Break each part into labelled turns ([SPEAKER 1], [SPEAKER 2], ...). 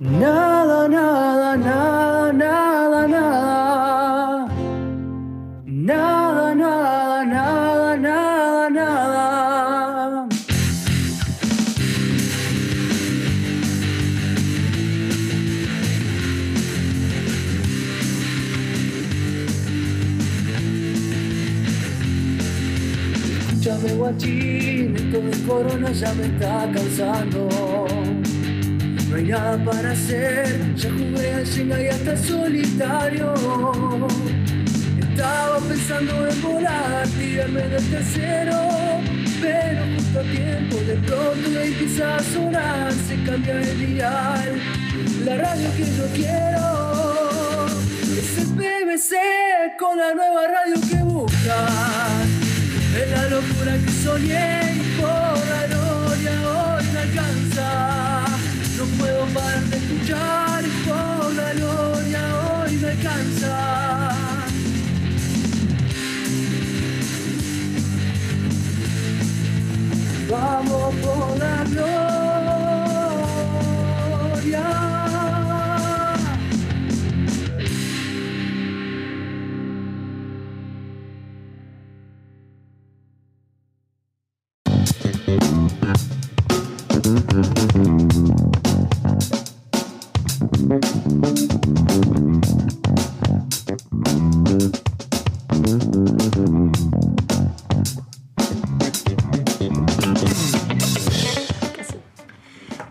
[SPEAKER 1] Nada, nada, nada, nada, nada. Nada, nada, nada, nada, nada. Escúchame, guachín, esto del corona ya me está cansando. No hay nada para hacer, ya jugué al Shenga y hasta el solitario. Estaba pensando en volar, tirarme del tercero, pero justo a tiempo de pronto empieza a sonar, se cambia el dial, la radio que yo quiero. Es el PBC con la nueva radio que buscas. Es la locura que soñé y por la gloria hoy me alcanza. No puedo parar de escuchar y por la gloria hoy me alcanza. Vamos por la gloria.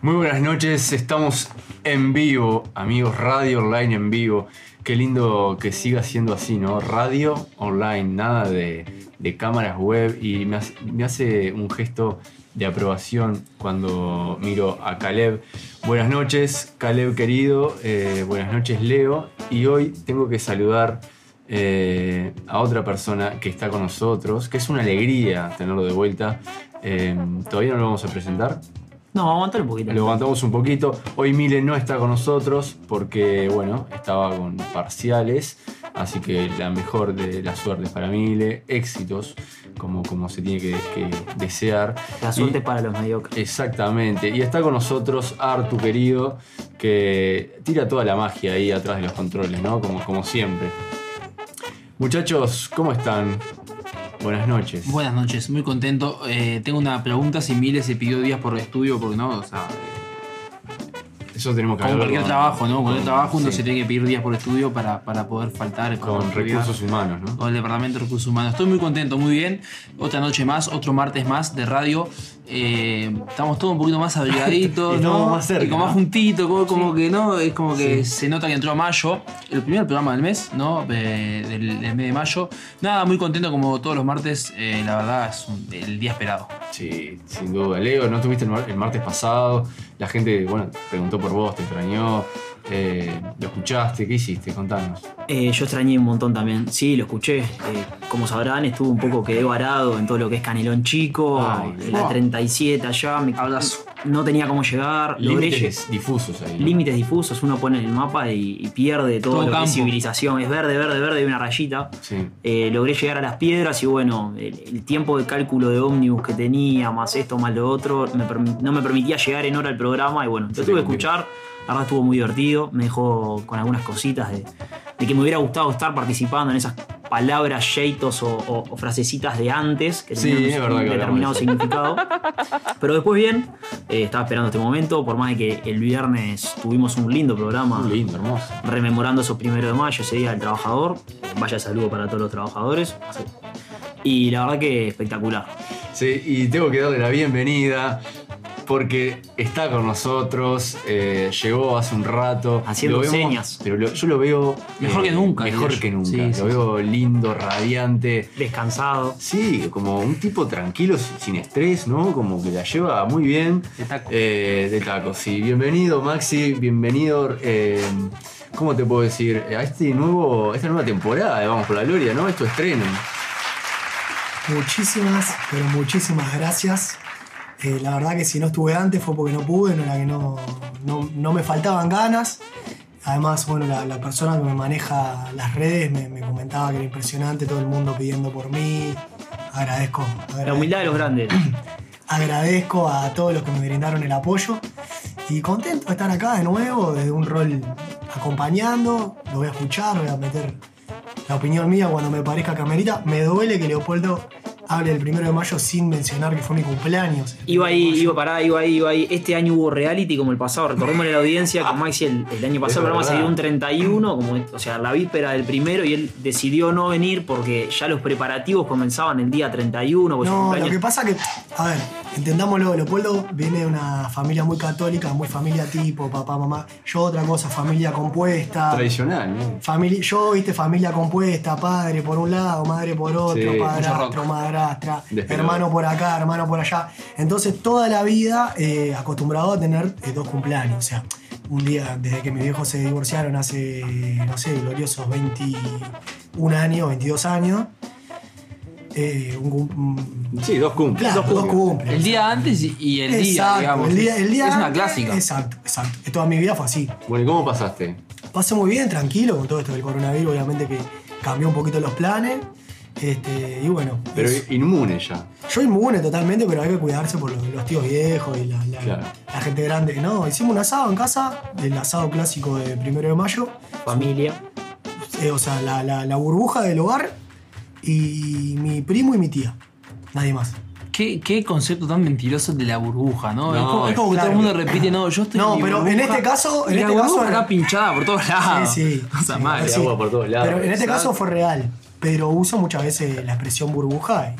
[SPEAKER 2] Muy buenas noches, estamos en vivo, amigos, radio online en vivo. Qué lindo que siga siendo así, ¿no? Radio online, nada de, de cámaras web. Y me hace, me hace un gesto de aprobación cuando miro a Caleb. Buenas noches, Caleb querido. eh, buenas noches, Leo. Y hoy tengo que saludar eh, a otra persona que está con nosotros, que es una alegría tenerlo de vuelta. Eh, Todavía no lo vamos a presentar,
[SPEAKER 3] No, aguantar un poquito.
[SPEAKER 2] lo aguantamos un poquito. Hoy Mile no está con nosotros porque, bueno, estaba con parciales. Así que la mejor de las suertes para Mile. Éxitos, como, como se tiene que, que desear.
[SPEAKER 3] La suerte
[SPEAKER 2] Y-
[SPEAKER 3] para los mediocres.
[SPEAKER 2] Exactamente. Y está con nosotros Artu, querido, que tira toda la magia ahí atrás de los controles, ¿no? Como, como siempre. Muchachos, ¿cómo están? Buenas noches.
[SPEAKER 4] Buenas noches, muy contento. Eh, tengo una pregunta si Miles se pidió días por estudio, porque no, o sea,
[SPEAKER 2] Eso tenemos que
[SPEAKER 4] como
[SPEAKER 2] hablar
[SPEAKER 4] cualquier trabajo, ¿no? Cualquier trabajo uno
[SPEAKER 2] sí,
[SPEAKER 4] se tiene que pedir días por estudio para, para poder faltar para
[SPEAKER 2] Con
[SPEAKER 4] poder estudiar.
[SPEAKER 2] recursos humanos, ¿no?
[SPEAKER 4] con el Departamento de Recursos Humanos. Estoy muy contento, muy bien. Otra noche más, otro martes más de radio. Eh, estamos todos un poquito más abrigaditos,
[SPEAKER 2] Y estamos
[SPEAKER 4] ¿no?
[SPEAKER 2] más cerca,
[SPEAKER 4] Y como más
[SPEAKER 2] ¿no?
[SPEAKER 4] juntitos, como, como que no, es como que se nota que entró mayo, el primer programa del mes, ¿no? Eh, del, del mes de mayo. Nada, muy contento como todos los martes, eh, la verdad es un- el día esperado.
[SPEAKER 2] Sí, sin duda. Leo, no estuviste el, mar- el martes pasado. La gente, bueno, preguntó por vos, te extrañó. eh, ¿Lo escuchaste? ¿Qué hiciste? Contanos.
[SPEAKER 3] Eh, yo extrañé un montón también. Sí, lo escuché. Eh, como sabrán, estuve un poco quedé varado en todo lo que es Canelón Chico,
[SPEAKER 2] Ay,
[SPEAKER 3] en la
[SPEAKER 2] wow.
[SPEAKER 3] 37 allá. me-
[SPEAKER 4] Abrazo.
[SPEAKER 3] No tenía cómo llegar. Logré lle-
[SPEAKER 2] Límites difusos ahí. ¿no?
[SPEAKER 3] Límites difusos, uno pone en el mapa y, y pierde todo,
[SPEAKER 4] Todo
[SPEAKER 3] lo que
[SPEAKER 4] campo.
[SPEAKER 3] es civilización. Es verde, verde, verde, y una rayita.
[SPEAKER 2] Sí.
[SPEAKER 3] Eh, logré llegar a las piedras y bueno, el, el tiempo de cálculo de ómnibus que tenía, más esto, más lo otro, me permi- no me permitía llegar en hora al programa y bueno,
[SPEAKER 2] Se
[SPEAKER 3] lo
[SPEAKER 2] te
[SPEAKER 3] tuve que
[SPEAKER 2] cumplió.
[SPEAKER 3] escuchar, la verdad estuvo muy divertido, me dejó con algunas cositas de, de que me hubiera gustado estar participando en esas palabras, yeitos o, o- o frasecitas de antes que
[SPEAKER 2] Sí,
[SPEAKER 3] tenían
[SPEAKER 2] es
[SPEAKER 3] un
[SPEAKER 2] verdad que
[SPEAKER 3] determinado
[SPEAKER 2] hablamos de
[SPEAKER 3] significado. Pero después bien, eh, estaba esperando este momento, por más de que el viernes tuvimos un lindo programa
[SPEAKER 2] Muy lindo, hermoso.
[SPEAKER 3] rememorando esos primero de mayo, ese día del trabajador. Vaya saludo para todos los trabajadores. Y la verdad que espectacular.
[SPEAKER 2] Sí, y tengo que darle la bienvenida porque está con nosotros, eh, llegó hace un rato.
[SPEAKER 3] Haciendo
[SPEAKER 2] Lo vemos,
[SPEAKER 3] señas.
[SPEAKER 2] Pero lo- yo lo veo. eh,
[SPEAKER 4] Mejor que nunca,
[SPEAKER 2] Mejor
[SPEAKER 4] diría
[SPEAKER 2] que
[SPEAKER 4] yo.
[SPEAKER 2] nunca.
[SPEAKER 4] Sí,
[SPEAKER 2] lo
[SPEAKER 4] sí,
[SPEAKER 2] veo lindo, radiante.
[SPEAKER 3] Descansado.
[SPEAKER 2] Sí, como un tipo tranquilo, sin estrés, ¿no? Como que la lleva muy bien.
[SPEAKER 4] De taco.
[SPEAKER 2] Eh, de taco, sí. Bienvenido, Maxi. Bienvenido. eh, ¿Cómo te puedo decir? A este nuevo, esta nueva temporada de Vamos por la Gloria, ¿no? Esto estreno.
[SPEAKER 5] Muchísimas, pero muchísimas gracias. Eh, la verdad que si no estuve antes fue porque no pude, no era que no, no, no me faltaban ganas. Además, bueno, la, la persona que me maneja las redes me, me comentaba que era impresionante, todo el mundo pidiendo por mí. Agradezco.
[SPEAKER 3] La
[SPEAKER 5] agradezco
[SPEAKER 3] humildad de los grandes.
[SPEAKER 5] agradezco a todos los que me brindaron el apoyo Y contento de estar acá de nuevo, desde un rol acompañando. Lo voy a escuchar, voy a meter la opinión mía cuando me parezca camerita. Me duele que Leopoldo hable el primero de mayo sin mencionar que fue mi cumpleaños.
[SPEAKER 3] Iba ahí, iba pará, iba ahí, iba ahí. Este año hubo reality como el pasado. Recordémosle a la audiencia con Maxi el, el año pasado el programa
[SPEAKER 2] verdad.
[SPEAKER 3] se dio un 31, como, o sea, la víspera del primero, y él decidió no venir porque ya los preparativos comenzaban pues el día 31. porque su
[SPEAKER 5] No, lo
[SPEAKER 3] cumpleaños-
[SPEAKER 5] que pasa que, a ver, entendámoslo, Leopoldo viene de una familia muy católica, muy familia tipo, papá, mamá. Yo otra cosa, familia compuesta.
[SPEAKER 2] Tradicional, ¿no?
[SPEAKER 5] Famili- yo, viste, familia compuesta, padre por un lado, madre por otro,
[SPEAKER 2] Sí,
[SPEAKER 4] mucho
[SPEAKER 5] padrastro,
[SPEAKER 4] rock.
[SPEAKER 5] madrastra,
[SPEAKER 2] Despegado.
[SPEAKER 5] hermano por acá, hermano por allá. Entonces, toda la vida eh, acostumbrado a tener eh, dos cumpleaños. O sea, un día, desde que mis viejos se divorciaron hace, no sé, gloriosos 21 años, 22 años. eh, un, cum-
[SPEAKER 2] Sí, dos cumples.
[SPEAKER 5] Claro, dos cumples.
[SPEAKER 4] El día antes y- y el día,
[SPEAKER 5] Exacto,
[SPEAKER 4] digamos.
[SPEAKER 5] el día- el día
[SPEAKER 4] es una
[SPEAKER 5] antes,
[SPEAKER 4] clásica.
[SPEAKER 5] Exacto, exacto. Toda mi vida fue así.
[SPEAKER 2] Bueno, ¿y cómo pasaste?
[SPEAKER 5] Pasé muy bien, tranquilo con todo esto del coronavirus, obviamente que cambió un poquito los planes. Este, y bueno,
[SPEAKER 2] Pero
[SPEAKER 5] es-
[SPEAKER 2] inmune ya.
[SPEAKER 5] yo inmune totalmente, pero hay que cuidarse por los, los tíos viejos y la, la-
[SPEAKER 2] Claro.
[SPEAKER 5] la gente grande. No, hicimos un asado en casa, el asado clásico de primero de mayo,
[SPEAKER 3] familia.
[SPEAKER 5] eh, o sea, la, la- la burbuja del hogar y mi primo y mi tía, nadie más.
[SPEAKER 4] ¿Qué, qué concepto tan mentiroso de la burbuja, ¿no?
[SPEAKER 2] No,
[SPEAKER 4] es como, es como que
[SPEAKER 5] claro.
[SPEAKER 4] todo el mundo repite, no, yo estoy
[SPEAKER 5] No,
[SPEAKER 4] mi
[SPEAKER 5] pero en
[SPEAKER 4] burbuja,
[SPEAKER 5] este caso-
[SPEAKER 4] y
[SPEAKER 5] en
[SPEAKER 4] la
[SPEAKER 5] este caso-
[SPEAKER 4] burbuja está pinchada por todos lados.
[SPEAKER 5] Sí, sí.
[SPEAKER 4] Ah, O sea,
[SPEAKER 5] sí,
[SPEAKER 4] mal.
[SPEAKER 2] Hay
[SPEAKER 5] sí.
[SPEAKER 2] agua por todos lados.
[SPEAKER 5] Pero en este
[SPEAKER 4] Exacto.
[SPEAKER 5] caso fue real. Pero uso muchas veces la expresión burbuja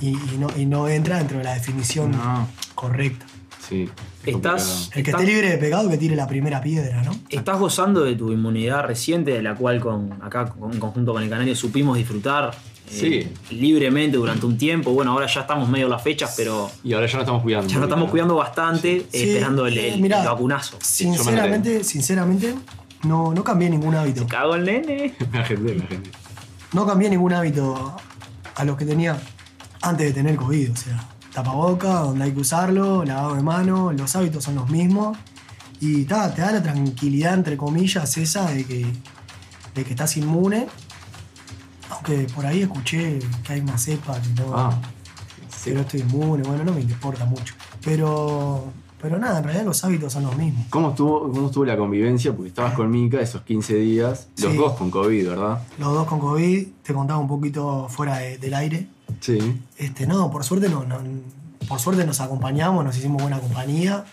[SPEAKER 5] y, y no, y no entra dentro de la definición
[SPEAKER 4] No.
[SPEAKER 5] correcta.
[SPEAKER 2] Sí. es
[SPEAKER 3] Estás-
[SPEAKER 5] El que
[SPEAKER 3] Está-
[SPEAKER 5] esté libre de pecado que tire la primera piedra, ¿no?
[SPEAKER 3] Estás gozando de tu inmunidad reciente, de la cual con, acá con- en conjunto con el Canario supimos disfrutar eh, libremente durante un tiempo. Bueno, ahora ya estamos medio las fechas, pero
[SPEAKER 2] complicado. Y ahora ya no estamos cuidando.
[SPEAKER 3] ya nos estamos cuidando bastante, eh,
[SPEAKER 5] Sí,
[SPEAKER 3] esperando el,
[SPEAKER 5] eh,
[SPEAKER 3] el-
[SPEAKER 5] mirá.
[SPEAKER 3] el vacunazo.
[SPEAKER 5] Sinceramente, sinceramente, no, no cambié ningún hábito.
[SPEAKER 3] Cago el nene.
[SPEAKER 2] La gente, la gente.
[SPEAKER 5] No cambié ningún hábito a los que tenía antes de tener COVID. O sea, tapaboca, donde hay que usarlo, lavado de mano, los hábitos son los mismos. Y ta, te da la tranquilidad, entre comillas, esa de que, de que estás inmune. Aunque por ahí escuché que hay una cepa que no,
[SPEAKER 2] Ah.
[SPEAKER 5] que no estoy inmune. Bueno, no me importa mucho. Pero, pero nada, en realidad los hábitos son los mismos.
[SPEAKER 2] ¿Cómo estuvo, ¿Cómo estuvo la convivencia? Porque estabas con Mica esos 15 días, los
[SPEAKER 5] Sí.
[SPEAKER 2] dos con COVID, ¿verdad?
[SPEAKER 5] Los dos con COVID, te contaba un poquito fuera de- del aire.
[SPEAKER 2] Sí.
[SPEAKER 5] Este, no, por suerte no, no- por suerte nos acompañamos, nos hicimos buena compañía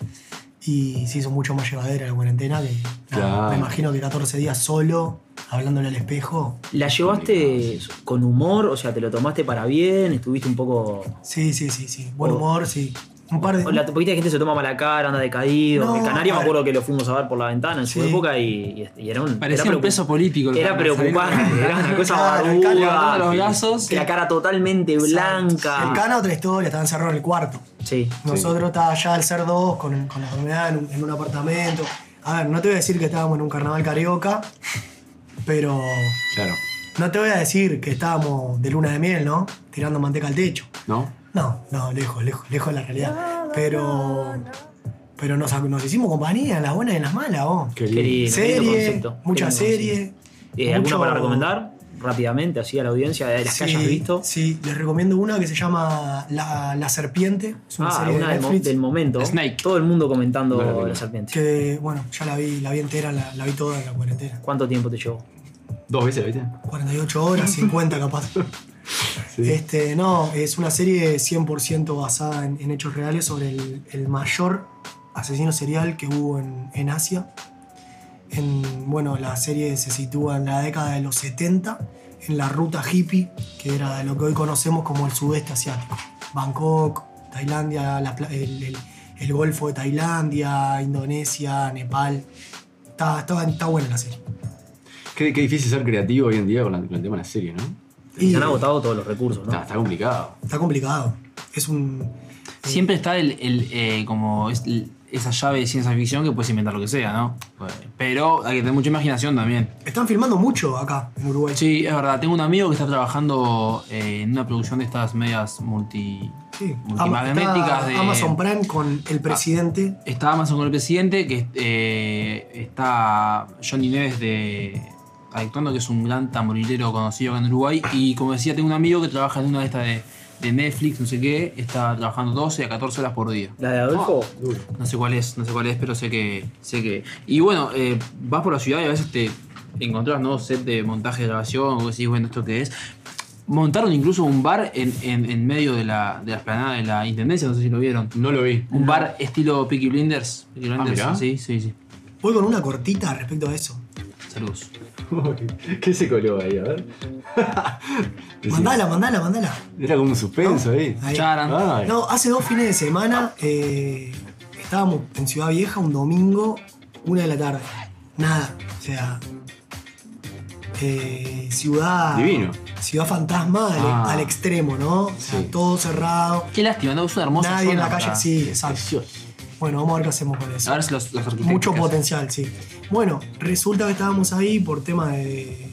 [SPEAKER 5] y se hizo mucho más llevadera la cuarentena que nada,
[SPEAKER 2] Claro.
[SPEAKER 5] me imagino que 14 días solo, hablándole al espejo.
[SPEAKER 3] ¿La llevaste con humor? O sea, ¿te lo tomaste para bien? ¿Estuviste un poco.?
[SPEAKER 5] Sí, sí, sí, sí. Buen
[SPEAKER 3] O-
[SPEAKER 5] humor, sí. Un par de.
[SPEAKER 3] o La poquita gente se toma mala cara, anda decaído.
[SPEAKER 5] No,
[SPEAKER 3] el Canario
[SPEAKER 5] a
[SPEAKER 3] me
[SPEAKER 5] ver.
[SPEAKER 3] acuerdo que lo fuimos a ver por la ventana en su
[SPEAKER 5] Sí.
[SPEAKER 3] época y, este, y- y era un.
[SPEAKER 4] Parecía
[SPEAKER 3] era
[SPEAKER 4] un peso político el
[SPEAKER 3] Era
[SPEAKER 4] Canario,
[SPEAKER 3] preocupante,
[SPEAKER 4] saliendo-
[SPEAKER 3] era una cosa
[SPEAKER 5] Claro, el Canario
[SPEAKER 3] barbuda.
[SPEAKER 4] levantando los brazos.
[SPEAKER 3] La cara totalmente blanca.
[SPEAKER 5] El Cana, otra historia, estaba encerrado en el cuarto.
[SPEAKER 3] Sí.
[SPEAKER 5] Nosotros estaba allá al ser dos con, con la enfermedad en un, en un apartamento. A ver, no te voy a decir que estábamos en un carnaval carioca, pero
[SPEAKER 2] Claro.
[SPEAKER 5] no te voy a decir que estábamos de luna de miel, ¿no? Tirando manteca al techo.
[SPEAKER 2] ¿No?
[SPEAKER 5] No, no, lejos, lejos, lejos de la realidad. Pero. Pero nos, nos hicimos compañía, en las buenas y en las malas, vos.
[SPEAKER 2] Qué
[SPEAKER 3] Qué lindo, qué lindo
[SPEAKER 5] Serie,
[SPEAKER 3] concepto,
[SPEAKER 5] mucha
[SPEAKER 3] qué lindo
[SPEAKER 5] serie.
[SPEAKER 3] Eh, ¿Alguna
[SPEAKER 5] mucho-
[SPEAKER 3] para recomendar? Rápidamente, así a la audiencia, de las que hayas visto.
[SPEAKER 5] Sí, les recomiendo una que se llama La, La Serpiente. Es una
[SPEAKER 3] ah,
[SPEAKER 5] serie
[SPEAKER 3] una
[SPEAKER 5] de
[SPEAKER 3] del, mo-
[SPEAKER 5] Netflix
[SPEAKER 3] del momento.
[SPEAKER 4] Snake.
[SPEAKER 3] Todo el mundo
[SPEAKER 2] No la
[SPEAKER 3] comentando
[SPEAKER 2] vi.
[SPEAKER 3] la serpiente.
[SPEAKER 5] Que, bueno, ya la vi, la vi entera, la, la vi toda en la cuarentena.
[SPEAKER 3] ¿Cuánto tiempo te llevó?
[SPEAKER 2] ¿Dos veces, viste?
[SPEAKER 5] 48 horas, 50 capaz.
[SPEAKER 2] Sí.
[SPEAKER 5] Este, no, es una serie 100% basada en, en hechos reales sobre el, el mayor asesino serial que hubo en, en Asia. En, bueno, la serie se sitúa en la década de los 70, en la ruta hippie, que era lo que hoy conocemos como el sudeste asiático. Bangkok, Tailandia, la pla- el, el- el Golfo de Tailandia, Indonesia, Nepal. Está, está, está buena la serie.
[SPEAKER 2] Qué, qué difícil ser creativo hoy en día con, la- con el tema de la serie, ¿no?
[SPEAKER 5] Y
[SPEAKER 3] Se han agotado todos los recursos,
[SPEAKER 2] Está,
[SPEAKER 3] ¿no?
[SPEAKER 2] está complicado.
[SPEAKER 5] está complicado. Es un,
[SPEAKER 4] Siempre está el, el, eh, como es- l- esa llave de ciencia ficción que puedes inventar lo que sea, ¿no? Pero hay que tener mucha imaginación también.
[SPEAKER 5] Están filmando mucho acá en Uruguay.
[SPEAKER 4] Sí, es verdad. Tengo un amigo que está trabajando eh, en una producción de estas medias multi.
[SPEAKER 5] Sí.
[SPEAKER 4] multimagnéticas
[SPEAKER 5] Ama-
[SPEAKER 4] de-
[SPEAKER 5] está Amazon Prime con el presidente.
[SPEAKER 4] Está Amazon con el presidente, que eh, está Johnny Neves de actuando, que es un gran tamborilero conocido acá en Uruguay. Y como decía, tengo un amigo que trabaja en una de estas de de Netflix, no sé qué, está trabajando 12 a 14 horas por día.
[SPEAKER 3] La de Adolfo, duro.
[SPEAKER 4] No sé cuál es, no sé cuál es, pero sé que. sé que. Y bueno, eh, vas por la ciudad y a veces te encontrás ¿no? set de montaje de grabación, o decís, bueno, ¿esto qué es? Montaron incluso un bar en, en- en medio de la, de la esplanada de la intendencia, no sé si lo vieron.
[SPEAKER 2] No lo vi. Ah,
[SPEAKER 4] Un bar estilo Peaky Blinders. Peaky Blinders,
[SPEAKER 2] mirá.
[SPEAKER 4] sí, sí, sí.
[SPEAKER 5] Voy con una cortita respecto a eso.
[SPEAKER 4] Saludos.
[SPEAKER 2] ¿Qué se coló ahí? A ver.
[SPEAKER 5] Mandala, mandala, mandala.
[SPEAKER 2] Era como un suspenso ahí.
[SPEAKER 5] Ahí.
[SPEAKER 4] Charan.
[SPEAKER 2] Ay.
[SPEAKER 5] No, hace dos fines de semana eh, estábamos en Ciudad Vieja un domingo, una de la tarde. Nada, o sea. eh, ciudad.
[SPEAKER 2] Divino.
[SPEAKER 5] Ciudad fantasma al, e-,
[SPEAKER 2] Ah.
[SPEAKER 5] al extremo, ¿no? O sea,
[SPEAKER 2] Sí.
[SPEAKER 5] todo cerrado.
[SPEAKER 4] Qué lástima, no es una hermosa
[SPEAKER 5] Nadie en
[SPEAKER 4] zona
[SPEAKER 5] la calle.
[SPEAKER 4] para-
[SPEAKER 5] Sí, exacto.
[SPEAKER 2] Precioso.
[SPEAKER 5] Bueno, vamos a ver qué hacemos con eso.
[SPEAKER 4] A ver si los, los arquitectos
[SPEAKER 5] Mucho
[SPEAKER 4] que hacen.
[SPEAKER 5] potencial, sí. Bueno, resulta que estábamos ahí por tema de.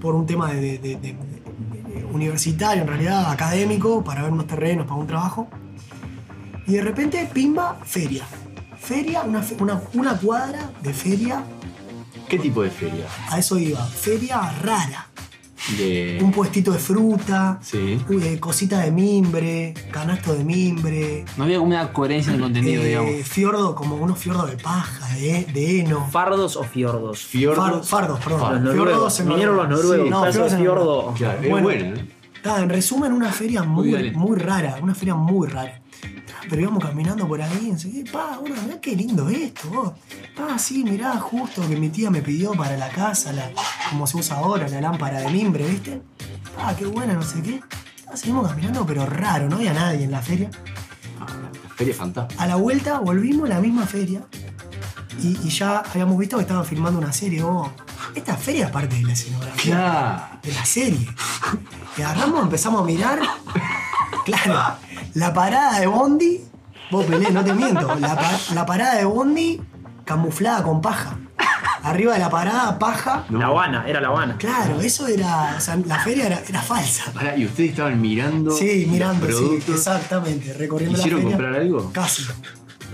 [SPEAKER 5] por un tema de, de- de- de- de- universitario, en realidad, académico, para ver unos terrenos, para un trabajo. Y de repente, pimba, feria. Feria, una, fe- una, una cuadra de feria,
[SPEAKER 2] ¿Qué tipo de feria?
[SPEAKER 5] a eso iba, feria rara. Un
[SPEAKER 2] De.
[SPEAKER 5] puestito de fruta,
[SPEAKER 2] Sí.
[SPEAKER 5] uy, eh, cosita de mimbre, canasto de mimbre,
[SPEAKER 4] No había una coherencia en el contenido,
[SPEAKER 5] eh,
[SPEAKER 4] digamos.
[SPEAKER 5] fiordo, como unos fiordos de paja, de, de heno.
[SPEAKER 3] ¿Fardos o fiordos?
[SPEAKER 5] Fardos,
[SPEAKER 2] Fiordos.
[SPEAKER 5] fardos, perdón.
[SPEAKER 3] Los
[SPEAKER 5] Fiordos
[SPEAKER 3] noruegos.
[SPEAKER 5] en
[SPEAKER 3] Vinieron los
[SPEAKER 5] Noruega.
[SPEAKER 3] noruegos.
[SPEAKER 5] Sí, no,
[SPEAKER 3] Está
[SPEAKER 5] fiordos
[SPEAKER 3] eso
[SPEAKER 5] en
[SPEAKER 3] fiordo.
[SPEAKER 2] Claro, es
[SPEAKER 5] Bueno.
[SPEAKER 2] buena, ¿eh?
[SPEAKER 5] Está, en resumen, una feria muy,
[SPEAKER 4] Muy
[SPEAKER 5] muy,
[SPEAKER 4] bien.
[SPEAKER 5] rara, una feria muy rara. Pero íbamos caminando por ahí, y enseguida, pa, boludo, mirá qué lindo esto, vos. Pa, sí, mirá, justo que mi tía me pidió para la casa, la, como se usa ahora, la lámpara de mimbre, ¿viste? Ah, qué buena, no sé qué. Ah, seguimos caminando, pero raro, no había nadie en la feria.
[SPEAKER 2] La feria fantasma.
[SPEAKER 5] A la vuelta volvimos a la misma feria y, y ya habíamos visto que estaban filmando una serie, vos. Esta feria es parte de la escenografía
[SPEAKER 2] Claro.
[SPEAKER 5] de la serie. Y agarramos, empezamos a mirar. Claro, la parada de Bondi. Vos, Pelé, no te miento. La, pa- la parada de Bondi camuflada con paja. Arriba de la parada, paja.
[SPEAKER 2] No.
[SPEAKER 3] La Habana, era La Habana.
[SPEAKER 5] Claro, eso era. o sea, la feria era, era falsa.
[SPEAKER 2] Pará, y ustedes estaban mirando.
[SPEAKER 5] Sí,
[SPEAKER 2] los
[SPEAKER 5] mirando, sí,
[SPEAKER 2] productos.
[SPEAKER 5] exactamente. Recorriendo
[SPEAKER 2] ¿Hicieron
[SPEAKER 5] la feria.
[SPEAKER 2] comprar algo?
[SPEAKER 5] Casi.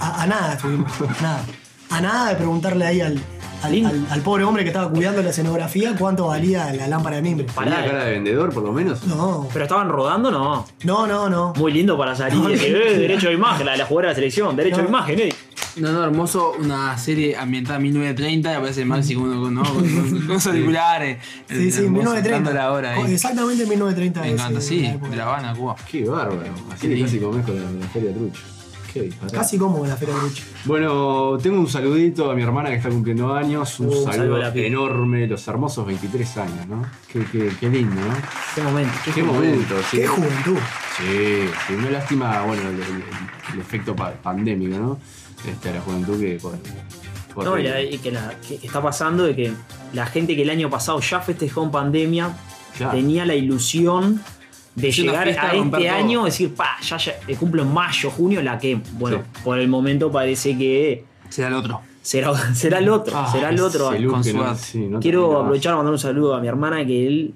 [SPEAKER 5] A, a nada estuvimos, a nada. A nada de preguntarle ahí al, al,
[SPEAKER 3] Lindo.
[SPEAKER 5] al- al pobre hombre que estaba cuidando la escenografía cuánto valía la lámpara de mimbre.
[SPEAKER 3] Pa-
[SPEAKER 2] ¿Tenía
[SPEAKER 3] Pará, eh.
[SPEAKER 2] cara de vendedor, por lo menos?
[SPEAKER 5] No,
[SPEAKER 3] Pero estaban rodando, no.
[SPEAKER 5] no, no, no.
[SPEAKER 3] Muy lindo para salir.
[SPEAKER 5] No,
[SPEAKER 3] Eh, derecho de imagen, la de la jugadora de la selección. Derecho
[SPEAKER 5] No.
[SPEAKER 3] de imagen, eh.
[SPEAKER 4] No, no, hermoso, una serie ambientada en 1930, y aparece Maxi con, uno- ¿no? con, con- con los auriculares.
[SPEAKER 5] Sí, sí,
[SPEAKER 4] hermoso,
[SPEAKER 5] 1930.
[SPEAKER 4] dando la hora
[SPEAKER 5] Co-
[SPEAKER 4] ahí.
[SPEAKER 5] Exactamente 1930.
[SPEAKER 4] Me
[SPEAKER 5] es,
[SPEAKER 4] encanta,
[SPEAKER 5] eh,
[SPEAKER 4] sí,
[SPEAKER 5] la época.
[SPEAKER 4] de La Habana, Cuba.
[SPEAKER 2] Qué bárbaro. Así
[SPEAKER 4] Qué
[SPEAKER 2] que casi comés con la, la feria trucha. Qué disparate.
[SPEAKER 5] Casi como la Feria de Lucha.
[SPEAKER 2] Bueno, tengo un saludito a mi hermana que está cumpliendo años. Un
[SPEAKER 3] Uh, un saludo
[SPEAKER 2] saludo
[SPEAKER 3] a la pi.
[SPEAKER 2] enorme, los hermosos 23 años, ¿no? Qué, qué- qué lindo, ¿no?
[SPEAKER 3] Qué momento.
[SPEAKER 2] Qué, momento, sí.
[SPEAKER 5] Qué juventud.
[SPEAKER 2] Sí, sí, una lástima, bueno, el, el- el efecto pa- pandémico, ¿no? Este, a la juventud que. bueno, fue
[SPEAKER 3] No, y, la-
[SPEAKER 2] horrible.
[SPEAKER 3] y que, la- que está pasando de que la gente que el año pasado ya festejó en pandemia
[SPEAKER 2] Claro.
[SPEAKER 3] tenía la ilusión de
[SPEAKER 4] Sí, una
[SPEAKER 3] llegar
[SPEAKER 4] fiesta,
[SPEAKER 3] a
[SPEAKER 4] romper
[SPEAKER 3] este
[SPEAKER 4] todo.
[SPEAKER 3] año y decir, pa, ya, ya eh, cumplo en mayo, junio, la que, bueno,
[SPEAKER 2] Sí.
[SPEAKER 3] por el momento parece que
[SPEAKER 4] Será el otro.
[SPEAKER 3] será, será el otro,
[SPEAKER 4] Ah,
[SPEAKER 3] será el otro.
[SPEAKER 2] Ese look
[SPEAKER 4] con
[SPEAKER 2] que no-
[SPEAKER 4] suerte.
[SPEAKER 2] sí, no te
[SPEAKER 3] Quiero
[SPEAKER 2] esperabas.
[SPEAKER 3] aprovechar para mandar un saludo a mi hermana que el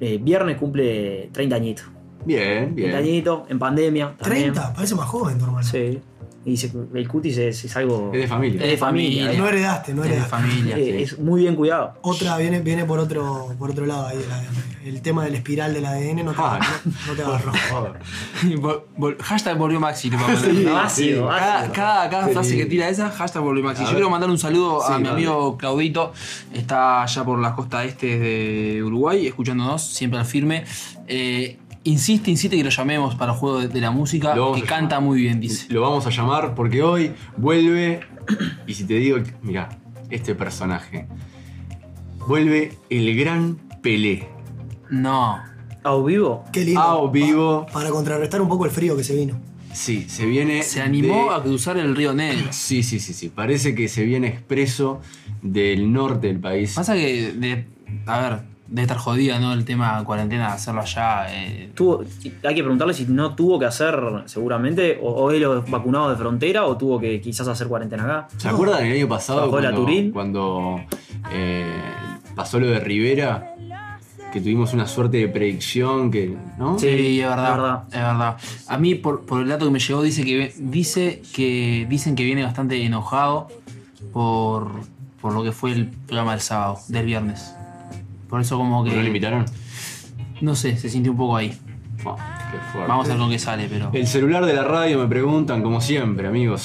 [SPEAKER 3] eh, viernes cumple 30 añitos.
[SPEAKER 2] Bien,
[SPEAKER 3] 30
[SPEAKER 2] bien.
[SPEAKER 3] añitos, en pandemia. también.
[SPEAKER 5] 30, parece más joven tu hermano.
[SPEAKER 3] Sí. Y se- el cutis es, es algo.
[SPEAKER 2] Es de familia.
[SPEAKER 3] Es de familia.
[SPEAKER 5] No heredaste, no
[SPEAKER 4] Es de
[SPEAKER 5] heredaste.
[SPEAKER 4] familia.
[SPEAKER 3] Eh, Es muy bien cuidado.
[SPEAKER 5] Otra viene, viene por otro, por otro lado ahí el ADN. El tema del espiral del ADN no te,
[SPEAKER 2] Ah,
[SPEAKER 5] no, no te agarró.
[SPEAKER 4] Vol- vol- hashtag volvió Maxi. le voy a poner,
[SPEAKER 2] Sí,
[SPEAKER 4] ¿no?
[SPEAKER 3] ácido,
[SPEAKER 4] Cada,
[SPEAKER 3] ácido.
[SPEAKER 4] cada, cada
[SPEAKER 2] Qué
[SPEAKER 4] frase que
[SPEAKER 2] lindo.
[SPEAKER 4] tira esa, hashtag volvió Maxi.
[SPEAKER 2] A
[SPEAKER 4] Yo
[SPEAKER 2] ver.
[SPEAKER 4] quiero mandar un saludo
[SPEAKER 2] Sí,
[SPEAKER 4] a mi
[SPEAKER 2] dale.
[SPEAKER 4] amigo Claudito. Está allá por la costa este de Uruguay, escuchándonos, siempre al firme. Eh, insiste, insiste que lo llamemos para el juego de, de la música,
[SPEAKER 2] Lo vamos
[SPEAKER 4] que
[SPEAKER 2] a
[SPEAKER 4] canta
[SPEAKER 2] llamar.
[SPEAKER 4] muy bien, dice.
[SPEAKER 2] Lo vamos a llamar porque hoy vuelve. Y si te digo, mira, este personaje. Vuelve el gran Pelé.
[SPEAKER 4] No.
[SPEAKER 3] A vivo.
[SPEAKER 5] Qué lindo.
[SPEAKER 2] Ao Ah, vivo.
[SPEAKER 5] Pa- para contrarrestar un poco el frío que se vino.
[SPEAKER 2] Sí, se viene.
[SPEAKER 4] Se animó
[SPEAKER 2] Eh, de-
[SPEAKER 4] a cruzar el río Negro.
[SPEAKER 2] Sí, sí, sí, sí. Parece que se viene expreso del norte del país.
[SPEAKER 4] Pasa que, de- a ver, debe estar jodida, ¿no? El tema cuarentena, hacerlo allá. eh,
[SPEAKER 3] Tuvo- hay que preguntarle si no tuvo que hacer, seguramente, o, o él los vacunado de frontera, o tuvo que quizás hacer cuarentena acá.
[SPEAKER 2] ¿Se acuerdan el año pasado
[SPEAKER 3] Bajó la
[SPEAKER 2] cuando,
[SPEAKER 3] Turín.
[SPEAKER 2] cuando, eh, pasó lo de Rivera? Que tuvimos una suerte de predicción que. ¿No?
[SPEAKER 4] Sí, es verdad,
[SPEAKER 3] es verdad.
[SPEAKER 4] Es verdad. A mí, por, por el dato que me llegó, dice que, ve- dice que dicen que viene bastante enojado por, por lo que fue el programa del sábado, del viernes. Por eso como
[SPEAKER 2] ¿No lo
[SPEAKER 4] que...
[SPEAKER 2] invitaron?
[SPEAKER 4] No sé, se sintió un poco ahí.
[SPEAKER 2] Bueno. Qué fuerte.
[SPEAKER 4] Vamos a ver con qué sale, pero.
[SPEAKER 2] El celular de la radio me preguntan, como siempre, amigos,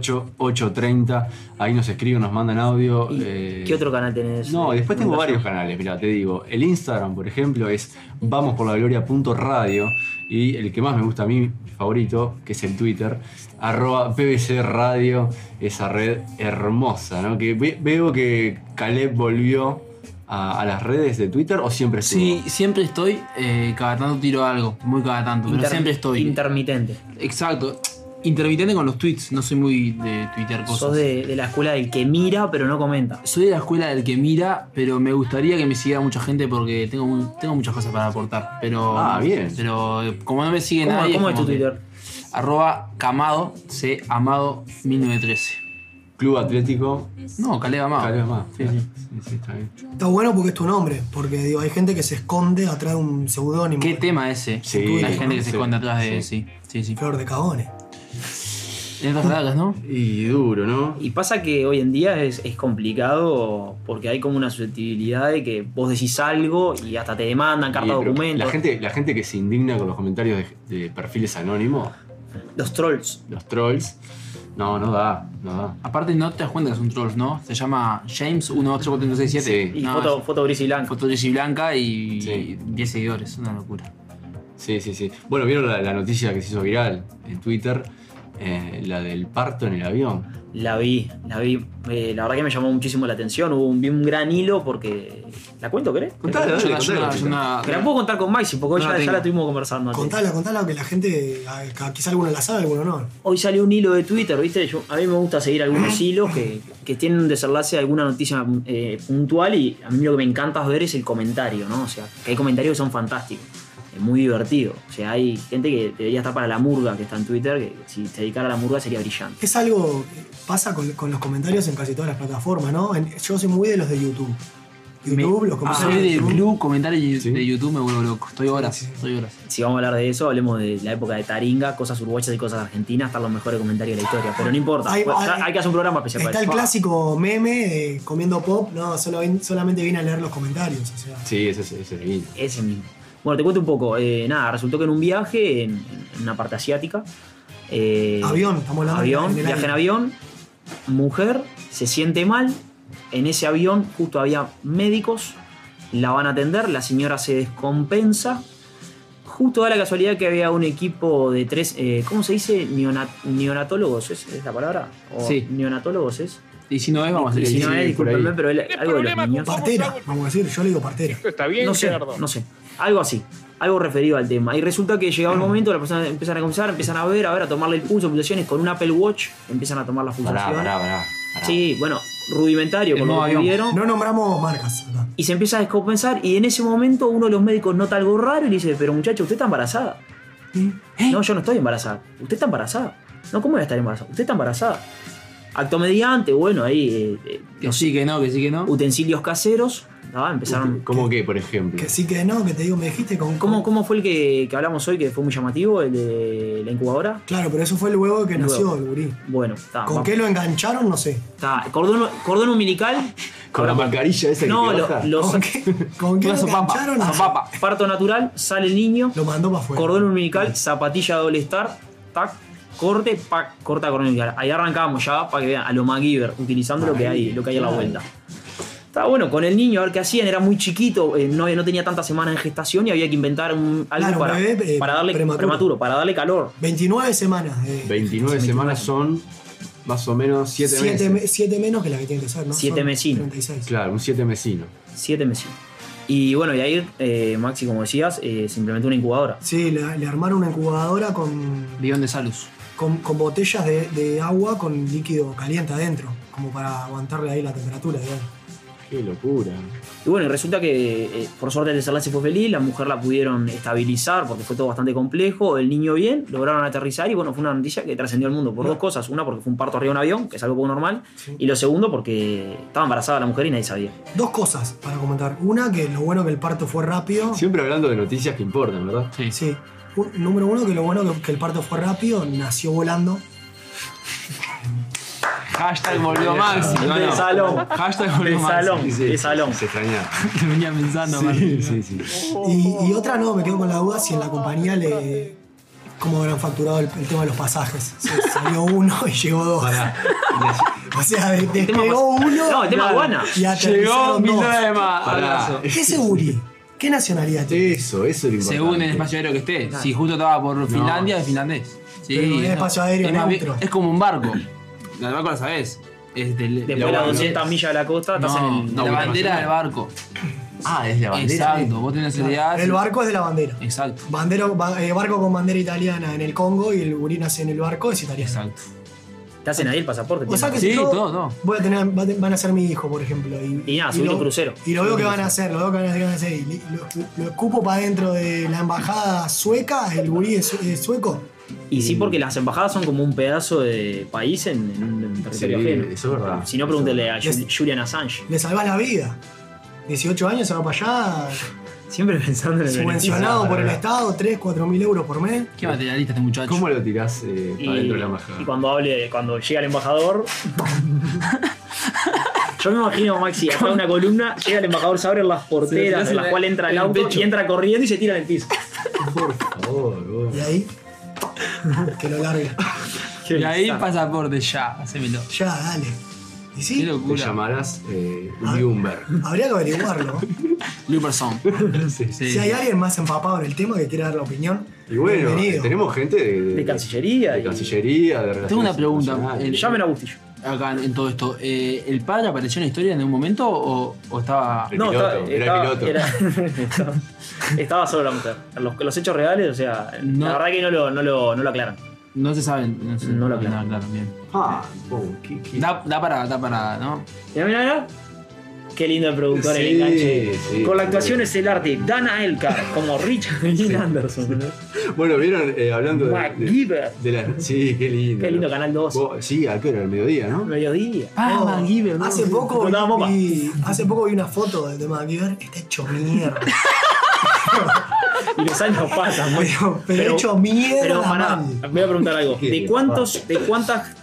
[SPEAKER 2] 096-028-830. Ahí nos escriben, nos mandan audio.
[SPEAKER 3] ¿Y
[SPEAKER 2] eh,
[SPEAKER 3] ¿Qué otro canal tenés?
[SPEAKER 2] No,
[SPEAKER 3] eh,
[SPEAKER 2] después tengo varios
[SPEAKER 3] Fundación?
[SPEAKER 2] canales, mira, te digo. El Instagram, por ejemplo, es vamos por la gloria.radio y el que más me gusta a mí, mi favorito, que es el Twitter, arroba pbc radio, esa red hermosa, ¿no? Que ve- veo que Caleb volvió a, a las redes de Twitter o siempre estuvo?
[SPEAKER 4] Sí, siempre estoy. eh, cada tanto tiro algo. Muy cada tanto. pero
[SPEAKER 3] Inter-
[SPEAKER 4] siempre estoy.
[SPEAKER 3] Intermitente.
[SPEAKER 4] Exacto. Intermitente con los tweets. No soy muy de Twitter cosas.
[SPEAKER 3] Sos de, de la escuela del que mira pero no comenta.
[SPEAKER 4] Soy de la escuela del que mira, pero me gustaría que me siguiera mucha gente porque tengo, mu- tengo muchas cosas para aportar. Pero,
[SPEAKER 2] Ah, bien.
[SPEAKER 4] Pero eh, como no me sigue
[SPEAKER 3] ¿Cómo,
[SPEAKER 4] nadie.
[SPEAKER 3] cómo es
[SPEAKER 4] como
[SPEAKER 3] tu
[SPEAKER 4] que-
[SPEAKER 3] Twitter?
[SPEAKER 4] Arroba Camado, C. Amado 1913.
[SPEAKER 2] Club Atlético.
[SPEAKER 4] No, Caleb Amado.
[SPEAKER 2] Caleb más.
[SPEAKER 4] Ah, Sí, sí.
[SPEAKER 2] sí, está bien.
[SPEAKER 5] Está bueno porque es tu nombre, porque digo, hay gente que se esconde atrás de un seudónimo.
[SPEAKER 4] ¿Qué tema ese?
[SPEAKER 2] Sí,
[SPEAKER 4] Hay gente que se
[SPEAKER 2] sí,
[SPEAKER 4] esconde atrás de.
[SPEAKER 2] sí.
[SPEAKER 4] Sí, sí, sí.
[SPEAKER 5] Flor de cagones.
[SPEAKER 4] Tienes dos bragas, ¿no?
[SPEAKER 2] Y duro, ¿no?
[SPEAKER 3] Y pasa que hoy en día es, es complicado porque hay como una susceptibilidad de que vos decís algo y hasta te demandan carta
[SPEAKER 2] Y, pero
[SPEAKER 3] documento.
[SPEAKER 2] La gente, la gente que se indigna con los comentarios de, de perfiles anónimos,
[SPEAKER 3] Los trolls.
[SPEAKER 2] los trolls, no, no da, no da.
[SPEAKER 4] Aparte, no te das cuenta que son trolls, ¿no? Se llama James 124567.
[SPEAKER 2] Sí.
[SPEAKER 3] Y
[SPEAKER 4] No,
[SPEAKER 3] foto,
[SPEAKER 4] es
[SPEAKER 3] foto gris y blanco.
[SPEAKER 4] Foto gris y blanca y
[SPEAKER 2] Sí.
[SPEAKER 4] 10 seguidores. Una locura.
[SPEAKER 2] Sí, sí, sí. Bueno, vieron la, la noticia que se hizo viral en Twitter, Eh, la del parto en el avión.
[SPEAKER 3] La vi, la vi. Eh, la verdad que me llamó muchísimo la atención. Hubo un, vi un gran hilo porque. ¿La cuento, querés?
[SPEAKER 2] Contala, dale,
[SPEAKER 4] Yo una-
[SPEAKER 2] contala,
[SPEAKER 4] yo una-
[SPEAKER 2] contala.
[SPEAKER 4] yo una-
[SPEAKER 3] Te la puedo contar con Maxi porque hoy
[SPEAKER 4] No
[SPEAKER 3] ya, ya
[SPEAKER 4] la tengo.
[SPEAKER 3] la estuvimos conversando. antes.
[SPEAKER 5] Contala, contala que la gente, a- a- quizá alguno la sabe, alguno no.
[SPEAKER 3] Hoy salió un hilo de Twitter, ¿viste? Yo- a mí me gusta seguir algunos hilos que, que tienen un desenlace de alguna noticia eh, puntual y a mí lo que me encanta ver es el comentario, ¿no? O sea, que hay comentarios que son fantásticos, es muy divertido. O sea, hay gente que debería estar para la murga que está en Twitter, que si se dedicara a la murga sería brillante.
[SPEAKER 5] Es algo que pasa con, con los comentarios en casi todas las plataformas, ¿no? En- yo soy muy de los de YouTube. YouTube, los
[SPEAKER 4] Ah,
[SPEAKER 5] comentarios.
[SPEAKER 4] soy
[SPEAKER 5] de
[SPEAKER 4] de
[SPEAKER 5] YouTube.
[SPEAKER 4] Blue, comentarios de-
[SPEAKER 2] Sí.
[SPEAKER 4] de YouTube me vuelvo loco. Estoy horas,
[SPEAKER 5] sí.
[SPEAKER 4] estoy horas.
[SPEAKER 3] Si vamos a hablar de eso, hablemos de la época de Taringa, cosas uruguayas y cosas argentinas, están los mejores comentarios de la historia, pero no importa,
[SPEAKER 5] Ahí va,
[SPEAKER 3] Pues,
[SPEAKER 5] ahí-
[SPEAKER 3] hay que hacer un programa especial para
[SPEAKER 5] Está el
[SPEAKER 3] eso.
[SPEAKER 5] clásico meme de comiendo pop, no, solo ven- solamente viene a leer los comentarios. O sea,
[SPEAKER 2] Sí, ese es ese es lindo.
[SPEAKER 3] Ah, Ese mismo. Bueno, te cuento un poco. Eh, nada, resultó que en un viaje, en, en una parte asiática. eh,
[SPEAKER 5] Avión, estamos hablando
[SPEAKER 3] Avión,
[SPEAKER 5] del- del
[SPEAKER 3] viaje en
[SPEAKER 5] aire.
[SPEAKER 3] avión. Mujer se siente mal. En ese avión justo había médicos. La van a atender. La señora se descompensa. Justo da la casualidad que había un equipo de tres. eh, ¿Cómo se dice? Neonat- neonatólogos, ¿es, es la palabra? O
[SPEAKER 4] Sí.
[SPEAKER 3] Neonatólogos es.
[SPEAKER 4] Y si no es, vamos a hacer
[SPEAKER 3] Y
[SPEAKER 2] sí,
[SPEAKER 3] si no es,
[SPEAKER 2] por ahí.
[SPEAKER 3] discúlpenme, pero él- algo de los
[SPEAKER 6] problema con
[SPEAKER 3] niños.
[SPEAKER 5] partera, vamos a decir, yo le digo partera.
[SPEAKER 6] Está bien,
[SPEAKER 3] No sé,
[SPEAKER 6] Gerardo.
[SPEAKER 3] no sé. Algo así. Algo referido al tema. Y resulta que llegaba el momento, las personas empiezan a comenzar, empiezan a ver, a ver, a tomarle el pulso, pulsaciones con un Apple Watch, empiezan a tomar las
[SPEAKER 2] Pará,
[SPEAKER 3] pulsaciones.
[SPEAKER 2] pará, pará. pará.
[SPEAKER 3] Sí, bueno, rudimentario,
[SPEAKER 4] El
[SPEAKER 3] como
[SPEAKER 4] modo
[SPEAKER 3] lo que
[SPEAKER 4] avión.
[SPEAKER 3] vieron.
[SPEAKER 5] No nombramos marcas acá.
[SPEAKER 3] Y se empieza a descompensar. Y en ese momento uno de los médicos nota algo raro y le dice, pero muchacho, usted está embarazada.
[SPEAKER 5] ¿Eh?
[SPEAKER 3] No, yo no estoy embarazada. Usted está embarazada. No, ¿cómo voy a estar embarazada? Usted está embarazada. Acto mediante, bueno, ahí eh, eh,
[SPEAKER 4] Que sí, que no, que sí, que no.
[SPEAKER 3] utensilios caseros. ¿no? Empezaron.
[SPEAKER 2] ¿Cómo que, por ejemplo?
[SPEAKER 5] Que sí que no, que te digo, me dijiste con.
[SPEAKER 3] ¿Cómo, cómo fue el que, que hablamos hoy que fue muy llamativo, el de la incubadora?
[SPEAKER 5] Claro, pero eso fue el huevo que
[SPEAKER 3] Luego.
[SPEAKER 5] nació el gurí.
[SPEAKER 3] Bueno, está.
[SPEAKER 5] ¿Con
[SPEAKER 3] va-
[SPEAKER 5] qué lo engancharon? No sé.
[SPEAKER 3] está. Cordón, cordón umbilical.
[SPEAKER 2] Con la mascarilla esa que
[SPEAKER 3] No,
[SPEAKER 2] te
[SPEAKER 3] lo-
[SPEAKER 2] baja.
[SPEAKER 3] los-
[SPEAKER 5] ¿Con qué, con qué
[SPEAKER 4] Una
[SPEAKER 5] lo
[SPEAKER 4] sopapa,
[SPEAKER 5] engancharon? No sé.
[SPEAKER 4] sopapa.
[SPEAKER 3] Parto natural, sale el niño.
[SPEAKER 5] Lo mandó para
[SPEAKER 3] Ah,
[SPEAKER 5] afuera.
[SPEAKER 3] Cordón umbilical, zapatilla doble star, tac, corte, pac, corta cordón umbilical. Ahí arrancamos ya para que vean a lo MacGyver, utilizando lo que hay, lo que hay a la
[SPEAKER 2] Claro.
[SPEAKER 3] vuelta. Estaba bueno, con el niño, a ver qué hacían, era muy chiquito, eh, no, no tenía tantas semanas en gestación y había que inventar un- algo
[SPEAKER 5] Claro,
[SPEAKER 3] para,
[SPEAKER 5] bebé, eh,
[SPEAKER 3] para darle
[SPEAKER 5] prematuro.
[SPEAKER 3] prematuro, para darle calor.
[SPEAKER 5] 29 semanas. De,
[SPEAKER 2] 29 semanas son más o menos 7
[SPEAKER 5] Siete
[SPEAKER 2] meses.
[SPEAKER 5] me- siete menos que la que tiene que ser, ¿no?
[SPEAKER 3] Siete
[SPEAKER 5] Son
[SPEAKER 3] mesino.
[SPEAKER 5] 36.
[SPEAKER 2] Claro, un 7 mesino.
[SPEAKER 3] Siete meses. Y bueno, y ahí, eh, Maxi, como decías, eh, se implementó una incubadora.
[SPEAKER 5] Sí, le, le armaron una incubadora con,
[SPEAKER 4] Guión de Salus.
[SPEAKER 5] con, con botellas de, de agua con líquido caliente adentro, como para aguantarle ahí la temperatura. digamos.
[SPEAKER 2] Qué locura.
[SPEAKER 3] Y bueno, y resulta que eh, por suerte el desenlace fue feliz, la mujer la pudieron estabilizar porque fue todo bastante complejo, el niño bien, lograron aterrizar y bueno, fue una noticia que trascendió el mundo por dos cosas. Una, porque fue un parto arriba de un avión, que es algo poco normal, y lo segundo, porque estaba embarazada la mujer y nadie sabía.
[SPEAKER 5] Dos cosas para comentar. Una, que lo bueno que el parto fue rápido.
[SPEAKER 2] Siempre hablando de noticias que importan, ¿verdad?
[SPEAKER 4] Sí.
[SPEAKER 5] Sí. Un- número uno, que lo bueno que, que el parto fue rápido, nació volando.
[SPEAKER 4] Hashtag volvió Maxi.
[SPEAKER 3] De
[SPEAKER 4] bueno.
[SPEAKER 3] salón.
[SPEAKER 4] Hashtag
[SPEAKER 3] De
[SPEAKER 4] volvió Maxi.
[SPEAKER 3] salón, de salón.
[SPEAKER 2] Se extrañaba.
[SPEAKER 4] Te venía pensando,
[SPEAKER 2] Sí,
[SPEAKER 4] Maxi.
[SPEAKER 2] sí, sí.
[SPEAKER 5] Y, y otra no, me quedo con la duda si en la compañía le. cómo habrán facturado el, el tema de los pasajes. Se- salió uno y llegó dos. O sea, de- despegó uno.
[SPEAKER 3] No, el tema aduana.
[SPEAKER 5] Y
[SPEAKER 4] Llegó
[SPEAKER 5] aterrizaron
[SPEAKER 4] mi
[SPEAKER 5] dos.
[SPEAKER 4] tema.
[SPEAKER 2] Pará.
[SPEAKER 4] Ah, Abrazo.
[SPEAKER 5] ¿Qué seguri? ¿Qué nacionalidad tiene?
[SPEAKER 2] Eso, eso es lo importante.
[SPEAKER 4] Según el espacio aéreo que esté. Si justo estaba por Finlandia, es finlandés. Sí,
[SPEAKER 5] Pero el
[SPEAKER 4] no.
[SPEAKER 5] espacio aéreo
[SPEAKER 4] es, más bien-
[SPEAKER 5] neutro.
[SPEAKER 4] es como un barco. La barco la sabes. Es del,
[SPEAKER 3] Después de
[SPEAKER 4] la,
[SPEAKER 3] las
[SPEAKER 2] bueno,
[SPEAKER 3] 200 millas de la costa, estás
[SPEAKER 4] no,
[SPEAKER 3] en el.
[SPEAKER 4] la
[SPEAKER 3] en el
[SPEAKER 4] bandera del barco.
[SPEAKER 2] Ah, es la bandera.
[SPEAKER 4] Exacto, vos tenés el
[SPEAKER 3] ah,
[SPEAKER 4] ideal.
[SPEAKER 5] El barco es de la bandera.
[SPEAKER 4] Exacto,
[SPEAKER 5] Bandero- ba- eh, barco con bandera italiana en el Congo y el gurí nace en el barco es italiano.
[SPEAKER 4] exacto.
[SPEAKER 3] Te hacen ahí el pasaporte.
[SPEAKER 5] O sea que
[SPEAKER 4] Sí,
[SPEAKER 5] si yo
[SPEAKER 4] todo, todo.
[SPEAKER 5] voy a tener, va a te- van a ser mi hijo, por ejemplo. Y,
[SPEAKER 3] Y nada, subir un crucero.
[SPEAKER 5] Y lo veo que van a hacer, lo veo que van a hacer. van a hacer, y li- lo, lo escupo para dentro de la embajada sueca, el gurí es, es sueco.
[SPEAKER 3] Y sí, porque las embajadas son como un pedazo de país en, en un en un
[SPEAKER 2] Sí,
[SPEAKER 3] territorio ajeno.
[SPEAKER 2] eso es verdad.
[SPEAKER 3] Si no, pregúntele a
[SPEAKER 5] Yes.
[SPEAKER 3] Jul- Julian Assange.
[SPEAKER 5] Le salvás la vida. 18 años se va para allá,
[SPEAKER 3] Siempre pensando en el beneficio.
[SPEAKER 5] subvencionado por el Estado, 3, 4 mil euros por mes.
[SPEAKER 4] Qué materialista este muchacho.
[SPEAKER 2] ¿Cómo lo tirás eh,
[SPEAKER 3] Y,
[SPEAKER 2] para dentro de la embajada?
[SPEAKER 3] y cuando hable, cuando llega el embajador. Yo me imagino, Maxi, acá una columna, llega el embajador, se abren las porteras,
[SPEAKER 4] tirás
[SPEAKER 3] en
[SPEAKER 4] en
[SPEAKER 3] las
[SPEAKER 4] la-
[SPEAKER 3] cuales entra el
[SPEAKER 4] en el
[SPEAKER 3] auto
[SPEAKER 4] pecho.
[SPEAKER 3] y entra corriendo y se tira en el piso.
[SPEAKER 2] Por favor, vos.
[SPEAKER 5] Y ahí, que lo larga.
[SPEAKER 4] y ahí pasaporte ya, hacémelo.
[SPEAKER 5] Ya, dale. Y
[SPEAKER 4] Qué
[SPEAKER 5] sí,
[SPEAKER 2] Te
[SPEAKER 4] locura.
[SPEAKER 2] llamarás eh,
[SPEAKER 5] Ah.
[SPEAKER 2] Lumber.
[SPEAKER 5] habría que averiguarlo.
[SPEAKER 4] Luperson.
[SPEAKER 2] Sí.
[SPEAKER 4] Sí.
[SPEAKER 5] Si hay alguien más empapado en el tema que quiera dar la opinión,
[SPEAKER 2] Y bueno, eh,
[SPEAKER 5] bienvenido.
[SPEAKER 2] tenemos gente de,
[SPEAKER 3] De Cancillería
[SPEAKER 2] De
[SPEAKER 3] y-
[SPEAKER 2] Cancillería, de
[SPEAKER 4] Tengo una
[SPEAKER 2] Relaciones
[SPEAKER 4] pregunta.
[SPEAKER 2] Internacionales.
[SPEAKER 4] El-
[SPEAKER 3] Llamen a Bustillo.
[SPEAKER 4] Acá en todo esto. eh, ¿El padre apareció en la historia en algún momento o, o estaba.?
[SPEAKER 2] El piloto, era el piloto.
[SPEAKER 3] estaba- estaba solo la mujer. Los, los hechos reales, o sea,
[SPEAKER 4] No.
[SPEAKER 3] la verdad que no lo, no lo, no lo aclaran.
[SPEAKER 4] No se saben. No, se-
[SPEAKER 3] No lo aclaro.
[SPEAKER 4] bien.
[SPEAKER 2] Ah, oh, qué- qué-
[SPEAKER 4] Da, da para, da para, ¿no?
[SPEAKER 3] Mirá, mirá, mirá. Qué lindo el productor, el
[SPEAKER 2] Sí,
[SPEAKER 3] enganche.
[SPEAKER 2] sí,
[SPEAKER 3] Con la
[SPEAKER 2] sí.
[SPEAKER 3] actuación es el arte. Dana Elkar, como Richard Dean Anderson. ¿no?
[SPEAKER 2] Bueno, vieron, eh, hablando de, de,
[SPEAKER 3] MacGyver.
[SPEAKER 2] de la. Sí, qué lindo.
[SPEAKER 3] Qué lindo
[SPEAKER 2] ¿no?
[SPEAKER 3] Canal 2.
[SPEAKER 2] Vos- Sí, a qué hora, al mediodía, ¿no?
[SPEAKER 3] Mediodía.
[SPEAKER 4] Ah,
[SPEAKER 5] Oh,
[SPEAKER 4] MacGyver, ¿no?
[SPEAKER 5] Hace poco,
[SPEAKER 3] Con la bomba.
[SPEAKER 5] vi, hace poco vi una foto de, de MacGyver. Está hecho mierda.
[SPEAKER 3] Y los años pasan, muy-
[SPEAKER 5] pero, pero hecho mierda.
[SPEAKER 3] Pero pará,
[SPEAKER 5] mal.
[SPEAKER 3] voy a preguntar algo.
[SPEAKER 2] Qué
[SPEAKER 3] ¿De
[SPEAKER 2] bien,
[SPEAKER 3] cuántos, de cuántas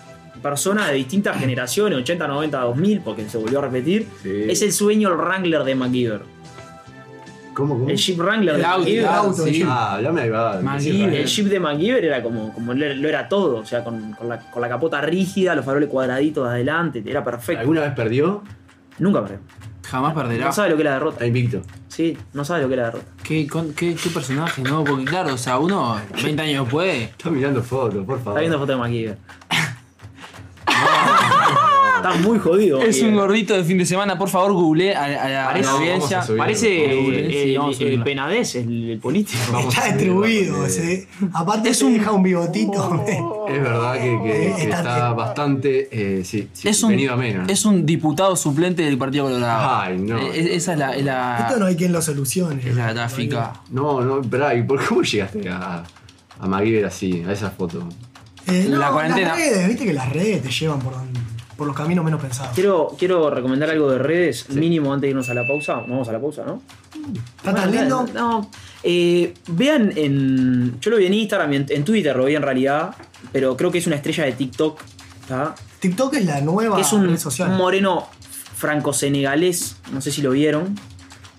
[SPEAKER 3] personas de distintas generaciones, 80, 90, 2000, porque se volvió a repetir,
[SPEAKER 2] Sí.
[SPEAKER 3] es el sueño el Wrangler de MacGyver?
[SPEAKER 2] ¿Cómo, cómo?
[SPEAKER 3] El Jeep Wrangler de
[SPEAKER 4] El auto,
[SPEAKER 3] MacGyver.
[SPEAKER 5] el auto,
[SPEAKER 4] sí.
[SPEAKER 5] yo-
[SPEAKER 2] Ah, hablame ahí, va.
[SPEAKER 4] MacGyver.
[SPEAKER 2] decir,
[SPEAKER 3] El Jeep de MacGyver era como, como lo lo era todo, o sea, con, con la, con la capota rígida, los faroles cuadraditos de adelante, era perfecto.
[SPEAKER 2] ¿Alguna vez perdió?
[SPEAKER 3] Nunca perdió.
[SPEAKER 4] Jamás perderá.
[SPEAKER 3] No sabe lo que es la derrota.
[SPEAKER 2] Está invicto.
[SPEAKER 3] Sí, no sabe lo que es la derrota.
[SPEAKER 4] ¿Qué, con- qué, qué personaje, ¿no? Porque claro, o sea, uno 20 años después.
[SPEAKER 2] Está mirando fotos, por favor.
[SPEAKER 3] Está viendo fotos de MacGyver. Estás muy jodido.
[SPEAKER 4] Es un
[SPEAKER 5] Eh,
[SPEAKER 3] MacGyver.
[SPEAKER 4] gordito de fin de semana, por favor, google a, a- a
[SPEAKER 3] Parece-
[SPEAKER 4] la audiencia.
[SPEAKER 2] vamos a subir.
[SPEAKER 3] Parece
[SPEAKER 4] Google, sí,
[SPEAKER 3] eh,
[SPEAKER 4] vamos a
[SPEAKER 3] eh,
[SPEAKER 4] subirlo.
[SPEAKER 3] Penades, el, el político.
[SPEAKER 2] Vamos
[SPEAKER 5] Está
[SPEAKER 2] a subir,
[SPEAKER 5] distribuido.
[SPEAKER 2] vamos a subir.
[SPEAKER 5] se- Aparte, es un, deja un bigotito.
[SPEAKER 2] Es verdad que, que-
[SPEAKER 5] Eh,
[SPEAKER 2] que
[SPEAKER 5] está-
[SPEAKER 2] está bastante. Eh, sí, sí,
[SPEAKER 4] Es un,
[SPEAKER 2] venido a menos.
[SPEAKER 4] es un diputado suplente del Partido Colorado.
[SPEAKER 2] Ay, no.
[SPEAKER 4] Eh, eh, esa es la, es
[SPEAKER 5] Esto
[SPEAKER 4] la,
[SPEAKER 5] no hay quien lo solucione.
[SPEAKER 4] es la gráfica.
[SPEAKER 2] No, no, pará, ¿y por cómo llegaste a, a MacGyver así, a esa foto?
[SPEAKER 5] Eh, no,
[SPEAKER 4] La cuarentena.
[SPEAKER 5] Las redes, viste que las redes te llevan por, donde- por los caminos menos pensados.
[SPEAKER 3] Quiero, quiero recomendar algo de redes, mínimo antes de irnos a la pausa. Vamos a la pausa, ¿no?
[SPEAKER 5] Está tan lindo.
[SPEAKER 3] No. Eh, vean en. Yo lo vi en Instagram, y en, en Twitter lo vi en realidad, pero creo que es una estrella de TikTok. ¿tá?
[SPEAKER 5] TikTok es la nueva
[SPEAKER 3] Es un,
[SPEAKER 5] red social.
[SPEAKER 3] un moreno franco-senegalés, no sé si lo vieron.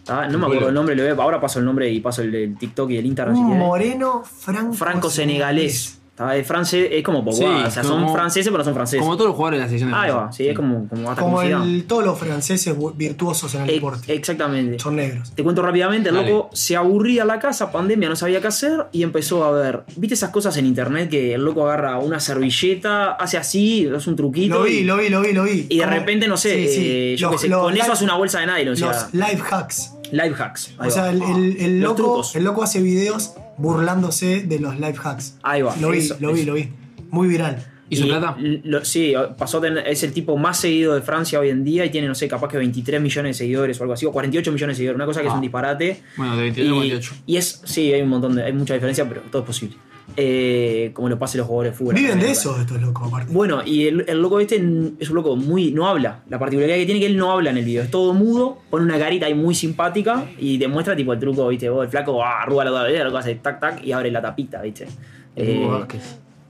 [SPEAKER 3] ¿tá? No me acuerdo
[SPEAKER 2] Bueno.
[SPEAKER 3] el nombre, lo veo- ahora paso el nombre y paso el, el TikTok y el Instagram. si
[SPEAKER 5] Un
[SPEAKER 3] quieren.
[SPEAKER 5] moreno franco.
[SPEAKER 3] ¿eh? franco-senegalés. ¿tá? Es, francés, es como Pogba,
[SPEAKER 4] Sí,
[SPEAKER 3] o sea, son
[SPEAKER 4] como-
[SPEAKER 3] franceses, pero no son franceses.
[SPEAKER 4] Como todos los jugadores de la selección de
[SPEAKER 3] Ahí
[SPEAKER 4] Francia.
[SPEAKER 3] va, sí, es como, como hasta
[SPEAKER 5] Como
[SPEAKER 3] como Zidane.
[SPEAKER 5] el, todos los franceses bu- virtuosos en el
[SPEAKER 3] Ex-
[SPEAKER 5] deporte.
[SPEAKER 3] Exactamente.
[SPEAKER 5] Son negros.
[SPEAKER 3] Te cuento rápidamente, el
[SPEAKER 2] Dale.
[SPEAKER 3] loco se aburría la casa, pandemia, no sabía qué hacer y empezó a ver, ¿viste esas cosas en internet que el loco agarra una servilleta, hace así, hace un truquito?
[SPEAKER 5] Lo vi,
[SPEAKER 3] y,
[SPEAKER 5] lo vi, lo vi, lo vi.
[SPEAKER 3] y de
[SPEAKER 5] Como-
[SPEAKER 3] repente, no sé,
[SPEAKER 5] Sí, sí.
[SPEAKER 3] eh, yo
[SPEAKER 5] Los-
[SPEAKER 3] qué sé,
[SPEAKER 5] los
[SPEAKER 3] con eso
[SPEAKER 5] life-
[SPEAKER 3] hace una bolsa de nylon, o sea,
[SPEAKER 5] Los life hacks.
[SPEAKER 3] life hacks. Ahí
[SPEAKER 5] O sea,
[SPEAKER 3] va.
[SPEAKER 5] el, el- el
[SPEAKER 3] Los
[SPEAKER 5] loco,
[SPEAKER 3] trucos.
[SPEAKER 5] el loco hace videos burlándose de los life hacks.
[SPEAKER 3] Ahí va,
[SPEAKER 5] Lo vi,
[SPEAKER 3] eso,
[SPEAKER 5] lo vi,
[SPEAKER 3] eso.
[SPEAKER 5] lo vi. Muy viral.
[SPEAKER 4] ¿Y su plata?
[SPEAKER 3] l- lo- sí, pasó a tener- es el tipo más seguido de Francia hoy en día y tiene, no sé, capaz que 23 millones de seguidores o algo así, o 48 millones de seguidores, una cosa que es un disparate.
[SPEAKER 4] Bueno, de 21 a
[SPEAKER 3] Y,
[SPEAKER 4] 28.
[SPEAKER 3] y es, sí, hay un montón de, hay mucha diferencia, pero todo es posible. Eh, como lo pasen los jugadores de fútbol.
[SPEAKER 5] Viven de
[SPEAKER 3] Ahí,
[SPEAKER 5] eso estos locos, aparte.
[SPEAKER 3] Bueno, y el, el loco este n- es un loco muy. no habla. La particularidad que tiene es que él no habla en el video. Es todo mudo, pone una carita ahí muy simpática y demuestra tipo el truco, viste, vos, el flaco, ah, arruga la vida, lo que hace tac tac y abre la tapita, viste. Eh,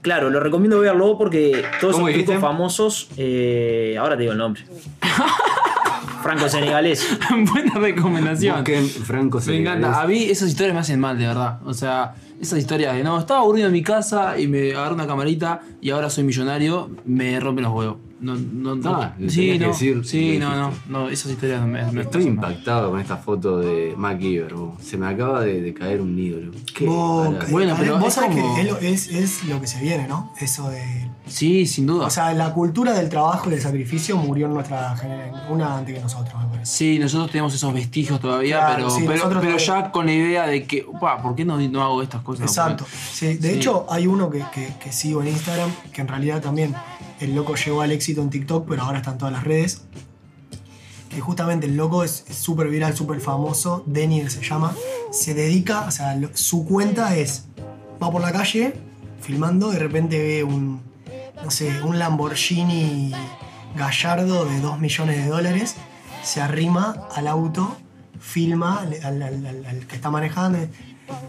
[SPEAKER 3] Claro, lo recomiendo verlo porque todos
[SPEAKER 2] ¿Cómo
[SPEAKER 3] esos
[SPEAKER 2] dijiste?
[SPEAKER 3] trucos famosos. eh, ahora te digo el nombre. Franco-senegalés.
[SPEAKER 4] Buena recomendación.
[SPEAKER 2] Busquen Franco
[SPEAKER 4] Me encanta. A mí esas historias me hacen mal, de verdad. O sea, esas historias de no, estaba aburrido en mi casa y me agarré una camarita y ahora soy millonario, me rompen los huevos. No, no, no.
[SPEAKER 2] Ah, le
[SPEAKER 4] sí,
[SPEAKER 2] tenías que
[SPEAKER 4] no.
[SPEAKER 2] decir,
[SPEAKER 4] sí,
[SPEAKER 2] lo
[SPEAKER 4] no, no,
[SPEAKER 2] dijiste.
[SPEAKER 4] no. Esas historias me, me
[SPEAKER 2] Estoy
[SPEAKER 4] hacen mal.
[SPEAKER 2] impactado con esta foto de MacGyver. bo. Se me acaba de, de caer un ídolo. Qué
[SPEAKER 5] Vos,
[SPEAKER 2] barato.
[SPEAKER 4] Bueno,
[SPEAKER 5] eh,
[SPEAKER 4] pero
[SPEAKER 5] vos
[SPEAKER 4] es
[SPEAKER 5] sabés
[SPEAKER 4] como-
[SPEAKER 5] que es lo- es, es lo que se viene, ¿no? Eso de.
[SPEAKER 4] Sí, sin duda.
[SPEAKER 5] O sea, la cultura del trabajo y del sacrificio murió en nuestra generación, una antes que nosotros, me parece.
[SPEAKER 4] Sí, nosotros tenemos esos vestigios todavía,
[SPEAKER 5] Claro,
[SPEAKER 4] pero,
[SPEAKER 5] sí,
[SPEAKER 4] pero,
[SPEAKER 5] nosotros
[SPEAKER 4] pero
[SPEAKER 5] todavía.
[SPEAKER 4] ya con la idea de que, "Upa, ¿por qué no, no hago estas cosas?
[SPEAKER 5] Exacto. Sí, de
[SPEAKER 4] Sí.
[SPEAKER 5] hecho, hay uno que, que- que sigo en Instagram, que en realidad también el loco llegó al éxito en TikTok, pero ahora está en todas las redes. Que justamente el loco es es súper viral, súper famoso. Daniel se llama. Se dedica, o sea, lo- su cuenta es. Va por la calle filmando, de repente ve un. No sé, un Lamborghini Gallardo de 2 millones de dólares. Se arrima al auto, filma al, al- al- al- al que está manejando.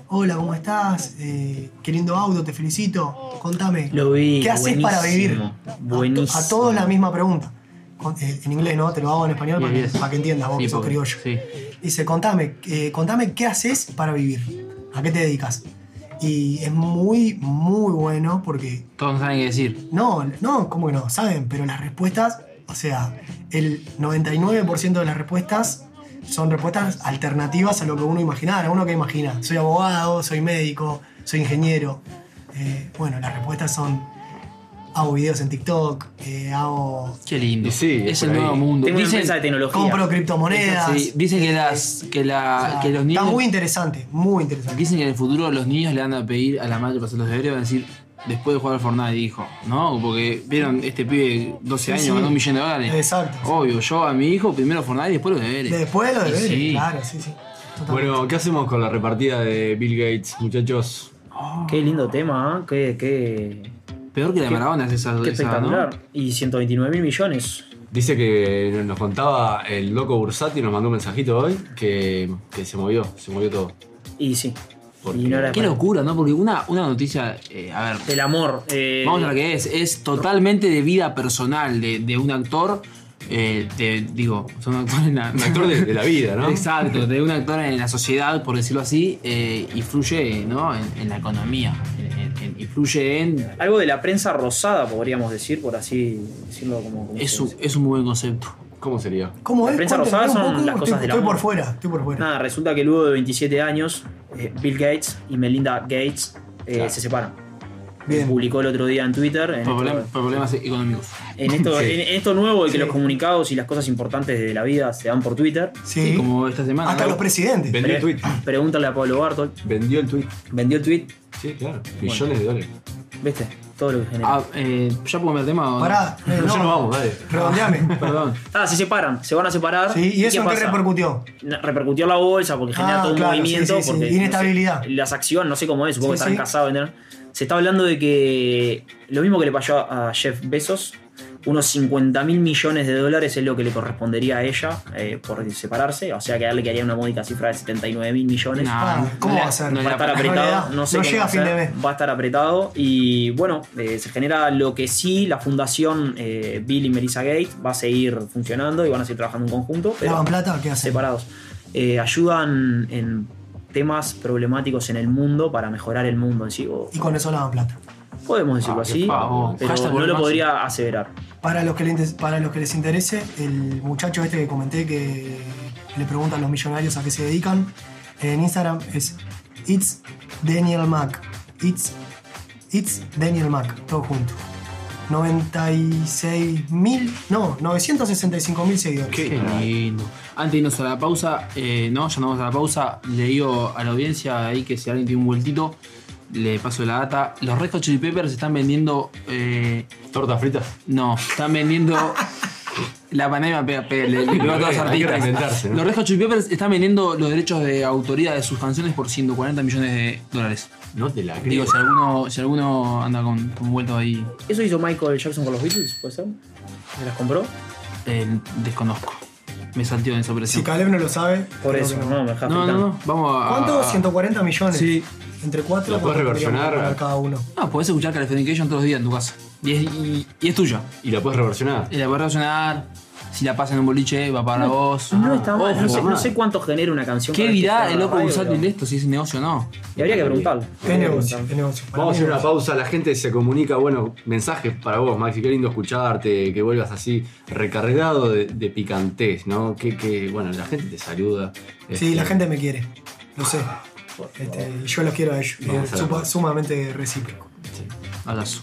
[SPEAKER 5] Hola, ¿cómo estás? Eh, qué lindo auto, te felicito. Contame.
[SPEAKER 3] Lo vi.
[SPEAKER 5] ¿Qué haces para vivir?
[SPEAKER 3] buenísimo,
[SPEAKER 5] A to-
[SPEAKER 3] Buenísimo.
[SPEAKER 5] A, todos la misma pregunta. Con- eh, En inglés, ¿no? Te lo hago en español para, que,
[SPEAKER 4] Yes.
[SPEAKER 5] para que entiendas vos,
[SPEAKER 4] Sí,
[SPEAKER 5] que sos
[SPEAKER 4] porque-
[SPEAKER 5] criollo.
[SPEAKER 4] sí.
[SPEAKER 5] Dice, contame, eh, contame qué haces para vivir. ¿A qué te dedicas? Y es muy, muy bueno porque
[SPEAKER 4] Todos no saben qué decir.
[SPEAKER 5] no, no, ¿cómo que no? Saben, pero las respuestas, o sea, el 99% de las respuestas son respuestas alternativas a lo que uno imaginara. Uno que imagina, soy abogado, soy médico, soy ingeniero. Eh, bueno, las respuestas son, hago videos en TikTok, eh, hago,
[SPEAKER 4] Qué lindo.
[SPEAKER 2] Y sí,
[SPEAKER 4] es
[SPEAKER 2] por
[SPEAKER 4] el
[SPEAKER 2] ahí.
[SPEAKER 4] nuevo mundo.
[SPEAKER 3] Tengo una
[SPEAKER 4] Dicen-
[SPEAKER 3] empresa de tecnología.
[SPEAKER 5] compro criptomonedas.
[SPEAKER 4] Sí, dicen que las que la
[SPEAKER 5] O sea,
[SPEAKER 4] que los
[SPEAKER 5] está
[SPEAKER 4] niños
[SPEAKER 5] muy interesante, muy interesante.
[SPEAKER 4] dicen que en el futuro los niños le van a pedir a la madre para hacer los deberes van a decir después de jugar al Fortnite dijo no porque vieron este pibe 12
[SPEAKER 5] Sí,
[SPEAKER 4] años
[SPEAKER 5] sí.
[SPEAKER 4] ganó un millón de dólares
[SPEAKER 5] Exacto.
[SPEAKER 4] obvio yo a mi hijo primero Fortnite y después los deberes
[SPEAKER 5] Después lo
[SPEAKER 4] Y
[SPEAKER 5] de
[SPEAKER 4] sí.
[SPEAKER 5] claro, sí, sí. Totalmente.
[SPEAKER 2] Bueno, ¿qué hacemos con la repartida de Bill Gates, muchachos?
[SPEAKER 3] Qué lindo tema, ¿eh? qué, qué,
[SPEAKER 4] peor que la de Maradona es esa,
[SPEAKER 3] qué
[SPEAKER 4] esa, ¿no?
[SPEAKER 3] espectacular. Y 129 mil millones.
[SPEAKER 2] Dice que nos contaba el loco Bursati, nos mandó un mensajito hoy, que, que se movió, se movió todo.
[SPEAKER 3] Y sí.
[SPEAKER 2] Porque-
[SPEAKER 3] Y no era
[SPEAKER 4] qué
[SPEAKER 3] para-
[SPEAKER 4] locura no porque una una noticia eh, a ver
[SPEAKER 3] El amor. eh,
[SPEAKER 4] Vamos a ver qué es. Es totalmente de vida personal de, de un actor. eh, de- digo, son actores en la-
[SPEAKER 2] Un actor de, de la vida, ¿no?
[SPEAKER 4] Exacto, de un actor en la sociedad, por decirlo así, eh, influye ¿no? en, en la economía. en- en- en- influye en.
[SPEAKER 3] Algo de la prensa rosada, podríamos decir, por así decirlo como. como
[SPEAKER 4] Es
[SPEAKER 3] se
[SPEAKER 4] un,
[SPEAKER 3] dice.
[SPEAKER 4] es un muy buen concepto.
[SPEAKER 2] ¿Cómo sería?
[SPEAKER 5] ¿Cómo
[SPEAKER 3] La
[SPEAKER 5] es?
[SPEAKER 3] prensa rosada
[SPEAKER 5] Cuéntame un
[SPEAKER 3] son
[SPEAKER 5] poco,
[SPEAKER 3] las
[SPEAKER 5] estoy-
[SPEAKER 3] cosas del
[SPEAKER 5] Estoy por
[SPEAKER 3] amor.
[SPEAKER 5] fuera, estoy por fuera.
[SPEAKER 3] Nada, resulta que luego de 27 años, eh, Bill Gates y Melinda Gates eh, se separan.
[SPEAKER 5] Bien.
[SPEAKER 3] Publicó el otro día en Twitter. En
[SPEAKER 4] Por, problem-
[SPEAKER 3] esto-
[SPEAKER 4] por problemas económicos.
[SPEAKER 3] en esto,
[SPEAKER 2] Sí.
[SPEAKER 3] en esto nuevo de que
[SPEAKER 5] Sí.
[SPEAKER 3] los comunicados y las cosas importantes de la vida se dan por Twitter.
[SPEAKER 5] Sí.
[SPEAKER 4] Sí, como esta semana.
[SPEAKER 5] Hasta
[SPEAKER 4] ¿no?
[SPEAKER 5] los presidentes.
[SPEAKER 2] Vendió el
[SPEAKER 3] Pre-
[SPEAKER 2] tweet.
[SPEAKER 3] Pregúntale a Pablo Bartol.
[SPEAKER 2] Vendió el tweet.
[SPEAKER 3] Vendió el tweet,
[SPEAKER 2] Sí, claro. Millones de dólares.
[SPEAKER 3] ¿viste? Todo lo que genera.
[SPEAKER 4] Ah, eh, ¿Ya puedo ver tema? o no?
[SPEAKER 5] Pará, eh,
[SPEAKER 2] Pero ya nos vamos, dale.
[SPEAKER 5] Redondeame.
[SPEAKER 4] Perdón.
[SPEAKER 3] Ah, se separan, se van a separar.
[SPEAKER 5] Sí, ¿Y eso en qué
[SPEAKER 3] pasa?
[SPEAKER 5] repercutió?
[SPEAKER 3] Na- repercutió en la bolsa porque genera
[SPEAKER 5] Ah,
[SPEAKER 3] todo un
[SPEAKER 5] claro,
[SPEAKER 3] movimiento.
[SPEAKER 5] sí, sí, sí.
[SPEAKER 3] porque, no sé,
[SPEAKER 5] Inestabilidad.
[SPEAKER 3] las acciones, no sé cómo es, supongo
[SPEAKER 5] Sí,
[SPEAKER 3] que están
[SPEAKER 5] sí.
[SPEAKER 3] casados. ¿no? Se está hablando de que lo mismo que le pasó a a Jeff Bezos, unos 50 mil millones de dólares es lo que le correspondería a ella eh, por separarse. O sea que a él le quedaría una módica cifra de 79 mil millones.
[SPEAKER 4] Nah,
[SPEAKER 5] Ah,
[SPEAKER 4] no
[SPEAKER 5] ¿Cómo
[SPEAKER 4] le-
[SPEAKER 5] va a ser?
[SPEAKER 4] no le
[SPEAKER 3] Va a estar
[SPEAKER 5] No le da,
[SPEAKER 3] apretado, no sé
[SPEAKER 5] no
[SPEAKER 3] cómo
[SPEAKER 5] llega
[SPEAKER 3] va
[SPEAKER 5] a fin de
[SPEAKER 3] ser,
[SPEAKER 5] mes.
[SPEAKER 3] Va a estar apretado y bueno, eh, se genera lo que sí la fundación eh, Bill y Melissa Gates va a seguir funcionando y van a seguir trabajando en conjunto. Pero
[SPEAKER 5] ¿Lavan plata o qué hacen?
[SPEAKER 3] separados. Eh, ayudan en temas problemáticos en el mundo para mejorar el mundo en sí. o-
[SPEAKER 5] Y con eso lavan plata.
[SPEAKER 3] podemos decirlo
[SPEAKER 2] Ah, qué
[SPEAKER 3] así,
[SPEAKER 2] pavo.
[SPEAKER 3] pero
[SPEAKER 4] Hashtag
[SPEAKER 3] no
[SPEAKER 4] por
[SPEAKER 3] lo
[SPEAKER 4] Maxi.
[SPEAKER 3] podría aseverar.
[SPEAKER 5] Para los, que les, inter- para los que les interese, el muchacho este que comenté que le preguntan a los millonarios a qué se dedican, en Instagram es It's Daniel Mac. It's, it's Daniel Mac, todo junto. 96 mil, no, 965 mil seguidores.
[SPEAKER 4] Qué lindo. Antes de irnos a la pausa, eh, no, ya no vamos a la pausa. Le digo a la audiencia ahí que si alguien tiene un vueltito, le paso la data. Los Red Hot Chili Peppers están vendiendo. eh,
[SPEAKER 2] Tortas fritas.
[SPEAKER 4] no, están vendiendo. La pandemia pega- pega- le, le pegó a todos los
[SPEAKER 2] Hay que
[SPEAKER 4] artistas.
[SPEAKER 2] reinventarse, ¿no?
[SPEAKER 4] Los Red Hot Chili Peppers están vendiendo los derechos de autoría de sus canciones por 140 millones de dólares.
[SPEAKER 2] No te la creo.
[SPEAKER 4] Digo, si alguno, si alguno anda con, con vuelto ahí,
[SPEAKER 3] ¿Eso hizo Michael Jackson con los Beatles? ¿Puede ser? ¿Se las compró?
[SPEAKER 4] eh, desconozco. Me salteó en esa
[SPEAKER 5] Si
[SPEAKER 4] operación.
[SPEAKER 5] Caleb no lo sabe,
[SPEAKER 3] Por
[SPEAKER 5] creo
[SPEAKER 3] eso,
[SPEAKER 5] que no.
[SPEAKER 3] no, me deja
[SPEAKER 4] No, no,
[SPEAKER 3] afectando.
[SPEAKER 4] no. Vamos a.
[SPEAKER 5] ¿Cuánto? 140 millones.
[SPEAKER 4] Sí,
[SPEAKER 5] Entre cuatro.
[SPEAKER 2] La Ah. puedes
[SPEAKER 5] cuatro
[SPEAKER 2] reversionar.
[SPEAKER 5] podríamos poner cada uno.
[SPEAKER 4] No, podés escuchar Californication todos los días en tu casa. Y es, y- y es tuya.
[SPEAKER 2] Y la puedes reversionar.
[SPEAKER 4] Y la podés reaccionar. Si la pasan en un boliche, va para vos. Ah,
[SPEAKER 3] No está mal,
[SPEAKER 2] ojo,
[SPEAKER 3] no sé, no
[SPEAKER 2] mal.
[SPEAKER 3] sé cuánto genera una canción.
[SPEAKER 4] ¿Qué
[SPEAKER 3] para escuchar
[SPEAKER 4] dirá
[SPEAKER 3] en
[SPEAKER 4] el
[SPEAKER 3] la
[SPEAKER 4] loco
[SPEAKER 3] radio,
[SPEAKER 4] bursátil
[SPEAKER 3] pero-
[SPEAKER 4] de esto? Si es negocio o no.
[SPEAKER 3] Y habría que preguntarlo.
[SPEAKER 5] Es negocio, es negocio. Para
[SPEAKER 2] Vamos a
[SPEAKER 5] mí
[SPEAKER 2] hacer
[SPEAKER 5] es
[SPEAKER 2] una
[SPEAKER 5] negocio.
[SPEAKER 2] pausa, la gente se comunica, bueno, mensajes para vos, Maxi, qué lindo escucharte, que vuelvas así recargado de, de picantes, ¿no? Que, que, bueno, la gente te saluda.
[SPEAKER 5] Sí,
[SPEAKER 2] este,
[SPEAKER 5] la gente me quiere. Lo sé. Este, y yo los quiero a ellos.
[SPEAKER 2] Vamos
[SPEAKER 5] Es
[SPEAKER 2] a la
[SPEAKER 5] supa-
[SPEAKER 2] pausa.
[SPEAKER 5] sumamente recíproco.
[SPEAKER 4] Abrazo.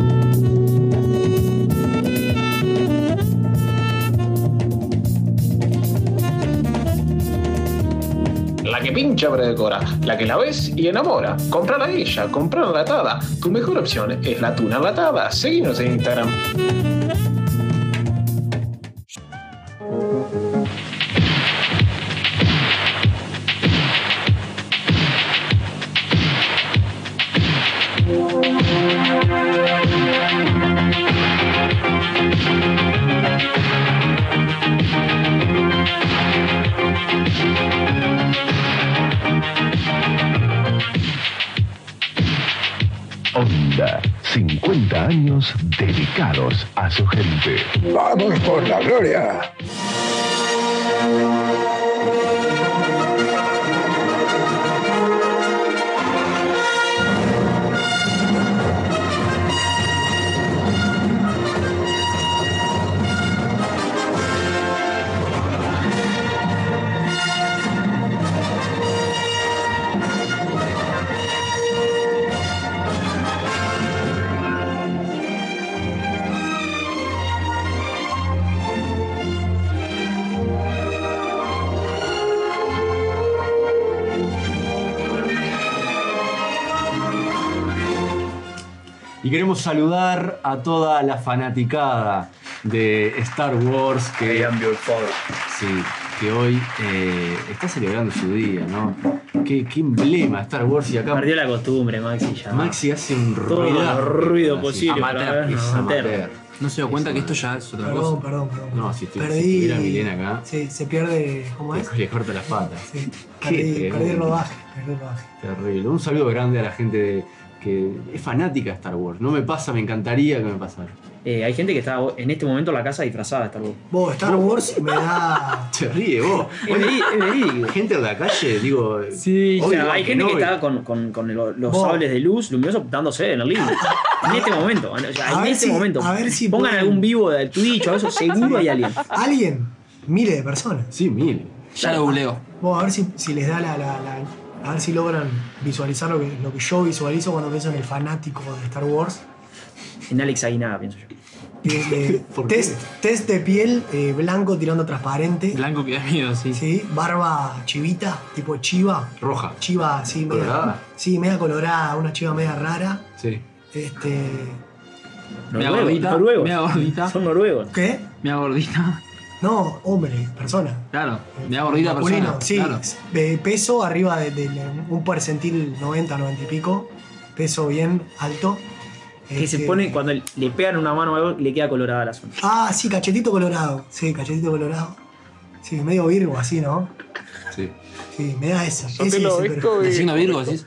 [SPEAKER 6] La que pincha pero decora, la que la ves y enamora. Comprala ella, comprar enlatada. Tu mejor opción es la tuna enlatada. Seguinos en Instagram.
[SPEAKER 7] Onda, 50 años dedicados a su gente.
[SPEAKER 8] Vamos por la gloria.
[SPEAKER 2] Y queremos saludar a toda la fanaticada de Star Wars que, sí, que hoy eh, está celebrando su día, ¿no? Qué, qué emblema Star Wars y acá
[SPEAKER 3] Perdió la costumbre, Maxi. Ya.
[SPEAKER 2] Maxi hace un
[SPEAKER 3] Todo
[SPEAKER 2] ruidazo,
[SPEAKER 3] el ruido
[SPEAKER 2] así.
[SPEAKER 3] posible
[SPEAKER 4] amateur,
[SPEAKER 3] para vernos,
[SPEAKER 2] Es
[SPEAKER 3] amateur.
[SPEAKER 2] amateur.
[SPEAKER 4] No se dio cuenta que esto ya es otra cosa.
[SPEAKER 5] Perdón, perdón, perdón.
[SPEAKER 2] No, si estu- si
[SPEAKER 5] Perdí-
[SPEAKER 2] estuviera Milena acá.
[SPEAKER 5] Sí, se pierde. ¿Cómo es?
[SPEAKER 2] Le corta las patas.
[SPEAKER 5] Sí.
[SPEAKER 2] Qué
[SPEAKER 5] Perdí,
[SPEAKER 2] tremendo.
[SPEAKER 5] perdí rodaje. Perdí rodaje.
[SPEAKER 2] Terrible. Un saludo grande a la gente de- que es fanática de Star Wars. No me pasa, me encantaría que me pasara.
[SPEAKER 3] Eh, hay gente que está en este momento en la casa disfrazada de Star Wars.
[SPEAKER 5] Vos, Star Wars me da.
[SPEAKER 2] Se ríe vos.
[SPEAKER 3] Es veri- es verídico.
[SPEAKER 2] Gente en la calle, digo.
[SPEAKER 3] Sí,
[SPEAKER 2] Obi-Wan
[SPEAKER 3] hay gente que
[SPEAKER 2] Kenobi.
[SPEAKER 3] está con, con- con el- los
[SPEAKER 5] Vos.
[SPEAKER 3] sables de luz luminosos dándose en el living. en este momento. o sea,
[SPEAKER 5] A
[SPEAKER 3] en
[SPEAKER 5] ver
[SPEAKER 3] este
[SPEAKER 5] si-
[SPEAKER 3] momento.
[SPEAKER 5] a ver si
[SPEAKER 3] Pongan
[SPEAKER 5] pueden-
[SPEAKER 3] algún vivo de Twitch o eso. Seguro hay alguien.
[SPEAKER 5] Alguien, miles de personas.
[SPEAKER 2] Sí, mil.
[SPEAKER 4] Ya lo googleo.
[SPEAKER 5] Vos, a ver si, si les da la, la- la- A ver si logran visualizar lo que, lo que yo visualizo cuando pienso en el fanático de Star Wars.
[SPEAKER 3] En Alex Aguinaga, pienso yo.
[SPEAKER 5] que es de
[SPEAKER 2] ¿Por qué?
[SPEAKER 5] test, test de piel eh, blanco tirando a transparente.
[SPEAKER 4] Blanco que da miedo, sí.
[SPEAKER 5] Sí, barba chivita, tipo chiva.
[SPEAKER 2] Roja.
[SPEAKER 5] Chiva así, media.
[SPEAKER 2] ¿Colorada?
[SPEAKER 5] Sí, media colorada, una chiva media rara.
[SPEAKER 2] Sí.
[SPEAKER 5] Este.
[SPEAKER 4] Mea
[SPEAKER 3] Noruego,
[SPEAKER 4] gordita.
[SPEAKER 3] noruegos.
[SPEAKER 4] Mea gordita.
[SPEAKER 3] Son noruegos.
[SPEAKER 5] ¿Qué?
[SPEAKER 4] Mea gordita.
[SPEAKER 5] No, hombre, persona.
[SPEAKER 4] Claro. Mea gordita
[SPEAKER 5] Masculino,
[SPEAKER 4] persona.
[SPEAKER 5] sí.
[SPEAKER 4] Claro.
[SPEAKER 5] De peso arriba de, de un percentil 90, 90 y pico. Peso bien alto.
[SPEAKER 3] Que se
[SPEAKER 5] Este,
[SPEAKER 3] pone cuando le pegan una mano o algo, le queda colorada la zona.
[SPEAKER 5] Ah, sí, cachetito colorado. Sí, cachetito colorado. Sí, medio virgo así, ¿no?
[SPEAKER 2] Sí.
[SPEAKER 5] Sí, me da esa. Ese es el perfil.
[SPEAKER 4] El signo Virgo, ¿sí?
[SPEAKER 5] Ese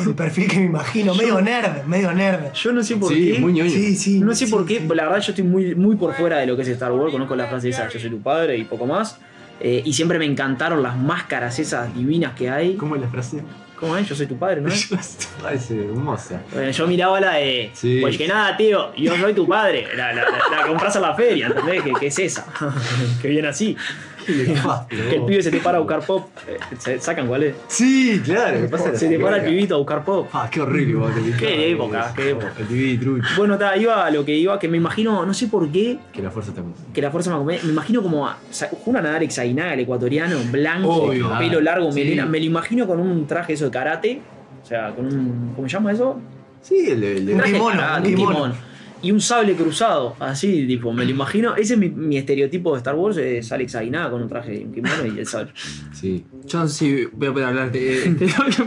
[SPEAKER 5] es el perfil que me imagino, medio nerd, medio nerd.
[SPEAKER 3] Yo no sé por
[SPEAKER 2] Sí,
[SPEAKER 3] qué.
[SPEAKER 2] muy ñoño.
[SPEAKER 5] Sí, sí.
[SPEAKER 3] No sé
[SPEAKER 5] sí,
[SPEAKER 3] por qué,
[SPEAKER 5] sí.
[SPEAKER 3] la verdad yo estoy muy, muy por fuera de lo que es Star Wars, conozco la frase esa, yo soy tu padre y poco más. Eh, y siempre me encantaron las máscaras esas divinas que hay.
[SPEAKER 2] ¿Cómo es la frase?
[SPEAKER 3] ¿Cómo es? Yo soy tu padre, ¿no? es?
[SPEAKER 2] Parece hermosa.
[SPEAKER 3] Bueno, yo miraba la de.
[SPEAKER 2] Sí.
[SPEAKER 3] Pues que nada, tío, yo soy tu padre. La, la, la- la que compras a la feria, ¿entendés? Que, que es esa. que viene así. Que el pibe se te para a buscar pop. Eh, se- ¿Sacan cuál es?
[SPEAKER 2] Sí, claro. me pasa la
[SPEAKER 3] Se te para el
[SPEAKER 2] psicóloga.
[SPEAKER 3] pibito a buscar pop.
[SPEAKER 2] Ah, qué horrible. vos, te
[SPEAKER 3] Qué
[SPEAKER 2] dije.
[SPEAKER 3] época, qué época.
[SPEAKER 2] El TV trucho.
[SPEAKER 3] Bueno, ta, iba a lo que iba, que me imagino, no sé por qué,
[SPEAKER 2] Que la fuerza te acompañe.
[SPEAKER 3] que la fuerza me acompañe. Me imagino como a Sa- Julian Alex Aguinaga, el ecuatoriano, blanco,
[SPEAKER 2] Obvio.
[SPEAKER 3] pelo largo,
[SPEAKER 4] Sí.
[SPEAKER 3] melena. Me lo imagino con un traje eso de karate. O sea, con un. ¿Cómo se llama eso?
[SPEAKER 2] Sí, el, el de.
[SPEAKER 3] traje de
[SPEAKER 5] kimono,
[SPEAKER 3] karate,
[SPEAKER 5] un kimono.
[SPEAKER 3] y un sable cruzado, así, tipo, me lo imagino. Ese es mi, mi estereotipo de Star Wars, es Alex Aguinaga con un traje y un kimono y el sable.
[SPEAKER 2] Sí.
[SPEAKER 4] Yo no sé si voy a poder hablarte. eh,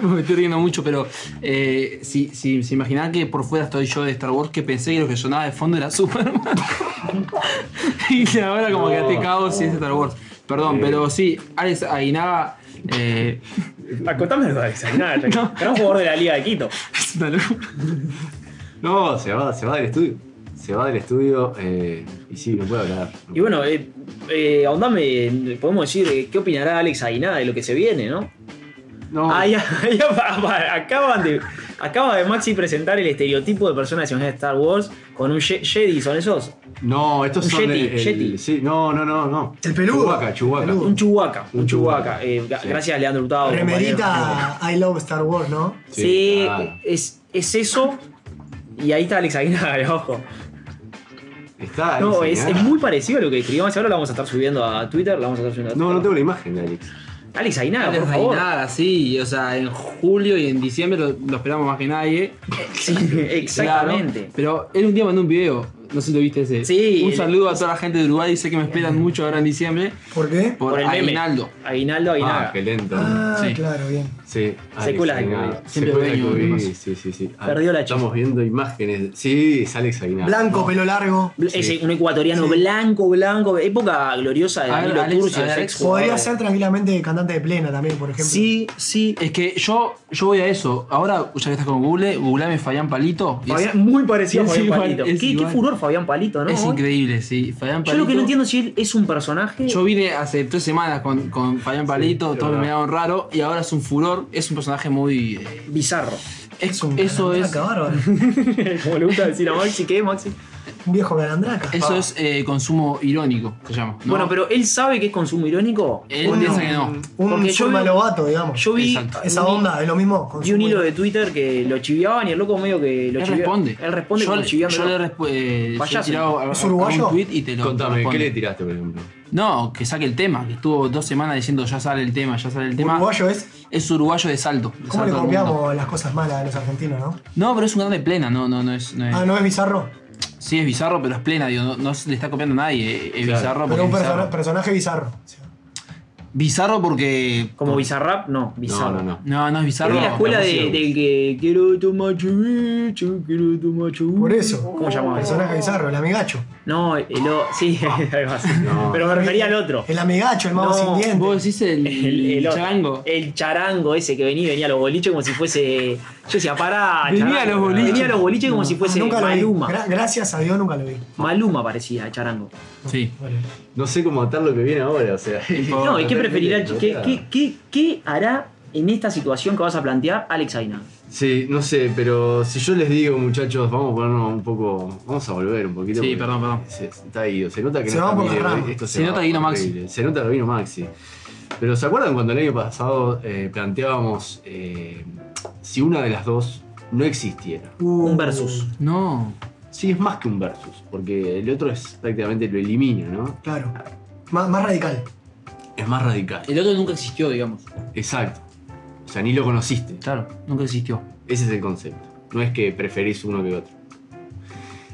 [SPEAKER 4] me estoy riendo mucho, pero eh, si, si, si imaginaba que por fuera estoy yo de Star Wars, que pensé que lo que sonaba de fondo era Superman. y ahora como que te cago si es Star Wars. Perdón, pero sí, Alex Aguinaga. eh,
[SPEAKER 3] Acotame Ah, lo de Alex Aguinaga, era un jugador de la Liga de Quito.
[SPEAKER 4] es una locura.
[SPEAKER 3] Ah,
[SPEAKER 2] No, se va, se va del estudio. Se va del estudio eh, y sí, no puede hablar.
[SPEAKER 3] Y bueno, eh, eh, ahondame, en- podemos decir, eh, ¿qué opinará Alex Aguinaga de lo que se viene, no?
[SPEAKER 2] No,
[SPEAKER 3] Ah, ya, ya, pa- pa- acaban de, acaba de Maxi presentar el estereotipo de persona nacional de Star Wars con un ye- Jedi, ¿son esos?
[SPEAKER 2] no, estos
[SPEAKER 3] Un
[SPEAKER 2] son.
[SPEAKER 3] Yeti, Yeti.
[SPEAKER 2] sí, no, no, no, no.
[SPEAKER 5] El peludo.
[SPEAKER 2] Chubaca, Chubaca.
[SPEAKER 5] Peludo.
[SPEAKER 3] Un Chubaca, un
[SPEAKER 2] Un
[SPEAKER 3] Chubaca.
[SPEAKER 2] Chewbacca. Sí.
[SPEAKER 3] Gracias, Leandro Hurtado. compañero.
[SPEAKER 5] Remerita I Love Star Wars, ¿no?
[SPEAKER 3] Sí,
[SPEAKER 2] Sí, claro.
[SPEAKER 3] es, es eso. Y ahí está Alex Aguinaga, de ojo.
[SPEAKER 2] Está.
[SPEAKER 3] No, es,
[SPEAKER 2] Alex
[SPEAKER 3] es
[SPEAKER 2] Aguinaga.
[SPEAKER 3] muy parecido a lo que escribimos. Ahora lo vamos a estar subiendo a Twitter. Lo vamos a estar subiendo a
[SPEAKER 2] No, no
[SPEAKER 3] Twitter.
[SPEAKER 2] tengo la imagen de Alex.
[SPEAKER 3] Alex Aguinaga,
[SPEAKER 4] Alex
[SPEAKER 3] por favor.
[SPEAKER 4] Aguinaga, sí. O sea, en julio y en diciembre lo, lo esperamos más que nadie.
[SPEAKER 3] Sí, exactamente.
[SPEAKER 4] Claro, pero él un día mandó un video. No sé si lo viste ese.
[SPEAKER 3] Sí,
[SPEAKER 4] Un
[SPEAKER 3] el-
[SPEAKER 4] saludo a toda la gente de Uruguay. Sé que me esperan mucho ahora en diciembre.
[SPEAKER 5] ¿Por qué?
[SPEAKER 4] Por,
[SPEAKER 3] el meme.
[SPEAKER 4] Aguinaldo.
[SPEAKER 3] Aguinaldo Aguinaga.
[SPEAKER 2] Ah, qué lento.
[SPEAKER 5] Ah,
[SPEAKER 4] Sí.
[SPEAKER 5] claro, bien.
[SPEAKER 2] Sí, Alex
[SPEAKER 3] Secuela de
[SPEAKER 2] Aguinaga.
[SPEAKER 3] Covid.
[SPEAKER 4] Siempre
[SPEAKER 2] Secuela de
[SPEAKER 4] dueño,
[SPEAKER 2] Covid,
[SPEAKER 4] además.
[SPEAKER 2] Sí, sí, sí. Ah,
[SPEAKER 3] Perdió la
[SPEAKER 2] Estamos viendo imágenes. Sí, es Alex Aguinaga.
[SPEAKER 5] Blanco, pelo largo.
[SPEAKER 3] Bl- Ese, un ecuatoriano blanco, blanco, época gloriosa de
[SPEAKER 4] A ver,
[SPEAKER 3] Danilo
[SPEAKER 4] Alex,
[SPEAKER 3] Turcio,
[SPEAKER 4] a ver,
[SPEAKER 3] ese
[SPEAKER 4] Alex.
[SPEAKER 3] exjugador
[SPEAKER 5] Podría
[SPEAKER 3] de-
[SPEAKER 5] ser tranquilamente cantante de plena también, por ejemplo.
[SPEAKER 4] Sí, sí,
[SPEAKER 3] eh,
[SPEAKER 4] es que yo, yo voy a eso. Ahora, ya que estás con Google, googleame Fabián Palito. y es-
[SPEAKER 3] Fabián- muy parecido a
[SPEAKER 4] es
[SPEAKER 3] Fabián
[SPEAKER 4] igual,
[SPEAKER 3] Palito.
[SPEAKER 4] es
[SPEAKER 3] ¿Qué, qué
[SPEAKER 4] igual.
[SPEAKER 3] furor Fabián Palito, ¿no?
[SPEAKER 4] es increíble, sí. Fabián
[SPEAKER 3] Yo
[SPEAKER 4] Palito.
[SPEAKER 3] lo que no entiendo es si él es un personaje.
[SPEAKER 4] Yo vine hace tres semanas con, con Fabián Palito,
[SPEAKER 2] es
[SPEAKER 4] todos me
[SPEAKER 2] verdad.
[SPEAKER 4] miraron raro y ahora es un furor, es un personaje muy... eh,
[SPEAKER 3] Bizarro.
[SPEAKER 4] es-
[SPEAKER 5] un
[SPEAKER 4] eso es,
[SPEAKER 5] calandraca, bárbaro.
[SPEAKER 3] Como le gusta decir a Maxi, ¿qué, Maxi?
[SPEAKER 5] Un viejo calandraca.
[SPEAKER 4] eso es eh, consumo irónico, se llama. ¿no?
[SPEAKER 3] Bueno, pero él sabe que es consumo irónico.
[SPEAKER 4] Él piensa que no.
[SPEAKER 5] Un
[SPEAKER 3] Em, Porque yo
[SPEAKER 5] Zulma
[SPEAKER 3] vi-
[SPEAKER 5] Lobato, digamos.
[SPEAKER 3] Yo vi.
[SPEAKER 4] Eh, Exacto.
[SPEAKER 5] Esa onda, es lo mismo. con
[SPEAKER 3] Vi un
[SPEAKER 5] Zulma.
[SPEAKER 3] hilo de Twitter que lo chiviaban y el loco medio que lo
[SPEAKER 4] Él
[SPEAKER 3] chivea-
[SPEAKER 4] responde.
[SPEAKER 3] Él responde
[SPEAKER 4] yo,
[SPEAKER 3] como
[SPEAKER 4] le-
[SPEAKER 3] chiviando.
[SPEAKER 4] Yo le respo- eh, yo he
[SPEAKER 3] Payaso.
[SPEAKER 4] tirado a-
[SPEAKER 5] ¿Es
[SPEAKER 4] a- a
[SPEAKER 5] uruguayo?
[SPEAKER 4] un tweet y te lo
[SPEAKER 2] Contame, ¿qué
[SPEAKER 4] responde.
[SPEAKER 2] le tiraste, por ejemplo?
[SPEAKER 4] No, que saque el tema, que estuvo dos semanas diciendo ya sale el tema, ya sale el tema.
[SPEAKER 5] Uruguayo es.
[SPEAKER 4] Es uruguayo de salto. de
[SPEAKER 5] ¿Cómo
[SPEAKER 4] Salto
[SPEAKER 5] le
[SPEAKER 4] del Mundo.
[SPEAKER 5] copiamos las cosas malas a los argentinos, no?
[SPEAKER 4] No, pero es un grande plena, no, no, no es. no es-
[SPEAKER 5] Ah, ¿no es bizarro?
[SPEAKER 4] Sí, es bizarro, pero es plena, digo, no, no se le está copiando a nadie. eh, Es
[SPEAKER 2] Claro.
[SPEAKER 4] bizarro porque.
[SPEAKER 5] Pero un
[SPEAKER 4] es
[SPEAKER 5] persona-
[SPEAKER 4] bizarro.
[SPEAKER 5] personaje bizarro. O sea,
[SPEAKER 4] Bizarro porque.
[SPEAKER 3] Como bizarrrap, no,
[SPEAKER 2] No, no,
[SPEAKER 3] bizarro.
[SPEAKER 2] no.
[SPEAKER 4] No, no es bizarro.
[SPEAKER 3] Vi la escuela
[SPEAKER 2] la
[SPEAKER 3] de-
[SPEAKER 2] música.
[SPEAKER 3] del que quiero tomar chubicho, quiero tomar chubicho.
[SPEAKER 5] Por eso.
[SPEAKER 3] ¿Cómo se llamaba?
[SPEAKER 5] Personaje bizarro, el amigacho.
[SPEAKER 3] No, el o- sí, algo así.
[SPEAKER 2] No.
[SPEAKER 3] Pero me refería al otro.
[SPEAKER 5] El amigacho, el mago
[SPEAKER 3] No,
[SPEAKER 5] sin dientes.
[SPEAKER 4] Vos decís el,
[SPEAKER 3] El, el otro.
[SPEAKER 4] chango.
[SPEAKER 3] El charango ese que venía, venía a los boliches como si fuese. Yo decía, pará,
[SPEAKER 4] Venía
[SPEAKER 3] charango.
[SPEAKER 4] a los boliches.
[SPEAKER 3] Venía a los boliches como si fuese
[SPEAKER 5] Ah, nunca lo vi.
[SPEAKER 3] Maluma.
[SPEAKER 5] Gra- gracias a Dios nunca lo vi.
[SPEAKER 3] Maluma parecía el charango.
[SPEAKER 4] Sí.
[SPEAKER 5] Vale.
[SPEAKER 2] No sé cómo atar lo que viene ahora, o sea.
[SPEAKER 3] No, ¿y qué preferirá? el-
[SPEAKER 2] O
[SPEAKER 3] ¿Qué,
[SPEAKER 2] sea,
[SPEAKER 3] qué, qué, qué hará en esta situación que vas a plantear Alex Aina?
[SPEAKER 2] Sí, no sé, pero si yo les digo, muchachos, vamos a ponernos un poco. Vamos a volver un poquito.
[SPEAKER 4] Sí,
[SPEAKER 2] porque
[SPEAKER 4] perdón, perdón.
[SPEAKER 2] Se, está ahí, se nota que
[SPEAKER 5] Se
[SPEAKER 2] no
[SPEAKER 5] va
[SPEAKER 2] está
[SPEAKER 5] por las
[SPEAKER 2] bien,
[SPEAKER 5] ramas.
[SPEAKER 2] esto
[SPEAKER 4] Se nota que vino Maxi.
[SPEAKER 2] horrible. Se nota que vino Maxi. Pero ¿se acuerdan cuando el año pasado eh, planteábamos eh, si una de las dos no existiera?
[SPEAKER 5] Uh,
[SPEAKER 3] Un versus.
[SPEAKER 4] No.
[SPEAKER 2] Sí, es más que un versus, porque el otro es prácticamente lo elimina, ¿no?
[SPEAKER 5] Claro. Má- más radical.
[SPEAKER 2] Es más radical.
[SPEAKER 4] El otro nunca existió, digamos.
[SPEAKER 2] Exacto. O sea, ni lo conociste.
[SPEAKER 4] Claro, nunca existió.
[SPEAKER 2] Ese es el concepto. No es que preferís uno que otro.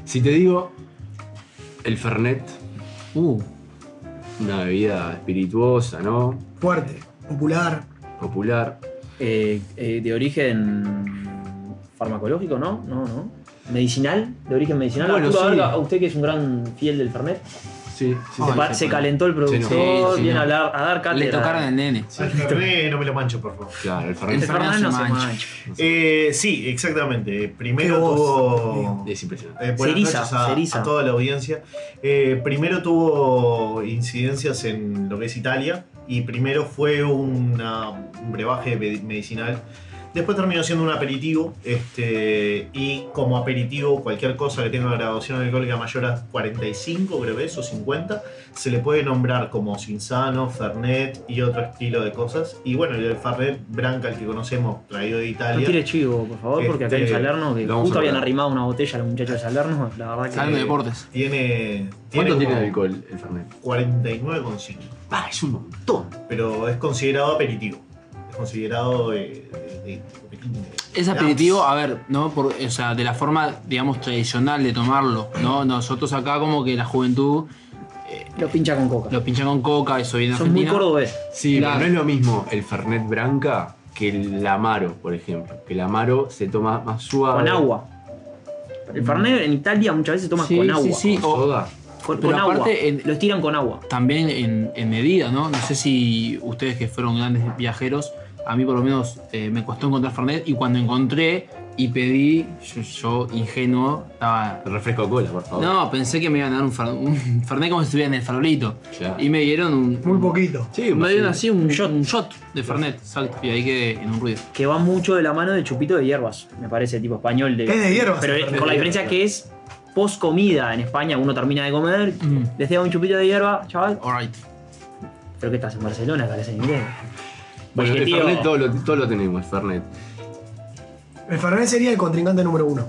[SPEAKER 2] Si te digo el Fernet,
[SPEAKER 4] Uh.
[SPEAKER 2] una bebida espirituosa, ¿no?
[SPEAKER 5] Fuerte. Popular.
[SPEAKER 2] Popular.
[SPEAKER 3] Eh, eh, de origen farmacológico, ¿no? No, no. Medicinal, de origen medicinal.
[SPEAKER 2] Bueno,
[SPEAKER 3] Arturo
[SPEAKER 2] sí.
[SPEAKER 3] Varga, a usted que es un gran fiel del Fernet,
[SPEAKER 2] Sí, sí,
[SPEAKER 3] se,
[SPEAKER 2] sí.
[SPEAKER 3] pa- se calentó el productor,
[SPEAKER 2] Se enojó.
[SPEAKER 4] Sí, sí,
[SPEAKER 3] viene
[SPEAKER 4] no.
[SPEAKER 3] a, hablar, a dar cátedra.
[SPEAKER 4] Le tocaron el nene.
[SPEAKER 9] Al Fernet no me lo mancho, por favor.
[SPEAKER 2] Claro, el
[SPEAKER 3] El
[SPEAKER 2] Fernet
[SPEAKER 3] Fernet Este no se
[SPEAKER 4] mancha.
[SPEAKER 3] mancha.
[SPEAKER 9] Eh, sí, exactamente. Primero
[SPEAKER 5] Qué voz,
[SPEAKER 9] tuvo.
[SPEAKER 2] es impresionante.
[SPEAKER 9] Eh, buenas
[SPEAKER 3] Seriza,
[SPEAKER 9] noches a,
[SPEAKER 3] Seriza.
[SPEAKER 9] a toda la audiencia. Eh, primero tuvo incidencias en lo que es Italia y primero fue una- un brebaje medi- medicinal. Después terminó siendo un aperitivo este, y como aperitivo cualquier cosa que tenga una graduación alcohólica mayor a 45 creo que es, o 50 se le puede nombrar como Cinzano, Fernet y otro estilo de cosas. Y bueno, el Fernet Branca, el que conocemos, traído de
[SPEAKER 3] No
[SPEAKER 9] Italia.
[SPEAKER 3] tire chivo, por favor, porque acá en
[SPEAKER 9] Este,
[SPEAKER 3] Salerno, que
[SPEAKER 2] lo vamos
[SPEAKER 3] justo
[SPEAKER 2] a
[SPEAKER 3] habían
[SPEAKER 2] probar.
[SPEAKER 3] arrimado una botella a los muchachos de Salerno, la verdad que.
[SPEAKER 4] Hablando de deportes.
[SPEAKER 9] eh, Tiene,
[SPEAKER 2] ¿Cuánto tiene de
[SPEAKER 9] como-
[SPEAKER 2] alcohol el Fernet?
[SPEAKER 9] 49,5.
[SPEAKER 2] Ah, es un montón.
[SPEAKER 9] Pero es considerado aperitivo. es considerado eh, de- de- de-
[SPEAKER 4] Es aperitivo, a ver, ¿no? Por- o sea, de la forma, digamos, tradicional de tomarlo, ¿no? Nosotros acá como que la juventud
[SPEAKER 3] Lo pincha con coca.
[SPEAKER 4] lo pincha con coca, eso viene de
[SPEAKER 3] Son muy
[SPEAKER 4] Argentina.
[SPEAKER 3] cordobés.
[SPEAKER 2] Sí,
[SPEAKER 4] Claro.
[SPEAKER 2] pero no es lo mismo el Fernet Branca que el Amaro, por ejemplo. Que el Amaro se toma más suave.
[SPEAKER 3] Con agua. El Fernet en Italia muchas veces se toma
[SPEAKER 4] Sí,
[SPEAKER 3] con
[SPEAKER 4] sí,
[SPEAKER 3] agua.
[SPEAKER 4] sí.
[SPEAKER 2] con
[SPEAKER 4] o-
[SPEAKER 2] soda.
[SPEAKER 3] Con,
[SPEAKER 4] Pero
[SPEAKER 3] con agua.
[SPEAKER 4] aparte en-
[SPEAKER 3] Los tiran con agua.
[SPEAKER 4] también en, en medida, ¿no? No sé si ustedes que fueron grandes viajeros, a mí por lo menos eh, me costó encontrar Fernet y cuando encontré y pedí, yo, yo, ingenuo, estaba...
[SPEAKER 2] Refresco cola, por favor.
[SPEAKER 4] No, pensé que me iban a dar un, fer- un Fernet como si estuviera en el farolito.
[SPEAKER 2] Claro.
[SPEAKER 4] Y me dieron un...
[SPEAKER 5] Muy poquito.
[SPEAKER 2] Sí,
[SPEAKER 4] me dieron
[SPEAKER 2] sí.
[SPEAKER 4] así un,
[SPEAKER 3] Un
[SPEAKER 4] shot,
[SPEAKER 3] shot.
[SPEAKER 4] un shot de Fernet, exacto, y ahí quedé en un ruido.
[SPEAKER 3] Que va mucho de la mano del chupito de hierbas, me parece, tipo español. De,
[SPEAKER 5] Es de hierbas,
[SPEAKER 3] Pero
[SPEAKER 5] el
[SPEAKER 3] es-
[SPEAKER 5] Fernet
[SPEAKER 3] con la
[SPEAKER 5] de
[SPEAKER 3] diferencia que es post comida en España, uno termina de comer,
[SPEAKER 4] Mm.
[SPEAKER 3] les da un chupito de hierba, chaval.
[SPEAKER 4] Alright.
[SPEAKER 3] Creo que estás en Barcelona, parece en inglés.
[SPEAKER 2] Bueno,
[SPEAKER 3] Oye,
[SPEAKER 2] el
[SPEAKER 3] pues, tío.
[SPEAKER 2] Fernet todo lo, todo lo tenemos, el Fernet.
[SPEAKER 5] El Fernet sería el contrincante número uno.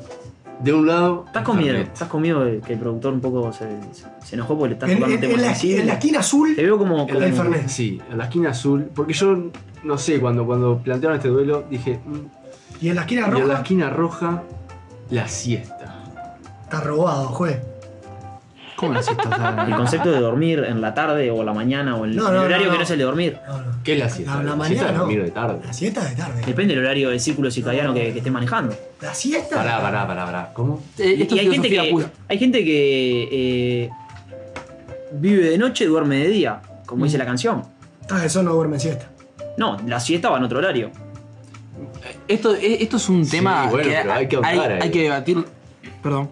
[SPEAKER 2] De un lado.
[SPEAKER 3] Estás
[SPEAKER 2] el
[SPEAKER 3] con miedo,
[SPEAKER 2] Fernet.
[SPEAKER 3] estás con miedo de que el productor un poco se, se enojó porque le estás
[SPEAKER 5] En,
[SPEAKER 3] tocando
[SPEAKER 5] en-
[SPEAKER 3] temas
[SPEAKER 5] en la,
[SPEAKER 3] sensibles.
[SPEAKER 5] en la esquina azul,
[SPEAKER 3] Te veo como.
[SPEAKER 5] el,
[SPEAKER 3] como-
[SPEAKER 5] Fernet.
[SPEAKER 2] Sí, en la esquina azul. Porque yo, no sé, cuando, cuando plantearon este duelo, dije. mm,
[SPEAKER 5] Y en la esquina
[SPEAKER 2] y
[SPEAKER 5] roja
[SPEAKER 2] en la esquina roja, la siesta.
[SPEAKER 5] está robado, juez.
[SPEAKER 4] ¿Cómo lo hiciste? O sea,
[SPEAKER 3] El concepto de dormir en la tarde o la mañana o el,
[SPEAKER 5] No,
[SPEAKER 3] el
[SPEAKER 5] no, no,
[SPEAKER 3] horario
[SPEAKER 5] no.
[SPEAKER 3] que no es el de dormir.
[SPEAKER 5] No, no.
[SPEAKER 2] ¿Qué es la siesta?
[SPEAKER 5] La- la
[SPEAKER 2] siesta
[SPEAKER 5] mañana,
[SPEAKER 2] es dormir
[SPEAKER 5] no.
[SPEAKER 2] de tarde.
[SPEAKER 5] La siesta de tarde.
[SPEAKER 3] Depende del horario del círculo circadiano que, que estés manejando.
[SPEAKER 5] La siesta.
[SPEAKER 2] Pará, pará, pará, pará. ¿Cómo?
[SPEAKER 4] eh, esto
[SPEAKER 3] y
[SPEAKER 4] es
[SPEAKER 3] hay gente,
[SPEAKER 4] filosofía
[SPEAKER 3] que,
[SPEAKER 4] pura.
[SPEAKER 3] hay gente que eh, vive de noche, duerme de día, como
[SPEAKER 4] Mm.
[SPEAKER 3] dice la canción.
[SPEAKER 5] Ah, eso no duerme siesta.
[SPEAKER 3] No, la siesta va en otro horario.
[SPEAKER 4] Esto, e- esto es un
[SPEAKER 2] Sí,
[SPEAKER 4] tema
[SPEAKER 2] bueno,
[SPEAKER 4] que,
[SPEAKER 2] pero hay que
[SPEAKER 4] hay,
[SPEAKER 2] ahondar ahí.
[SPEAKER 4] hay que debatir. Perdón.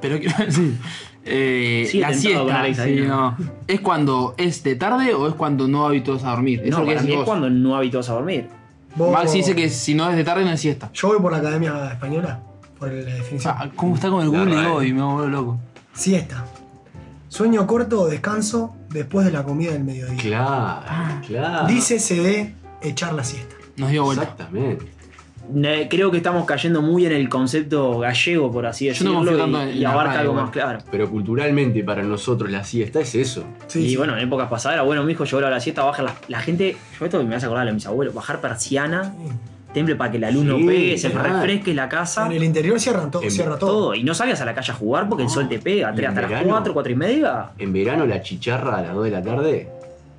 [SPEAKER 4] Pero quiero decir, eh,
[SPEAKER 3] Sí, he
[SPEAKER 4] la
[SPEAKER 3] tentado con
[SPEAKER 4] siesta
[SPEAKER 3] Alex
[SPEAKER 4] sí,
[SPEAKER 3] ahí,
[SPEAKER 4] no. es cuando es de tarde o es cuando no habitos a dormir.
[SPEAKER 3] no,
[SPEAKER 4] Eso es lo que
[SPEAKER 3] para mí
[SPEAKER 4] decís
[SPEAKER 3] es
[SPEAKER 4] vos.
[SPEAKER 3] cuando no habitas a dormir.
[SPEAKER 5] Vos-
[SPEAKER 4] Max dice que si no es de tarde no es siesta.
[SPEAKER 5] Yo voy por la Academia Española, por la definición.
[SPEAKER 4] Ah, ¿Cómo está con el
[SPEAKER 2] La
[SPEAKER 4] Google
[SPEAKER 2] RAE.
[SPEAKER 4] hoy? Me vuelvo loco.
[SPEAKER 5] Siesta. Sueño corto o descanso después de la comida del mediodía.
[SPEAKER 2] Claro, claro.
[SPEAKER 5] Dice se de echar la siesta.
[SPEAKER 4] Nos dio vuelta.
[SPEAKER 2] Exactamente.
[SPEAKER 3] Ne- Creo que estamos cayendo muy en el concepto gallego, por así
[SPEAKER 4] Yo no
[SPEAKER 3] decirlo,
[SPEAKER 4] confío
[SPEAKER 3] y,
[SPEAKER 4] tanto en
[SPEAKER 3] y
[SPEAKER 4] la
[SPEAKER 3] abarca
[SPEAKER 4] radio,
[SPEAKER 3] algo
[SPEAKER 4] bueno.
[SPEAKER 3] más claro.
[SPEAKER 2] Pero culturalmente para nosotros la siesta es eso.
[SPEAKER 5] Sí,
[SPEAKER 3] y
[SPEAKER 5] sí.
[SPEAKER 3] bueno, en épocas pasadas era bueno, mijo, yo ahora a la siesta, baja la, la gente. Yo esto me hace acordar a lo de mis abuelos, bajar persiana, temple para que la luz no
[SPEAKER 2] Sí,
[SPEAKER 3] pegue, se
[SPEAKER 2] claro.
[SPEAKER 3] refresque la casa.
[SPEAKER 5] En el interior cierran todo,
[SPEAKER 2] En-
[SPEAKER 5] cierra todo.
[SPEAKER 3] Todo, y no salgas a la calle a jugar porque el sol te pega,
[SPEAKER 2] y
[SPEAKER 3] te-
[SPEAKER 2] en
[SPEAKER 3] hasta las
[SPEAKER 2] verano.
[SPEAKER 3] 4, 4 y media.
[SPEAKER 2] En verano la chicharra a las 2 de la tarde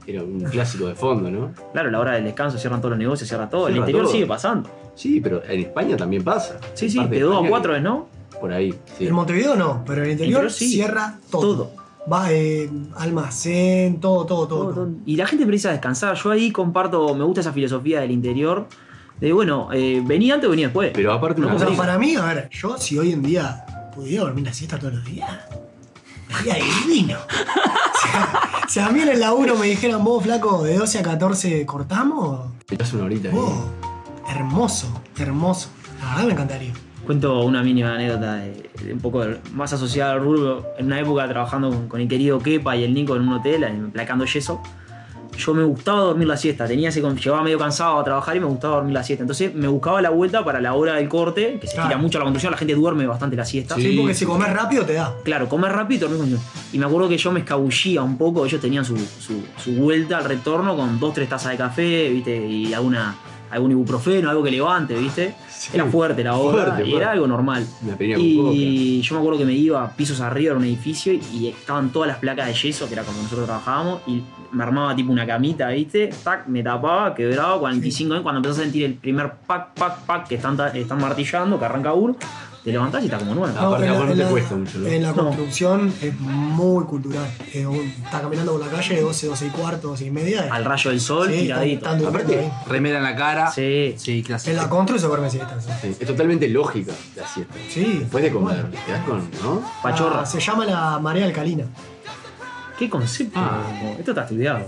[SPEAKER 2] era un clásico de fondo, ¿no?
[SPEAKER 3] Claro, la hora del descanso, cierran todos los negocios, cierra todo. el
[SPEAKER 2] Cierra
[SPEAKER 3] interior
[SPEAKER 2] todo.
[SPEAKER 3] sigue pasando.
[SPEAKER 2] Sí, pero en España también pasa.
[SPEAKER 3] Sí, sí,
[SPEAKER 2] Parte
[SPEAKER 3] de 2 a eh.
[SPEAKER 2] España
[SPEAKER 3] 4
[SPEAKER 2] que-
[SPEAKER 3] es, ¿no?
[SPEAKER 2] Por ahí, sí.
[SPEAKER 5] En Montevideo no, pero en el interior,
[SPEAKER 3] Interior sí.
[SPEAKER 5] cierra todo.
[SPEAKER 3] Todo.
[SPEAKER 5] Va eh, almacén, todo, todo, todo.
[SPEAKER 3] Todo,
[SPEAKER 5] todo.
[SPEAKER 3] todo. Y la gente precisa descansar. Yo ahí comparto, me gusta esa filosofía del interior. De bueno, eh, vení antes o vení después.
[SPEAKER 2] Pero aparte una
[SPEAKER 5] O sea,
[SPEAKER 2] cosa,
[SPEAKER 5] para mí, a ver, yo si hoy en día pudiera dormir la siesta todos los días, estaría divino. O sea, si a mí en el laburo me dijeran, vos, flaco, de 12 a 14 cortamos,
[SPEAKER 2] te echás una horita ahí.
[SPEAKER 5] vos,
[SPEAKER 3] Oh.
[SPEAKER 5] hermoso, hermoso. La verdad me encantaría.
[SPEAKER 3] Cuento una mínima anécdota de- de un poco de- más asociada al rubro. En una época trabajando con, con el querido Kepa y el Nico en un hotel, en- placando yeso. Yo me gustaba dormir la siesta, tenía ese, con- llegaba medio cansado a trabajar y me gustaba dormir la siesta. Entonces me buscaba la vuelta para la hora del corte, que se estira
[SPEAKER 5] Claro.
[SPEAKER 3] mucho la conducción, la gente duerme bastante la siesta.
[SPEAKER 5] Sí, porque si comes rápido te da.
[SPEAKER 3] Claro, comer rápido y dormir con Y me acuerdo que yo me escabullía un poco, ellos tenían su, su- su vuelta al retorno con dos, tres tazas de café, ¿viste? Y alguna, algún ibuprofeno, algo que levante, ¿viste? era fuerte la hora,
[SPEAKER 2] fuerte,
[SPEAKER 3] y
[SPEAKER 2] fuerte.
[SPEAKER 3] era algo normal.
[SPEAKER 2] Una peña con
[SPEAKER 3] Y yo me acuerdo que me iba a pisos arriba era un edificio y estaban todas las placas de yeso, que era como nosotros trabajábamos, y me armaba tipo una camita, ¿viste? Tac, me tapaba, quebraba, 45 años, cuando empezás a sentir el primer pac, pac, pac que están, ta- están martillando, que arranca uno, te levantás y está como nuevo.
[SPEAKER 2] Ah, aparte,
[SPEAKER 5] en la-
[SPEAKER 2] aparte
[SPEAKER 5] en
[SPEAKER 2] te
[SPEAKER 5] la-
[SPEAKER 2] cuesta mucho, ¿no?
[SPEAKER 5] En la
[SPEAKER 3] No.
[SPEAKER 5] construcción es muy cultural. Eh, un- está caminando por la calle 12, 12 y cuarto, 12 y media.
[SPEAKER 3] Al rayo del sol,
[SPEAKER 5] Sí, están-
[SPEAKER 3] tiradito.
[SPEAKER 5] están durmiendo
[SPEAKER 2] Aparte,
[SPEAKER 5] ahí.
[SPEAKER 4] Remera en la cara.
[SPEAKER 3] Sí.
[SPEAKER 4] Sí,
[SPEAKER 5] en
[SPEAKER 4] clásico.
[SPEAKER 5] la constru se duerme siesta. sí.
[SPEAKER 2] Sí, es totalmente lógica la siesta.
[SPEAKER 5] Sí.
[SPEAKER 2] Después de comer,
[SPEAKER 5] Bueno.
[SPEAKER 2] te das con, ¿no?
[SPEAKER 3] Pachorra.
[SPEAKER 5] Ah, se llama la marea alcalina.
[SPEAKER 3] ¿Qué concepto?
[SPEAKER 5] Ah,
[SPEAKER 3] Esto está estudiado.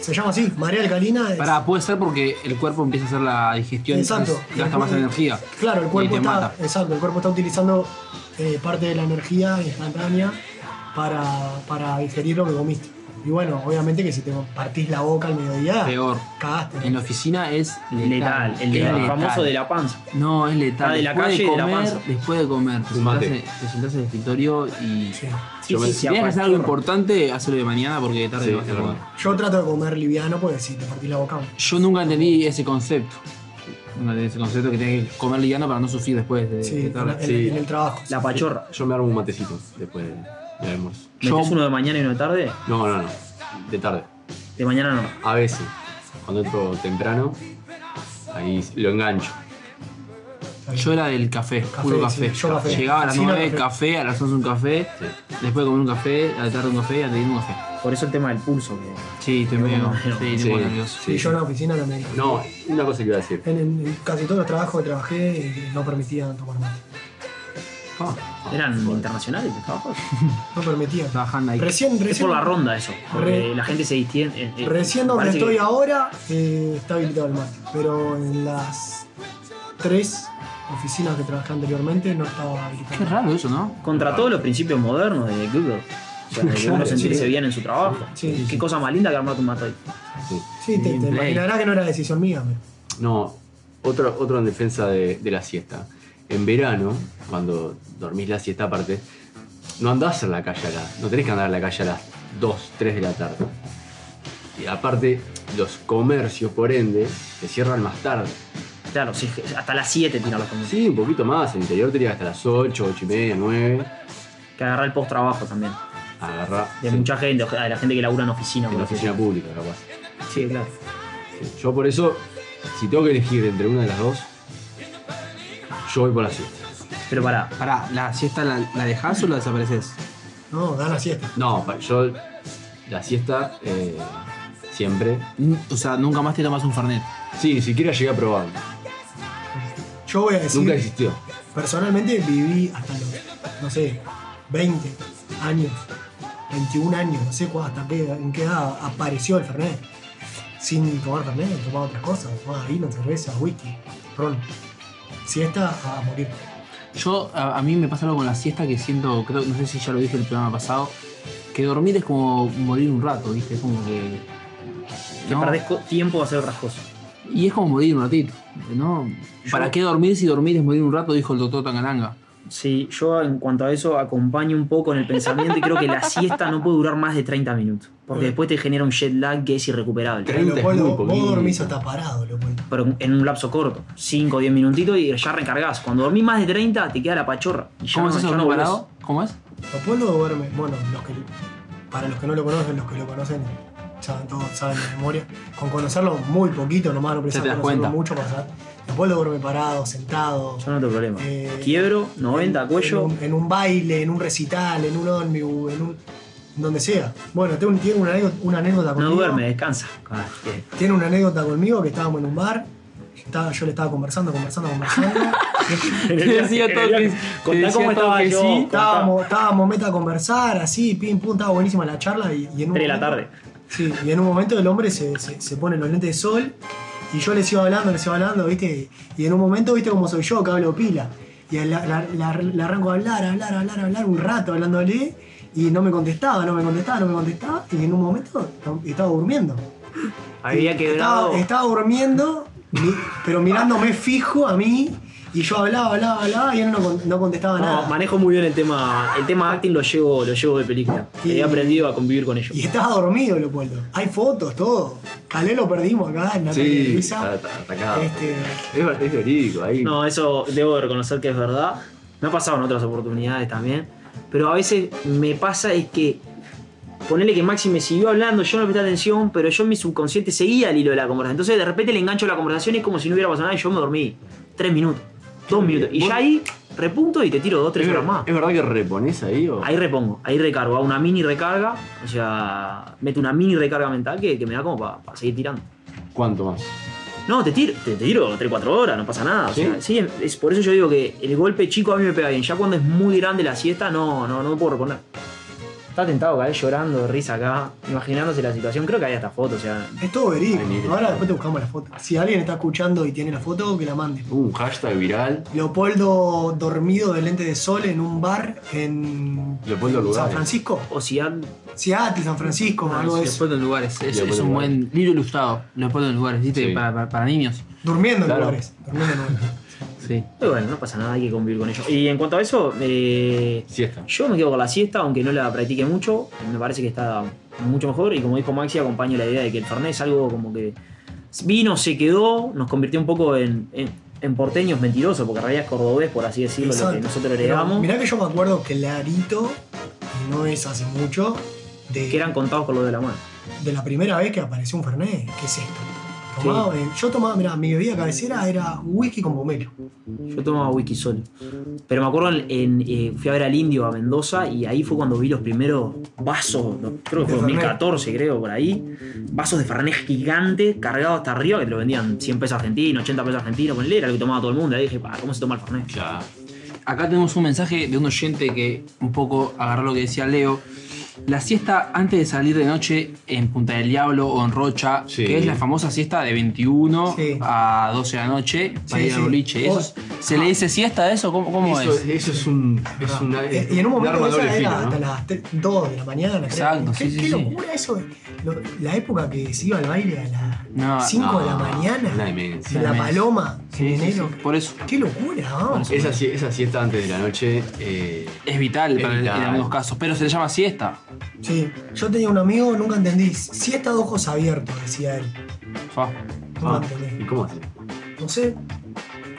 [SPEAKER 5] Se llama así, marea alcalina. es-
[SPEAKER 4] Para, puede ser porque el cuerpo empieza a hacer la digestión.
[SPEAKER 5] Exacto.
[SPEAKER 4] entonces Gasta más
[SPEAKER 5] El-
[SPEAKER 4] energía.
[SPEAKER 5] Claro, el
[SPEAKER 4] Y
[SPEAKER 5] cuerpo
[SPEAKER 4] te
[SPEAKER 5] está.
[SPEAKER 4] mata.
[SPEAKER 5] Exacto, el cuerpo está utilizando eh, parte de la energía instantánea para, para digerir lo que comiste. Y bueno, obviamente que si te partís la boca al mediodía,
[SPEAKER 4] Peor.
[SPEAKER 5] cagaste.
[SPEAKER 4] En la oficina es letal.
[SPEAKER 3] Letal, el, de-
[SPEAKER 4] Es
[SPEAKER 3] el
[SPEAKER 4] letal.
[SPEAKER 3] famoso de la panza.
[SPEAKER 4] No, es letal.
[SPEAKER 3] Ah, de la
[SPEAKER 4] después
[SPEAKER 3] calle y de la
[SPEAKER 4] comer,
[SPEAKER 3] panza.
[SPEAKER 4] Después de comer, te sentás,
[SPEAKER 2] Fumate.
[SPEAKER 4] en- te sentás en el escritorio y.
[SPEAKER 5] Sí.
[SPEAKER 3] Sí,
[SPEAKER 4] Si
[SPEAKER 3] sí,
[SPEAKER 4] si
[SPEAKER 3] se
[SPEAKER 4] tienes que hacer
[SPEAKER 3] apachurra.
[SPEAKER 4] algo importante, hazlo de mañana porque de tarde
[SPEAKER 2] Sí,
[SPEAKER 4] vas a
[SPEAKER 2] es
[SPEAKER 4] comer.
[SPEAKER 2] verdad.
[SPEAKER 5] Yo trato de comer liviano porque si te partís la boca.
[SPEAKER 3] Eh,
[SPEAKER 4] Yo nunca entendí ese concepto. Nunca entendí ese concepto que tienes que comer liviano para no sufrir después de,
[SPEAKER 5] Sí,
[SPEAKER 4] de
[SPEAKER 5] en,
[SPEAKER 4] tarde.
[SPEAKER 5] en-
[SPEAKER 2] Sí.
[SPEAKER 5] en el trabajo.
[SPEAKER 3] La pachorra.
[SPEAKER 2] Yo me armo un matecito después del del almuerzo.
[SPEAKER 4] Yo-
[SPEAKER 3] ¿Metés uno de mañana y uno de tarde?
[SPEAKER 2] No, no, no. De tarde.
[SPEAKER 3] De mañana no.
[SPEAKER 2] A veces. Cuando entro temprano, ahí lo engancho.
[SPEAKER 5] Está bien.
[SPEAKER 4] Yo era del café, puro
[SPEAKER 5] sí,
[SPEAKER 4] café.
[SPEAKER 5] yo café.
[SPEAKER 4] Llegaba a las
[SPEAKER 5] Sí, no,
[SPEAKER 4] 9,
[SPEAKER 5] café.
[SPEAKER 4] café, a las 11 un café,
[SPEAKER 2] Sí.
[SPEAKER 4] después de comer un café, a la tarde un café, a la un café.
[SPEAKER 3] Por eso el tema del pulso. que-
[SPEAKER 4] Sí, estoy medio.
[SPEAKER 3] bueno,
[SPEAKER 4] Sí,
[SPEAKER 2] sí,
[SPEAKER 4] estoy muy nervioso.
[SPEAKER 5] Sí,
[SPEAKER 2] sí,
[SPEAKER 5] yo en la oficina también.
[SPEAKER 2] No, una cosa que iba a decir.
[SPEAKER 5] En, en- en casi todos los trabajos que trabajé eh, no permitían tomar mate.
[SPEAKER 3] ¿Eran internacionales los trabajos?
[SPEAKER 5] No permitían.
[SPEAKER 4] Trabajando ahí.
[SPEAKER 5] Recién,
[SPEAKER 3] Ah, Es
[SPEAKER 5] recién,
[SPEAKER 3] por la ronda eso. Porque
[SPEAKER 5] Re-
[SPEAKER 3] la gente se distiende. eh, eh,
[SPEAKER 5] recién donde
[SPEAKER 3] parece que-
[SPEAKER 5] estoy ahora eh, está habilitado el mate. Pero en las tres oficinas que trabajé anteriormente no estaba habilitado.
[SPEAKER 4] Qué raro eso, ¿no?
[SPEAKER 3] Contra todos los principios modernos de Google. O sea, de que uno se enderece bien en su trabajo.
[SPEAKER 5] Sí, sí,
[SPEAKER 3] Qué
[SPEAKER 5] sí.
[SPEAKER 3] cosa más linda que armar tu mato ahí.
[SPEAKER 2] Sí.
[SPEAKER 5] Sí, te, te
[SPEAKER 4] Bien, Blake.
[SPEAKER 5] imaginarás que no era decisión mía. pero-
[SPEAKER 2] No, otro, otro en defensa de, de la siesta. En verano, cuando dormís la siesta aparte, no andás en la calle a las. No tenés que andar en la calle a las 2, 3 de la tarde. Y aparte, los comercios, por ende, se cierran más tarde.
[SPEAKER 3] Claro, sí, hasta las 7 tiran los comercios.
[SPEAKER 2] Sí, un poquito más. El interior te llega hasta las 8, 8 y media, 9.
[SPEAKER 3] Que agarrar el post trabajo también.
[SPEAKER 2] Agarra.
[SPEAKER 3] De
[SPEAKER 2] sí,
[SPEAKER 3] mucha gente, o- de la gente que labura en oficina.
[SPEAKER 2] En
[SPEAKER 3] por
[SPEAKER 2] la
[SPEAKER 3] así
[SPEAKER 2] oficina pública, capaz.
[SPEAKER 3] decirlo. Sí, claro.
[SPEAKER 2] Sí, Yo por eso, si tengo que elegir entre una de las dos, yo voy por la siesta.
[SPEAKER 3] Pero pará,
[SPEAKER 4] Pará, ¿la siesta la, la dejás o la desapareces?
[SPEAKER 5] No, dan la siesta.
[SPEAKER 2] No, pa- yo la siesta eh, siempre.
[SPEAKER 4] O sea, nunca más te tomas un fernet.
[SPEAKER 2] Sí, ni siquiera llegué a probar.
[SPEAKER 5] Yo voy a decir.
[SPEAKER 2] Nunca existió.
[SPEAKER 5] Personalmente viví hasta los, no sé, 20 años, 21 años, no sé cuá- hasta qué, en qué edad apareció el Fernet. Sin tomar Fernet, tomaba otras cosas, tomaba vino, cerveza, whisky, ron. Siesta a morir.
[SPEAKER 4] Yo, a, a mí me pasa algo con la siesta que siento, creo, no sé si ya lo dije en el programa pasado, que dormir es como morir un rato, ¿viste? Es como que.
[SPEAKER 3] que
[SPEAKER 4] ¿no?
[SPEAKER 3] perdés co- tiempo de hacer otras cosas.
[SPEAKER 4] Y es como morir un ratito, ¿no? ¿Para qué dormir si dormir es morir un rato? Dijo el doctor Tangananga.
[SPEAKER 3] Sí, yo en cuanto a eso acompaño un poco en el pensamiento y creo que la siesta no puede durar más de 30 minutos. Porque después te genera un jet lag que es irrecuperable.
[SPEAKER 2] Treinta
[SPEAKER 5] Lo
[SPEAKER 2] es
[SPEAKER 5] cual,
[SPEAKER 2] muy
[SPEAKER 5] vos- vos
[SPEAKER 2] poquito.
[SPEAKER 5] dormís hasta parado, lo cual.
[SPEAKER 3] Pero en un lapso corto, 5 o 10 minutitos y ya recargás. Cuando dormís más de 30 te queda la pachorra. Y ya
[SPEAKER 4] ¿Cómo
[SPEAKER 3] no-
[SPEAKER 4] es
[SPEAKER 3] ya
[SPEAKER 4] eso,
[SPEAKER 3] no
[SPEAKER 4] no
[SPEAKER 3] volvés.
[SPEAKER 4] parado? ¿Cómo es?
[SPEAKER 5] Leopoldo duerme, bueno, los que, para los que no lo conocen, los que lo conocen, saben todo, saben de memoria. Con conocerlo muy poquito, nomás no precisas
[SPEAKER 4] te das
[SPEAKER 5] conocerlo
[SPEAKER 4] cuenta.
[SPEAKER 5] mucho para saber. Leopoldo duerme parado, sentado.
[SPEAKER 3] Yo no tengo problema.
[SPEAKER 5] Eh,
[SPEAKER 3] Quiebro, 90,
[SPEAKER 5] en-
[SPEAKER 3] cuello.
[SPEAKER 5] En un, en un baile, en un recital, en un ómnibus, en un. donde sea. Bueno, tengo, un- tiene una anécdota, una anécdota
[SPEAKER 3] No
[SPEAKER 5] conmigo.
[SPEAKER 3] duerme, descansa.
[SPEAKER 5] Tiene una anécdota conmigo que estábamos en un bar. estaba- yo le estaba conversando, conversando, conversando.
[SPEAKER 4] Te decía todo que- te
[SPEAKER 3] Contá
[SPEAKER 4] decía
[SPEAKER 3] cómo
[SPEAKER 4] todo
[SPEAKER 3] estaba
[SPEAKER 4] que
[SPEAKER 3] yo.
[SPEAKER 4] sí.
[SPEAKER 5] estábamos, estábamos meta a conversar, así, pim, pum, estaba buenísima la charla. Y, y en un
[SPEAKER 3] Tres de la
[SPEAKER 5] momento-
[SPEAKER 3] tarde.
[SPEAKER 5] Sí, y en un momento el hombre se, se- se pone los lentes de sol y yo le sigo hablando, le sigo hablando, ¿viste? Y en un momento, ¿viste cómo soy yo, que hablo pila? Y la, la- la- la arranco a hablar, a hablar, a hablar, a hablar un rato hablándole y no me contestaba, no me contestaba, no me contestaba y en un momento no- estaba durmiendo.
[SPEAKER 3] Había quebrado.
[SPEAKER 5] Estaba, estaba durmiendo, mi- pero mirándome fijo a mí y yo hablaba, hablaba, hablaba y él no, con- no contestaba
[SPEAKER 3] No,
[SPEAKER 5] nada.
[SPEAKER 3] manejo muy bien el tema. El tema acting lo llevo, lo llevo de película.
[SPEAKER 5] Y-
[SPEAKER 3] He aprendido a convivir con ello.
[SPEAKER 5] Y estaba dormido, Leopoldo. Hay fotos, todo. Calé lo perdimos acá en la
[SPEAKER 2] Sí,
[SPEAKER 5] televisa.
[SPEAKER 2] está está atacado.
[SPEAKER 5] Este,
[SPEAKER 2] Es, es verídico, ahí.
[SPEAKER 3] No, eso debo de reconocer que es verdad. Me ha pasado en otras oportunidades también. Pero a veces me pasa es que. Ponele que Maxi me siguió hablando, yo no le presté atención, pero yo en mi subconsciente seguía el hilo de la conversación. Entonces de repente le engancho la conversación y es como si no hubiera pasado nada y yo me dormí. Tres minutos, dos minutos. Y
[SPEAKER 2] Vos-
[SPEAKER 3] ya ahí repunto y te tiro dos, tres
[SPEAKER 2] es, ver-
[SPEAKER 3] horas más.
[SPEAKER 2] ¿Es verdad que reponés ahí o.?
[SPEAKER 3] Ahí repongo, ahí recargo, hago una mini recarga, o sea, meto una mini recarga mental que, que me da como para seguir tirando.
[SPEAKER 2] ¿Cuánto más?
[SPEAKER 3] No, te tiro, te, te tiro 3-4 horas, no pasa nada. o
[SPEAKER 2] ¿Sí?
[SPEAKER 3] sea, sí, es, es por eso yo digo que el golpe chico a mí me pega bien. Ya cuando es muy grande la siesta, no, no, no me puedo reponer. Está tentado caer llorando de risa acá, imaginándose la situación. Creo que hay hasta fotos, o sea.
[SPEAKER 5] Es todo verídico.
[SPEAKER 2] Ay, mire.
[SPEAKER 5] Ahora después te buscamos la foto. Si alguien está escuchando y tiene la foto, que la mande.
[SPEAKER 2] Un hashtag viral.
[SPEAKER 5] Leopoldo dormido de lente de sol en un bar en
[SPEAKER 2] Leopoldo
[SPEAKER 5] San
[SPEAKER 2] Lugares. Ah,
[SPEAKER 5] Francisco.
[SPEAKER 3] O si han.
[SPEAKER 5] Seattle, San Francisco, algo de
[SPEAKER 4] Los
[SPEAKER 5] eso.
[SPEAKER 4] pueblos en lugares. Es,
[SPEAKER 2] Lo
[SPEAKER 4] es
[SPEAKER 2] puedo
[SPEAKER 4] un
[SPEAKER 2] en lugares.
[SPEAKER 4] buen libro ilustrado. Los pueblos en lugares, ¿viste?
[SPEAKER 2] Sí.
[SPEAKER 4] Para, para- para niños.
[SPEAKER 5] Durmiendo en
[SPEAKER 2] Claro.
[SPEAKER 5] lugares. Durmiendo en lugares.
[SPEAKER 4] Sí.
[SPEAKER 3] Pero bueno, no pasa nada, hay que convivir con ello. Y en cuanto a eso, eh,
[SPEAKER 2] Siesta.
[SPEAKER 3] yo me quedo con la siesta, aunque no la practique mucho. Me parece que está mucho mejor. Y como dijo Maxi, acompaña la idea de que el Fernet es algo como que vino, se quedó, nos convirtió un poco en, en- en porteños mentirosos, porque en realidad es cordobés, por así decirlo, lo que
[SPEAKER 5] Exacto.
[SPEAKER 3] nosotros
[SPEAKER 5] Pero
[SPEAKER 3] heredamos.
[SPEAKER 5] Mirá que yo me acuerdo clarito, y no es hace mucho, de,
[SPEAKER 3] que eran contados con lo de la mano.
[SPEAKER 5] de la primera vez que apareció un Fernet. ¿Qué es esto? Tomaba, eh, yo tomaba, mirá, mi bebida cabecera era whisky con pomelo.
[SPEAKER 3] Yo tomaba whisky solo. Pero me acuerdo, en, en, eh, fui a ver al indio a Mendoza y ahí fue cuando vi los primeros vasos, los- creo que
[SPEAKER 5] De
[SPEAKER 3] fue
[SPEAKER 5] Fernet.
[SPEAKER 3] 2014, creo, por ahí. Vasos de Fernet gigantes, cargados hasta arriba, que te lo vendían 100 pesos argentinos, 80 pesos argentinos, con era lo que tomaba todo el mundo. Ahí dije, "Pa, ¿cómo se toma el Fernet?
[SPEAKER 2] Ya.
[SPEAKER 4] Acá tenemos un mensaje de un oyente que un poco agarró lo que decía Leo. La siesta antes de salir de noche en Punta del Diablo o en Rocha,
[SPEAKER 2] Sí.
[SPEAKER 4] que es la famosa siesta de 21
[SPEAKER 5] Sí.
[SPEAKER 4] a 12 de la noche para
[SPEAKER 5] Sí,
[SPEAKER 4] ir al
[SPEAKER 5] sí.
[SPEAKER 4] boliche. Eso es- ¿Se le dice siesta a eso? ¿Cómo, cómo
[SPEAKER 2] Eso,
[SPEAKER 4] es?
[SPEAKER 2] eso es un. Es una,
[SPEAKER 5] Eh, y en un momento
[SPEAKER 2] arma de
[SPEAKER 5] esa
[SPEAKER 2] doble
[SPEAKER 5] era
[SPEAKER 2] filo,
[SPEAKER 5] hasta
[SPEAKER 2] ¿no?
[SPEAKER 5] las 2 de la mañana. creo.
[SPEAKER 4] Exacto,
[SPEAKER 5] ¿Qué,
[SPEAKER 4] sí, sí,
[SPEAKER 5] qué
[SPEAKER 4] sí.
[SPEAKER 5] locura eso? Lo- la época que se iba al baile a
[SPEAKER 4] No,
[SPEAKER 5] las 5 de la
[SPEAKER 2] no,
[SPEAKER 5] mañana.
[SPEAKER 2] la demencia.
[SPEAKER 5] en la
[SPEAKER 4] La demencia.
[SPEAKER 5] paloma,
[SPEAKER 4] Sí,
[SPEAKER 5] en
[SPEAKER 4] sí,
[SPEAKER 5] enero.
[SPEAKER 4] sí. Por eso
[SPEAKER 5] Qué locura, vamos.
[SPEAKER 2] Esa, si- esa siesta antes de la noche. eh,
[SPEAKER 4] es vital
[SPEAKER 2] Es
[SPEAKER 4] para el-
[SPEAKER 2] vital.
[SPEAKER 4] en algunos casos, pero se le llama siesta.
[SPEAKER 5] Sí, yo tenía un amigo, nunca entendí. Siete ojos abiertos, decía él.
[SPEAKER 4] Fa.
[SPEAKER 5] Nunca
[SPEAKER 2] ah,
[SPEAKER 5] entendí.
[SPEAKER 2] ¿Y cómo hace?
[SPEAKER 5] No sé.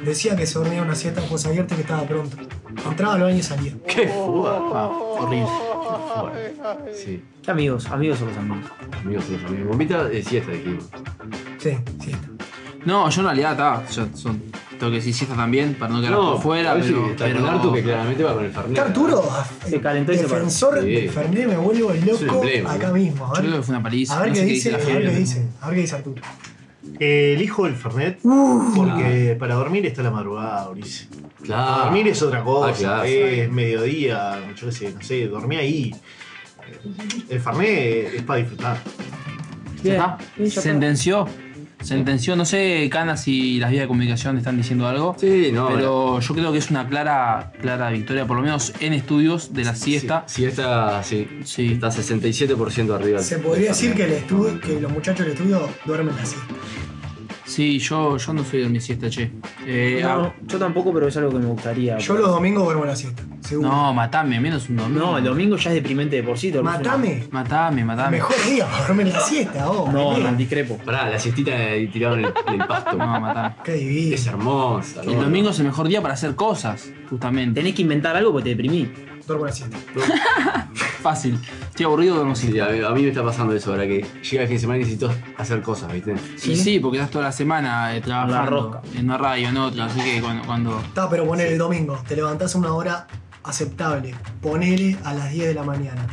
[SPEAKER 5] Decía que se dormía una siete ojos abiertos que estaba pronto. Entraba al baño y salía.
[SPEAKER 2] ¡Qué fuga! Ah, horrible. Qué fuga. Sí,
[SPEAKER 3] Amigos, amigos son los amigos.
[SPEAKER 2] amigos, los amigos. Bombita de siesta, dijimos.
[SPEAKER 5] Sí, siesta.
[SPEAKER 4] No, yo en realidad está. yo- son- Tengo que decir siesta también para no quedar por fuera.
[SPEAKER 2] a ver si
[SPEAKER 4] Pero,
[SPEAKER 2] está
[SPEAKER 4] pero-
[SPEAKER 2] con Artu, que claramente va con el Fernet.
[SPEAKER 5] Está Arturo,
[SPEAKER 3] Se calentó y se paró.
[SPEAKER 5] defensor
[SPEAKER 2] Sí.
[SPEAKER 5] del Fernet, me vuelvo
[SPEAKER 2] un
[SPEAKER 5] loco
[SPEAKER 2] emblema,
[SPEAKER 5] acá
[SPEAKER 2] ¿no?
[SPEAKER 5] mismo. A
[SPEAKER 4] Yo creo
[SPEAKER 5] ver,
[SPEAKER 4] que fue una paliza.
[SPEAKER 5] a ver
[SPEAKER 4] no
[SPEAKER 5] qué
[SPEAKER 4] sé
[SPEAKER 5] dice, a
[SPEAKER 4] la
[SPEAKER 5] ver qué
[SPEAKER 4] gente.
[SPEAKER 5] dice, a ver qué dice Arturo.
[SPEAKER 9] Eh, elijo el Fernet porque para dormir está la madrugada, Mauricio.
[SPEAKER 2] Claro.
[SPEAKER 9] Dormir es otra cosa,
[SPEAKER 2] Ah, claro.
[SPEAKER 9] es mediodía, yo qué sé, no sé, dormí ahí. El Fernet es para disfrutar.
[SPEAKER 4] Ya
[SPEAKER 3] Bien,
[SPEAKER 4] está.
[SPEAKER 3] bien, ya está.
[SPEAKER 4] Sentenció. Sentenció. No sé, Cana, si las vías de comunicación están diciendo algo.
[SPEAKER 2] Sí, no. eh,
[SPEAKER 4] Pero yo creo que es una clara, clara victoria, por lo menos en estudios de la siesta.
[SPEAKER 2] Sí, siesta, sí.
[SPEAKER 4] Sí.
[SPEAKER 2] Está 67% arriba.
[SPEAKER 5] Se podría decir que, el estudio, que los muchachos del estudio duermen así.
[SPEAKER 4] Sí, yo, yo no soy de mi siesta, che. Eh,
[SPEAKER 3] No,
[SPEAKER 4] ah,
[SPEAKER 3] yo tampoco, pero es algo que me gustaría.
[SPEAKER 5] Yo los domingos duermo la siesta, seguro.
[SPEAKER 4] no, matame, menos un domingo.
[SPEAKER 3] No, el domingo ya es deprimente de por sí. dormir-
[SPEAKER 5] Matame.
[SPEAKER 4] Matame, matame.
[SPEAKER 5] Mejor día para dormir la siesta, oh.
[SPEAKER 3] No,
[SPEAKER 5] bebé.
[SPEAKER 3] no, discrepo.
[SPEAKER 2] Pará, la siestita de tiraron el, el pasto.
[SPEAKER 4] No, matame.
[SPEAKER 5] Qué divino.
[SPEAKER 2] Es hermosa.
[SPEAKER 4] Ah. El
[SPEAKER 2] ¿no?
[SPEAKER 4] domingo es el mejor día para hacer cosas, justamente.
[SPEAKER 3] Tenés que inventar algo porque te deprimí.
[SPEAKER 5] Duermo la siesta.
[SPEAKER 4] Fácil. Estoy aburrido, duermo
[SPEAKER 2] Sí,
[SPEAKER 4] siesta.
[SPEAKER 2] a mí, a mí me está pasando eso, ahora que llega el fin de semana y necesito hacer cosas, ¿viste?
[SPEAKER 4] Y sí, porque estás toda la semana eh, trabajando
[SPEAKER 3] rosca.
[SPEAKER 4] en una radio, en otra, así que cuando... cuando
[SPEAKER 5] Está, pero poner el domingo. Te levantás a una hora aceptable. Ponele a las 10 de la mañana.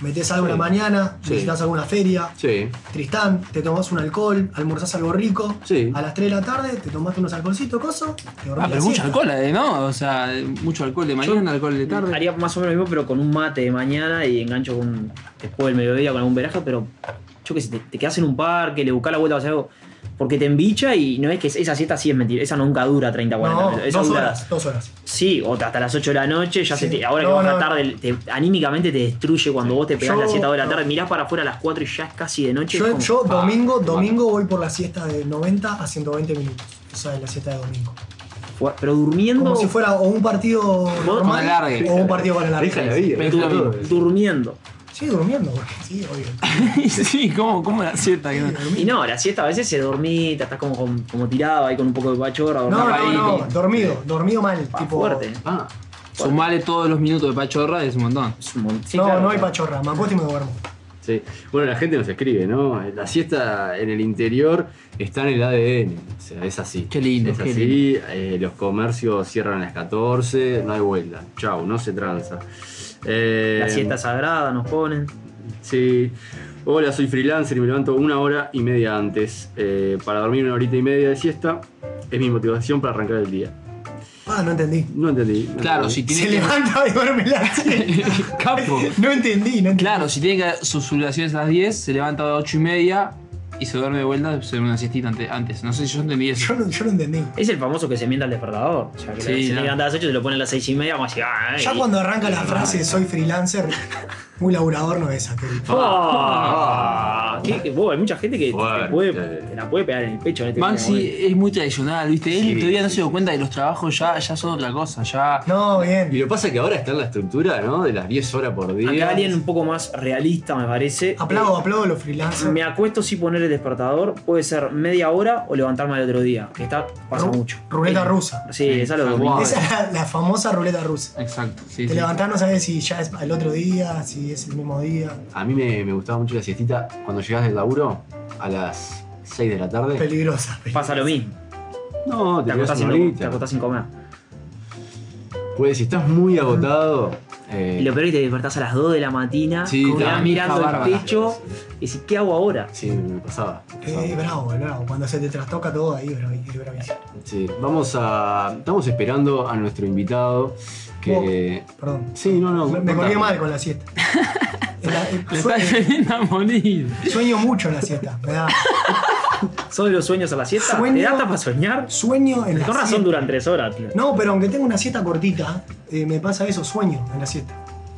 [SPEAKER 5] Metés algo en
[SPEAKER 2] Sí.
[SPEAKER 5] la mañana,
[SPEAKER 2] Sí.
[SPEAKER 5] visitas alguna feria.
[SPEAKER 2] Sí.
[SPEAKER 5] Tristán, te tomás un alcohol, almorzás algo rico.
[SPEAKER 2] Sí.
[SPEAKER 5] A las 3 de la tarde te tomaste unos alcoholcitos, coso. Te dormís
[SPEAKER 4] Ah,
[SPEAKER 5] la
[SPEAKER 4] pero mucho
[SPEAKER 5] siesta.
[SPEAKER 4] alcohol, eh, ¿no? O sea, mucho alcohol de mañana, alcohol de tarde.
[SPEAKER 3] Haría más o menos lo mismo, pero con un mate de mañana y engancho con, después del mediodía con algún veraje, pero yo qué sé, te, te quedas en un parque, le buscas la vuelta a hacer algo. Porque te embicha y no es que esa siesta sí es mentira, esa nunca dura 30, 40
[SPEAKER 5] No,
[SPEAKER 3] minutos. Esa
[SPEAKER 5] dos
[SPEAKER 3] dura-
[SPEAKER 5] horas, dos horas.
[SPEAKER 3] Sí, o hasta las 8 de la noche, ya
[SPEAKER 5] Sí.
[SPEAKER 3] se te- ahora
[SPEAKER 5] No,
[SPEAKER 3] que vas a la
[SPEAKER 5] no,
[SPEAKER 3] tarde, te- anímicamente te destruye cuando vos te pegás
[SPEAKER 5] Yo-
[SPEAKER 3] las 7 de la
[SPEAKER 5] no.
[SPEAKER 3] tarde, mirás para afuera a las 4 y ya es casi de noche. es
[SPEAKER 5] Yo,
[SPEAKER 3] como-
[SPEAKER 5] yo domingo, domingo voy por la siesta de 90 a 120 minutos. Esa es la siesta de domingo.
[SPEAKER 3] Fua- Pero durmiendo,
[SPEAKER 5] Como si fuera o un partido normal
[SPEAKER 4] alargue.
[SPEAKER 5] o un partido para la
[SPEAKER 2] Deja
[SPEAKER 3] ¿eh?
[SPEAKER 2] la vida.
[SPEAKER 4] Me
[SPEAKER 2] deja
[SPEAKER 4] tuve-
[SPEAKER 2] todo.
[SPEAKER 3] durmiendo.
[SPEAKER 5] Sí, durmiendo, güey. Sí, obvio.
[SPEAKER 4] sí, ¿cómo, cómo la siesta? que no?
[SPEAKER 3] Y no, la siesta a veces se dormita, estás como, como, como tirado ahí con un poco de pachorra.
[SPEAKER 5] No,
[SPEAKER 3] dormís
[SPEAKER 5] no,
[SPEAKER 3] ahí,
[SPEAKER 5] no.
[SPEAKER 3] como-
[SPEAKER 5] Dormido, dormido mal.
[SPEAKER 3] pa,
[SPEAKER 5] tipo,
[SPEAKER 3] fuerte.
[SPEAKER 2] Ah,
[SPEAKER 4] Sumale todos los minutos de pachorra, es un montón.
[SPEAKER 3] Es un mon- sí,
[SPEAKER 5] no,
[SPEAKER 3] claro,
[SPEAKER 5] no hay
[SPEAKER 3] claro.
[SPEAKER 5] pachorra. Me acuesto y me duermo.
[SPEAKER 2] sí. Bueno, la gente nos escribe, ¿no? La siesta en el interior está en el ADN. O sea, es así.
[SPEAKER 4] Qué lindo,
[SPEAKER 2] Es
[SPEAKER 4] qué
[SPEAKER 2] así. eh, los comercios cierran a las 14, no hay vuelta. Chau, no se tranza. Eh,
[SPEAKER 3] La siesta sagrada nos ponen.
[SPEAKER 2] Sí. Hola, soy freelancer y me levanto una hora y media antes eh, para dormir una horita y media de siesta. Es mi motivación para arrancar el día.
[SPEAKER 5] Ah, Ah, no entendí.
[SPEAKER 2] No entendí. no
[SPEAKER 4] Claro,
[SPEAKER 2] entendí.
[SPEAKER 4] si
[SPEAKER 5] Se
[SPEAKER 4] tiene
[SPEAKER 5] levanta y duerme la
[SPEAKER 4] que... Capo.
[SPEAKER 5] No entendí, no entendí.
[SPEAKER 4] Claro, si tiene que hacer sus sublimaciones a las 10, se levanta a las 8 y media y se duerme de vuelta, se duerme una siestita ante- antes. No sé si yo entendí eso.
[SPEAKER 5] Yo no, yo no entendí.
[SPEAKER 3] Es el famoso que se mienta al despertador. O sea, que
[SPEAKER 4] Sí,
[SPEAKER 3] se
[SPEAKER 4] ya.
[SPEAKER 3] levanta a las 8 y se lo pone a "Ah, las 6 y media, vamos así. ¡ay!
[SPEAKER 5] Ya cuando arranca la frase soy freelancer, muy laburador no es aquel.
[SPEAKER 3] ¡Ah! ¿Qué- qué- vos, hay mucha gente que te,
[SPEAKER 2] Fuerte.
[SPEAKER 3] puede, te la puede pegar en el pecho en este
[SPEAKER 4] Banksy
[SPEAKER 3] momento.
[SPEAKER 4] es muy tradicional, ¿viste? Él
[SPEAKER 2] Sí,
[SPEAKER 4] todavía no
[SPEAKER 2] sí,
[SPEAKER 4] se dio
[SPEAKER 2] sí.
[SPEAKER 4] cuenta de los trabajos ya, ya son otra cosa, ya.
[SPEAKER 5] No,
[SPEAKER 2] Y
[SPEAKER 5] bien.
[SPEAKER 2] lo pasa que ahora está en la estructura, ¿no? De las 10 horas por día.
[SPEAKER 3] Acá alguien un poco más realista, me parece.
[SPEAKER 5] Aplaudo, aplaudo a
[SPEAKER 3] Eh,
[SPEAKER 5] los
[SPEAKER 3] Me
[SPEAKER 5] freelancers.
[SPEAKER 3] acuesto si poner el despertador, puede ser media hora o levantarme al otro día. Que está, pasa
[SPEAKER 5] Ru-
[SPEAKER 3] mucho.
[SPEAKER 5] Ruleta
[SPEAKER 3] Eh,
[SPEAKER 5] rusa.
[SPEAKER 3] Sí, es algo
[SPEAKER 4] Ah,
[SPEAKER 3] que
[SPEAKER 5] Esa es la, la famosa ruleta rusa.
[SPEAKER 4] Exacto, sí,
[SPEAKER 5] Te
[SPEAKER 4] sí.
[SPEAKER 5] levantás, no sabes si ya es el otro día, si es el mismo día.
[SPEAKER 2] A mí me, me gustaba mucho la siestita cuando llegás del laburo a las 6 de la tarde.
[SPEAKER 5] Peligrosa.
[SPEAKER 3] pasa lo mismo.
[SPEAKER 2] no, te,
[SPEAKER 3] Te
[SPEAKER 2] pegás
[SPEAKER 3] acostás,
[SPEAKER 2] una
[SPEAKER 3] sin, te
[SPEAKER 2] horita.
[SPEAKER 3] acostás sin comer.
[SPEAKER 2] Pues si estás muy agotado. eh,
[SPEAKER 3] Y lo peor es que te despertás a las 2 de la mañana,
[SPEAKER 2] Sí,
[SPEAKER 3] con-
[SPEAKER 2] está-
[SPEAKER 3] mirás
[SPEAKER 2] está
[SPEAKER 3] mirando el
[SPEAKER 4] bárbara.
[SPEAKER 3] pecho, y decís, ¿qué hago ahora?
[SPEAKER 2] Sí, me pasaba. me pasaba.
[SPEAKER 5] Eh, bravo, el bravo. Cuando se te trastoca todo ahí, bravo, es bravísimo.
[SPEAKER 2] Sí, vamos a. Estamos esperando a nuestro invitado que.
[SPEAKER 5] Perdón.
[SPEAKER 2] Sí, no, no.
[SPEAKER 5] Me, me colgué
[SPEAKER 2] contame.
[SPEAKER 5] mal con la siesta. La- eh,
[SPEAKER 4] Le está
[SPEAKER 5] sue-
[SPEAKER 4] defendiendo a morir.
[SPEAKER 5] sueño mucho en la siesta. Me da
[SPEAKER 3] ¿Sos de los sueños a la siesta?
[SPEAKER 5] Sueño-
[SPEAKER 3] ¿Te da hasta para soñar?
[SPEAKER 5] sueño en la
[SPEAKER 3] Con razón
[SPEAKER 5] siesta.
[SPEAKER 3] duran 3 horas, tío.
[SPEAKER 5] No, pero aunque tengo una siesta cortita, eh, me pasa eso, sueño en la siesta.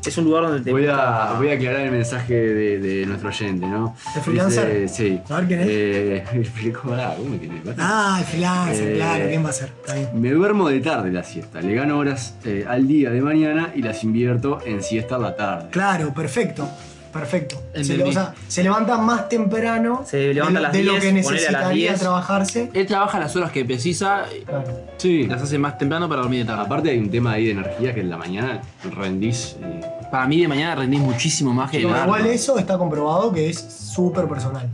[SPEAKER 3] Es un lugar donde te.
[SPEAKER 2] Voy a, voy a aclarar el mensaje de, de nuestro oyente, ¿no?
[SPEAKER 5] ¿El freelancer?
[SPEAKER 2] Dice- sí.
[SPEAKER 5] A ver quién es.
[SPEAKER 2] Eh, explicó, ah, ¿cómo me tiene?
[SPEAKER 5] Ah, el freelancer,
[SPEAKER 2] Eh.
[SPEAKER 5] claro, ¿quién va a ser? Está bien.
[SPEAKER 2] Me duermo de tarde la siesta, le gano horas eh, al día de mañana y las invierto en siesta a la tarde.
[SPEAKER 5] Claro, perfecto. Perfecto. Se,
[SPEAKER 4] Entendí.
[SPEAKER 5] le- o sea, se levanta más temprano
[SPEAKER 3] Se
[SPEAKER 5] de,
[SPEAKER 3] levanta
[SPEAKER 5] lo-
[SPEAKER 3] a las
[SPEAKER 5] de lo
[SPEAKER 3] 10,
[SPEAKER 5] que
[SPEAKER 3] ponele a las
[SPEAKER 5] necesitaría
[SPEAKER 3] 10.
[SPEAKER 5] trabajarse.
[SPEAKER 4] Él trabaja las horas que precisa, eh,
[SPEAKER 5] Claro.
[SPEAKER 2] Sí.
[SPEAKER 4] las hace más temprano para dormir de tarde.
[SPEAKER 2] Aparte hay un tema ahí de energía que en la mañana rendís. eh,
[SPEAKER 4] Para mí de mañana rendís muchísimo más que de
[SPEAKER 2] Claro.
[SPEAKER 5] Igual
[SPEAKER 4] tarde.
[SPEAKER 5] eso está comprobado que es súper personal.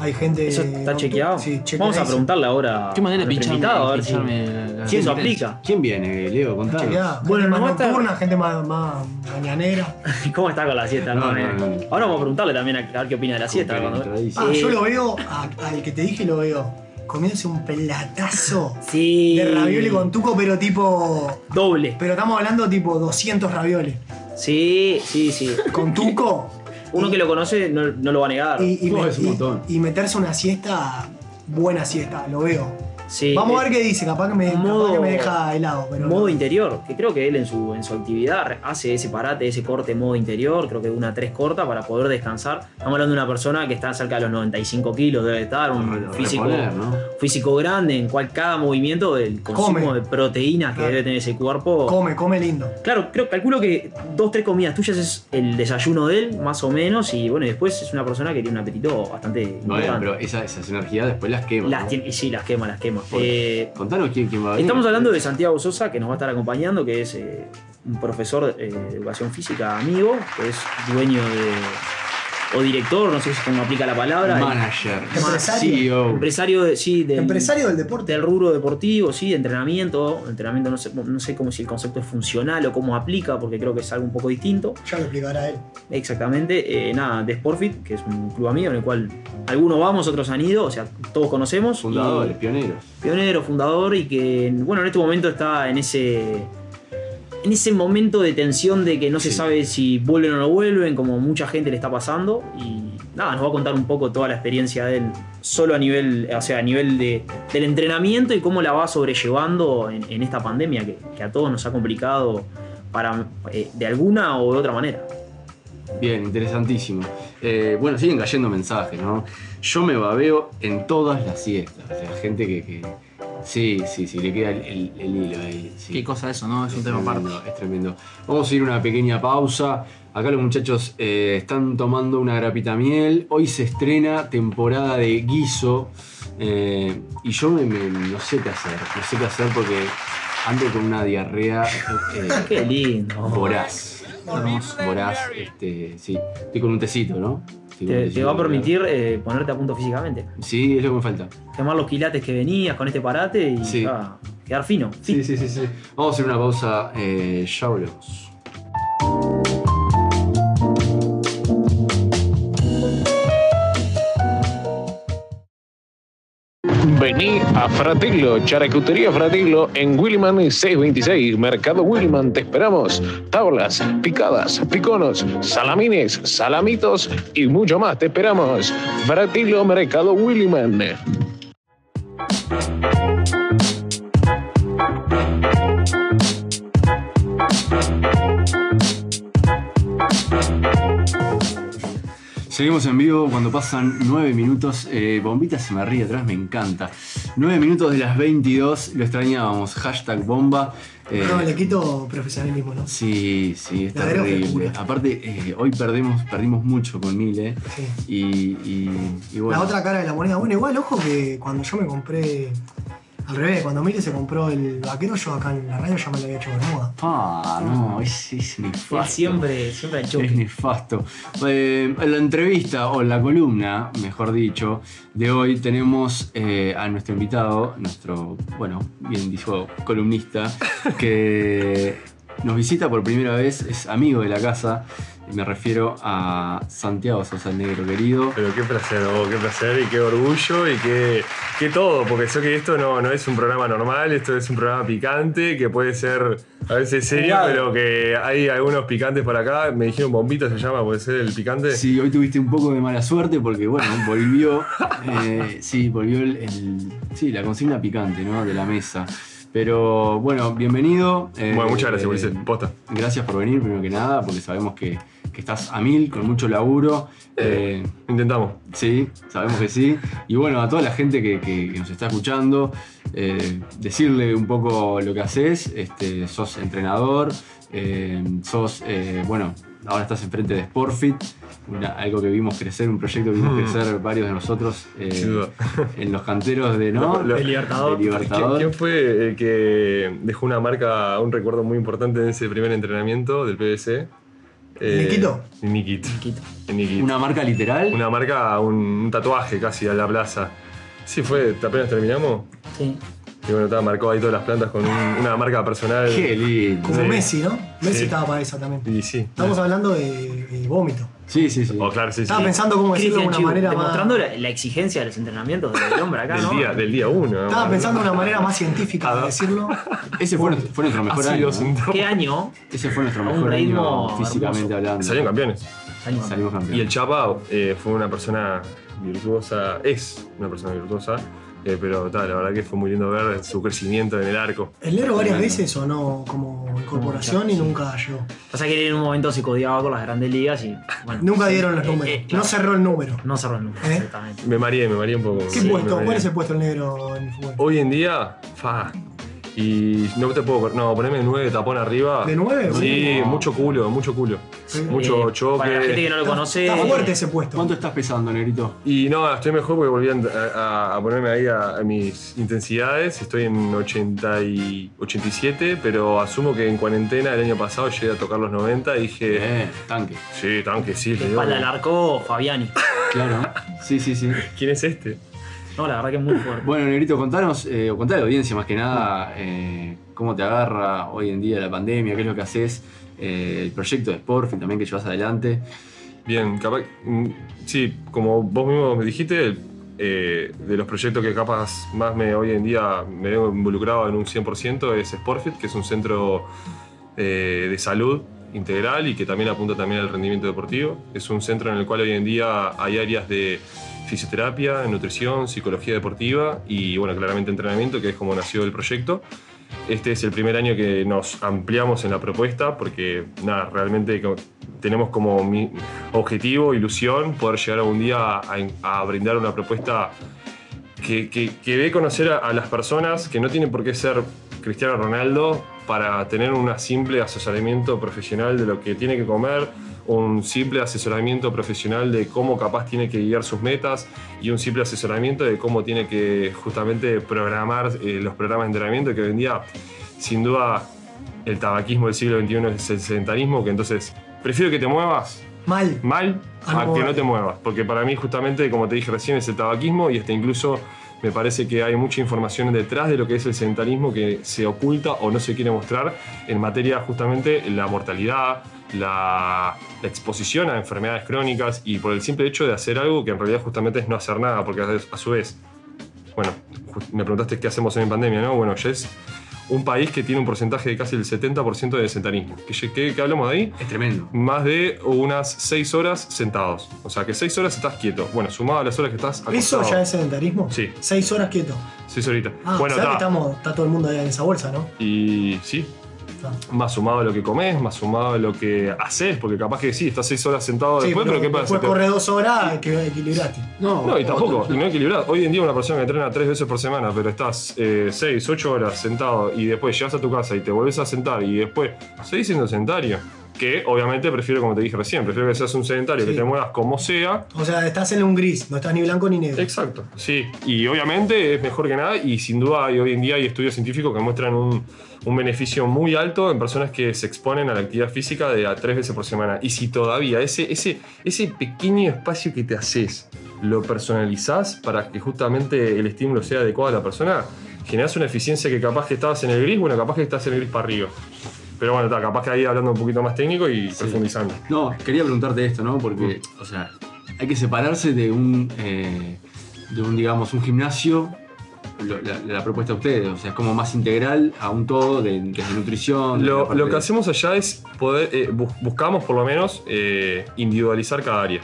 [SPEAKER 5] Hay gente.
[SPEAKER 3] ¿Eso está
[SPEAKER 5] noctu-
[SPEAKER 3] chequeado?
[SPEAKER 5] eh, Sí,
[SPEAKER 3] Vamos a
[SPEAKER 5] chequeadísimo.
[SPEAKER 3] preguntarle ahora.
[SPEAKER 4] Qué manera
[SPEAKER 3] a
[SPEAKER 4] de
[SPEAKER 3] nuestro
[SPEAKER 4] pincharme.
[SPEAKER 3] invitado, a ver si-
[SPEAKER 4] pincharme la-
[SPEAKER 3] si eso
[SPEAKER 4] la-
[SPEAKER 3] aplica.
[SPEAKER 2] ¿Quién viene, Leo? Contanos.
[SPEAKER 5] Chequeado.
[SPEAKER 3] Bueno,
[SPEAKER 5] Bueno, gente
[SPEAKER 3] no
[SPEAKER 5] más
[SPEAKER 3] está-
[SPEAKER 5] nocturna, gente más, más mañanera.
[SPEAKER 3] ¿Cómo está con la siesta?
[SPEAKER 2] No,
[SPEAKER 3] no,
[SPEAKER 2] no,
[SPEAKER 3] eh?
[SPEAKER 2] no, no.
[SPEAKER 3] Ahora vamos a preguntarle también a, a ver qué opina de la siesta. Eh, cuando-
[SPEAKER 2] Concentradísimo.
[SPEAKER 5] Ah,
[SPEAKER 3] Sí.
[SPEAKER 5] yo lo veo, a- al que te dije lo veo, comiéndose un platazo
[SPEAKER 3] Sí.
[SPEAKER 5] de ravioli con tuco, pero tipo.
[SPEAKER 3] Doble.
[SPEAKER 5] Pero estamos hablando tipo 200 ravioles.
[SPEAKER 3] Sí, sí, sí.
[SPEAKER 5] Con tuco.
[SPEAKER 3] Uno
[SPEAKER 5] y-
[SPEAKER 3] que lo conoce no, no lo va a negar.
[SPEAKER 5] Y, y
[SPEAKER 2] No,
[SPEAKER 5] me-
[SPEAKER 2] es un
[SPEAKER 5] y-
[SPEAKER 2] montón.
[SPEAKER 5] y meterse una siesta, buena siesta, lo veo.
[SPEAKER 3] Sí,
[SPEAKER 5] Vamos a
[SPEAKER 3] eh,
[SPEAKER 5] ver qué dice, capaz que me, capaz
[SPEAKER 3] modo-
[SPEAKER 5] que me deja helado. Pero
[SPEAKER 3] modo
[SPEAKER 5] no.
[SPEAKER 3] interior, que creo que él en su, en su actividad hace ese parate, ese corte modo interior, creo que una tres corta para poder descansar. Estamos hablando de una persona que está cerca de los 95 kilos, debe estar, un físico,
[SPEAKER 2] Reponer, ¿no?
[SPEAKER 3] físico grande, en cual cada movimiento del consumo
[SPEAKER 5] Come.
[SPEAKER 3] de proteínas que
[SPEAKER 5] Claro.
[SPEAKER 3] debe tener ese cuerpo.
[SPEAKER 5] Come, come lindo.
[SPEAKER 3] Claro, creo, calculo que dos, tres comidas tuyas es el desayuno de él, más o menos, y bueno, y después es una persona que tiene un apetito bastante
[SPEAKER 2] Bueno,
[SPEAKER 3] importante.
[SPEAKER 2] eh, pero esa- esas energías después las quemas.
[SPEAKER 3] las
[SPEAKER 2] ¿no?
[SPEAKER 3] tiene, y sí, las quema, las quema.
[SPEAKER 2] Bueno.
[SPEAKER 3] Eh,
[SPEAKER 2] Contanos quién, quién va a venir.
[SPEAKER 3] estamos hablando de Santiago Sosa, que nos va a estar acompañando, que es eh, un profesor eh, de educación física amigo, que es dueño de. o director, no sé si cómo aplica la palabra.
[SPEAKER 2] Manager, E
[SPEAKER 5] Empresario.
[SPEAKER 2] CEO.
[SPEAKER 3] ¿eh? Empresario de, sí, del,
[SPEAKER 5] Empresario del deporte.
[SPEAKER 3] del rubro deportivo, sí, de entrenamiento. Entrenamiento, no sé, no sé cómo si el concepto es funcional o cómo aplica, porque creo que es algo un poco distinto.
[SPEAKER 5] Ya lo explicará él.
[SPEAKER 3] Exactamente, eh, nada, de Sportfit, que es un club amigo en el cual algunos vamos, otros han ido, o sea, todos conocemos.
[SPEAKER 2] fundadores, pioneros.
[SPEAKER 3] Y- pionero, fundador y que, bueno, en este momento está en ese. En ese momento de tensión de que no se
[SPEAKER 2] Sí.
[SPEAKER 3] sabe si vuelven o no vuelven, como mucha gente le está pasando. Y nada, nos va a contar un poco toda la experiencia de él, solo a nivel, o sea, a nivel de, del entrenamiento y cómo la va sobrellevando en, en esta pandemia que, que a todos nos ha complicado para, eh, de alguna o de otra manera.
[SPEAKER 2] Bien, interesantísimo. Eh, bueno, siguen cayendo mensajes, ¿no? Yo me babeo en todas las siestas. O sea, gente que. que- Sí, sí, sí, le queda el, el- el hilo ahí. sí.
[SPEAKER 4] Qué cosa eso, ¿no? Es un tema aparte.
[SPEAKER 2] tremendo, es tremendo. Vamos a ir a una pequeña pausa. Acá los muchachos eh, están tomando una grapita miel. Hoy se estrena temporada de guiso. eh, y yo me- me- no sé qué hacer. No sé qué hacer porque ando con una diarrea eh,
[SPEAKER 3] Qué lindo.
[SPEAKER 2] voraz. Voraz. Este, sí. Estoy con un tecito, ¿no? Estoy con un
[SPEAKER 3] Te, te
[SPEAKER 2] tecito,
[SPEAKER 3] va a permitir eh, ponerte a punto físicamente.
[SPEAKER 2] Sí, es lo que me falta.
[SPEAKER 3] Quemar los quilates que venías con este parate y
[SPEAKER 2] Sí.
[SPEAKER 3] ah, quedar fino.
[SPEAKER 2] Sí, sí, sí, sí. Vamos a hacer una pausa. eh, ya volvemos.
[SPEAKER 6] Vení a Fratillo, Charcutería Fratillo en Williman 626, Mercado Williman, te esperamos. Tablas, picadas, piconos, salamines, salamitos y mucho más, te esperamos. Fratillo, Mercado Williman.
[SPEAKER 2] Seguimos en vivo cuando pasan 9 minutos. Eh, bombita se me ríe atrás, me encanta. 9 minutos de las 22, lo extrañábamos. Hashtag bomba. Eh,
[SPEAKER 5] No, le quito profesionalismo, ¿no?
[SPEAKER 2] Sí, sí, es
[SPEAKER 5] La verdad fue
[SPEAKER 2] terrible.
[SPEAKER 5] oscura.
[SPEAKER 2] Aparte, eh, hoy perdemos, perdimos mucho con Mile.
[SPEAKER 5] Sí.
[SPEAKER 2] Y, y- y bueno.
[SPEAKER 5] La otra cara de la moneda. Bueno, igual, ojo que cuando yo me compré. Al revés, cuando Mire se compró el vaquero, yo acá en la radio ya me lo había hecho moda.
[SPEAKER 2] Ah, no, es, es nefasto.
[SPEAKER 3] Él siempre, siempre al
[SPEAKER 2] Es
[SPEAKER 3] choque.
[SPEAKER 2] nefasto. Eh, en la entrevista, o en la columna, mejor dicho, de hoy tenemos eh, a nuestro invitado, nuestro, bueno, bien dijo, columnista, que nos visita por primera vez, es amigo de la casa, y me refiero a Santiago Sosa el Negro querido.
[SPEAKER 10] Pero qué placer, oh, qué placer y qué orgullo y qué, qué todo, porque sé que esto no, no es un programa normal, esto es un programa picante que puede ser a veces serio,
[SPEAKER 2] Jugado.
[SPEAKER 10] pero que hay algunos picantes para acá. Me dijeron bombito se llama, puede ser el picante.
[SPEAKER 2] Sí, hoy tuviste un poco de mala suerte porque, bueno, volvió. eh, sí, volvió el, el- Sí, la consigna picante, ¿no? De la mesa. Pero bueno, bienvenido. eh,
[SPEAKER 10] Bueno, muchas gracias,
[SPEAKER 2] eh,
[SPEAKER 10] Ulises. Posta.
[SPEAKER 2] Gracias por venir, primero que nada, porque sabemos que, que estás a mil, con mucho laburo. eh,
[SPEAKER 10] Intentamos.
[SPEAKER 2] Sí, sabemos que sí. Y bueno, a toda la gente que, que- que nos está escuchando, eh, decirle un poco lo que haces. Este, sos entrenador, eh, sos, eh, bueno, ahora estás enfrente de Sportfit, una- algo que vimos crecer, un proyecto que vimos
[SPEAKER 10] Mm.
[SPEAKER 2] crecer varios de nosotros eh,
[SPEAKER 10] Sin duda.
[SPEAKER 2] en los canteros de, ¿no?
[SPEAKER 10] Lo- lo-
[SPEAKER 2] De Libertador.
[SPEAKER 10] ¿Quién, quién fue el que dejó una marca, un recuerdo muy importante en ese primer entrenamiento del PBC? Eh,
[SPEAKER 5] ¿Niquito?
[SPEAKER 10] Nikito.
[SPEAKER 2] ¿Una marca literal?
[SPEAKER 10] Una marca, un, un tatuaje casi a la plaza. Sí, fue, apenas terminamos.
[SPEAKER 3] Sí.
[SPEAKER 10] Y bueno, ta, marcó ahí todas las plantas con un- una marca personal.
[SPEAKER 2] Qué lindo.
[SPEAKER 5] Como
[SPEAKER 10] Sí.
[SPEAKER 5] Messi, ¿no? Messi
[SPEAKER 10] Sí.
[SPEAKER 5] estaba para esa también.
[SPEAKER 10] Y sí.
[SPEAKER 5] Estamos hablando de, de vómito.
[SPEAKER 2] Sí, sí, sí.
[SPEAKER 10] Oh, claro, sí, sí.
[SPEAKER 5] Estaba pensando cómo decirlo de
[SPEAKER 3] Cristian
[SPEAKER 5] una
[SPEAKER 3] Chiu,
[SPEAKER 5] manera
[SPEAKER 3] demostrando
[SPEAKER 5] más.
[SPEAKER 3] la, la exigencia de los entrenamientos del hombre acá,
[SPEAKER 10] Del
[SPEAKER 3] ¿no?
[SPEAKER 10] día, del día uno.
[SPEAKER 5] Estaba
[SPEAKER 10] ¿no?
[SPEAKER 5] pensando de una manera más científica de decirlo.
[SPEAKER 2] Ese fue, nuestro- fue nuestro mejor
[SPEAKER 10] Así
[SPEAKER 2] año.
[SPEAKER 10] lo
[SPEAKER 2] ¿no?
[SPEAKER 10] sentó.
[SPEAKER 3] ¿Qué año?
[SPEAKER 2] Ese fue nuestro
[SPEAKER 3] Un
[SPEAKER 2] mejor año
[SPEAKER 3] ritmo
[SPEAKER 2] físicamente hablando.
[SPEAKER 10] Salieron campeones.
[SPEAKER 3] Año.
[SPEAKER 2] Salimos campeones.
[SPEAKER 10] Y el Chapa eh, fue una persona virtuosa, es una persona virtuosa, eh, pero ta, la verdad que fue muy lindo ver su crecimiento en el arco.
[SPEAKER 5] El negro varias veces sonó como incorporación y nunca llegó.
[SPEAKER 3] Pasa que él en un momento se codiaba con las grandes ligas y bueno.
[SPEAKER 5] Nunca dieron los
[SPEAKER 3] Eh,
[SPEAKER 5] números.
[SPEAKER 3] eh, claro.
[SPEAKER 5] No cerró el número.
[SPEAKER 3] No cerró el número,
[SPEAKER 5] ¿Eh?
[SPEAKER 3] exactamente.
[SPEAKER 10] Me mareé, me mareé un poco. me
[SPEAKER 5] ¿Qué
[SPEAKER 10] mareé, me
[SPEAKER 5] puesto?
[SPEAKER 10] mareé.
[SPEAKER 5] ¿Cuál es el puesto del negro en el fútbol?
[SPEAKER 10] Hoy en día, fa. Y no te puedo. No, poneme nueve tapón arriba.
[SPEAKER 5] ¿De nueve?
[SPEAKER 10] Oh. Sí,
[SPEAKER 2] Uh.
[SPEAKER 10] mucho culo, mucho culo. Mucho
[SPEAKER 3] Eh, Para la gente que
[SPEAKER 10] choque.
[SPEAKER 3] no lo
[SPEAKER 5] Está-
[SPEAKER 3] conoce.
[SPEAKER 5] Está fuerte
[SPEAKER 3] eh,
[SPEAKER 5] ese puesto.
[SPEAKER 2] ¿Cuánto estás pesando, Negrito?
[SPEAKER 10] Y no, estoy mejor porque volví a, a- a ponerme ahí a, a mis intensidades. Estoy en 80 y 87, pero asumo que en cuarentena el año pasado llegué a tocar los 90 y dije,
[SPEAKER 2] Eh, tanque.
[SPEAKER 10] sí, tanque, sí, le digo.
[SPEAKER 3] Espalda al arco, Fabiani.
[SPEAKER 2] Claro. Sí, sí, sí.
[SPEAKER 10] ¿Quién es este?
[SPEAKER 3] No, la verdad que es muy fuerte.
[SPEAKER 2] Bueno, Negrito, contanos, eh, o contá a la audiencia más que nada, eh, cómo te agarra hoy en día la pandemia, qué es lo que haces, eh, el proyecto de Sportfit también que llevas adelante.
[SPEAKER 10] Bien, capaz. mm, Sí, como vos mismo me dijiste, eh, de los proyectos que capaz más me hoy en día me veo involucrado en un 100% es Sportfit, que es un centro eh, de salud integral y que también apunta también al rendimiento deportivo. Es un centro en el cual hoy en día hay áreas de fisioterapia, nutrición, psicología deportiva y bueno, claramente entrenamiento, que es como nació el proyecto. Este es el primer año que nos ampliamos en la propuesta porque nada, realmente co- tenemos como mi objetivo, ilusión, poder llegar algún día a, a brindar una propuesta que, que- que dé conocer a, a las personas que no tienen por qué ser Cristiano Ronaldo para tener un simple asesoramiento profesional de lo que tiene que comer, un simple asesoramiento profesional de cómo capaz tiene que guiar sus metas y un simple asesoramiento de cómo tiene que justamente programar eh, los programas de entrenamiento que hoy en día, sin duda, el tabaquismo del siglo XXI es el sedentarismo, que entonces prefiero que te muevas
[SPEAKER 5] Mal.
[SPEAKER 10] mal
[SPEAKER 5] Ah,
[SPEAKER 10] a
[SPEAKER 5] no,
[SPEAKER 10] que no
[SPEAKER 5] vale.
[SPEAKER 10] te muevas. Porque para mí, justamente, como te dije recién, es el tabaquismo y hasta incluso me parece que hay mucha información detrás de lo que es el sedentarismo que se oculta o no se quiere mostrar en materia justamente la mortalidad, la, la exposición a enfermedades crónicas y por el simple hecho de hacer algo que en realidad justamente es no hacer nada, porque a a su vez bueno, jus- me preguntaste qué hacemos en pandemia, ¿no? Bueno, ya es un país que tiene un porcentaje de casi el 70% de sedentarismo. ¿Qué, lle- qué, qué hablamos de ahí?
[SPEAKER 2] Es tremendo.
[SPEAKER 10] Más de unas 6 horas sentados. O sea, que 6 horas estás quieto. Bueno, sumado a las horas que estás
[SPEAKER 5] ¿Eso
[SPEAKER 10] acostado.
[SPEAKER 5] ya es sedentarismo?
[SPEAKER 10] Sí,
[SPEAKER 5] Seis horas quieto.
[SPEAKER 10] 6 horitas.
[SPEAKER 5] Ah, ¿sabes que
[SPEAKER 10] bueno, está.
[SPEAKER 5] estamos, está todo el mundo ahí en esa bolsa, ¿no?
[SPEAKER 10] Y sí. Más sumado a lo que comes, más sumado a lo que haces, porque capaz que sí, estás 6 horas sentado
[SPEAKER 5] Sí,
[SPEAKER 10] Oh, después, pero, ¿qué pasa?
[SPEAKER 5] Después
[SPEAKER 10] Te-
[SPEAKER 5] corre dos horas que equilibraste.
[SPEAKER 10] No, y tampoco, y no equilibrado. Hoy en día una persona que entrena tres veces por semana, pero estás 6, 8 horas sentado y después llegas a tu casa y te volvés a sentar y después seguís siendo sedentario. Que obviamente prefiero, como te dije recién, prefiero que seas un sedentario,
[SPEAKER 5] Sí.
[SPEAKER 10] que te muevas como sea.
[SPEAKER 5] O sea, estás en un gris, no estás ni blanco ni negro.
[SPEAKER 10] Exacto. Sí, y obviamente es mejor que nada y sin duda hay- hoy en día hay estudios científicos que muestran un, un beneficio muy alto en personas que se exponen a la actividad física de a tres veces por semana. Y si todavía ese, ese, ese pequeño espacio que te haces lo personalizás para que justamente el estímulo sea adecuado a la persona, generás una eficiencia que capaz que estabas en el gris, bueno, capaz que estás en el gris para arriba. Pero bueno, está, capaz que ahí hablando un poquito más técnico y profundizando.
[SPEAKER 2] No, quería preguntarte esto, ¿no? Porque, o sea, hay que separarse de un, eh, de un digamos, un gimnasio, lo- la, la propuesta de ustedes, o sea, es como más integral a un todo, de, desde nutrición. desde la
[SPEAKER 10] Lo,
[SPEAKER 2] parte
[SPEAKER 10] lo que
[SPEAKER 2] de-
[SPEAKER 10] hacemos allá es poder, eh, bus- buscamos por lo menos eh, individualizar cada área.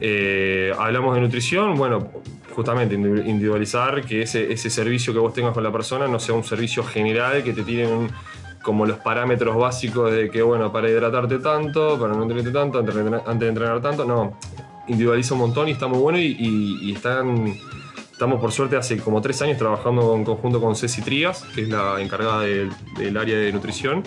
[SPEAKER 10] Eh, hablamos de nutrición, bueno, justamente indi- individualizar que ese, ese servicio que vos tengas con la persona no sea un servicio general que te tiren un- como los parámetros básicos de que, bueno, para hidratarte tanto, para no nutrirte tanto, antes de entrenar- antes de entrenar tanto, no, individualiza un montón y está muy bueno y, y- y están... Estamos por suerte hace como tres años trabajando en conjunto con Ceci Trías, que es la encargada del, del área de nutrición,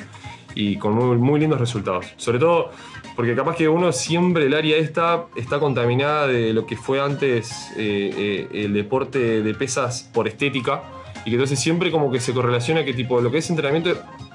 [SPEAKER 10] y con muy, muy lindos resultados. Sobre todo porque capaz que uno siempre, el área esta está contaminada de lo que fue antes eh, eh, el deporte de pesas por estética, y que entonces siempre como que se correlaciona que tipo lo que es entrenamiento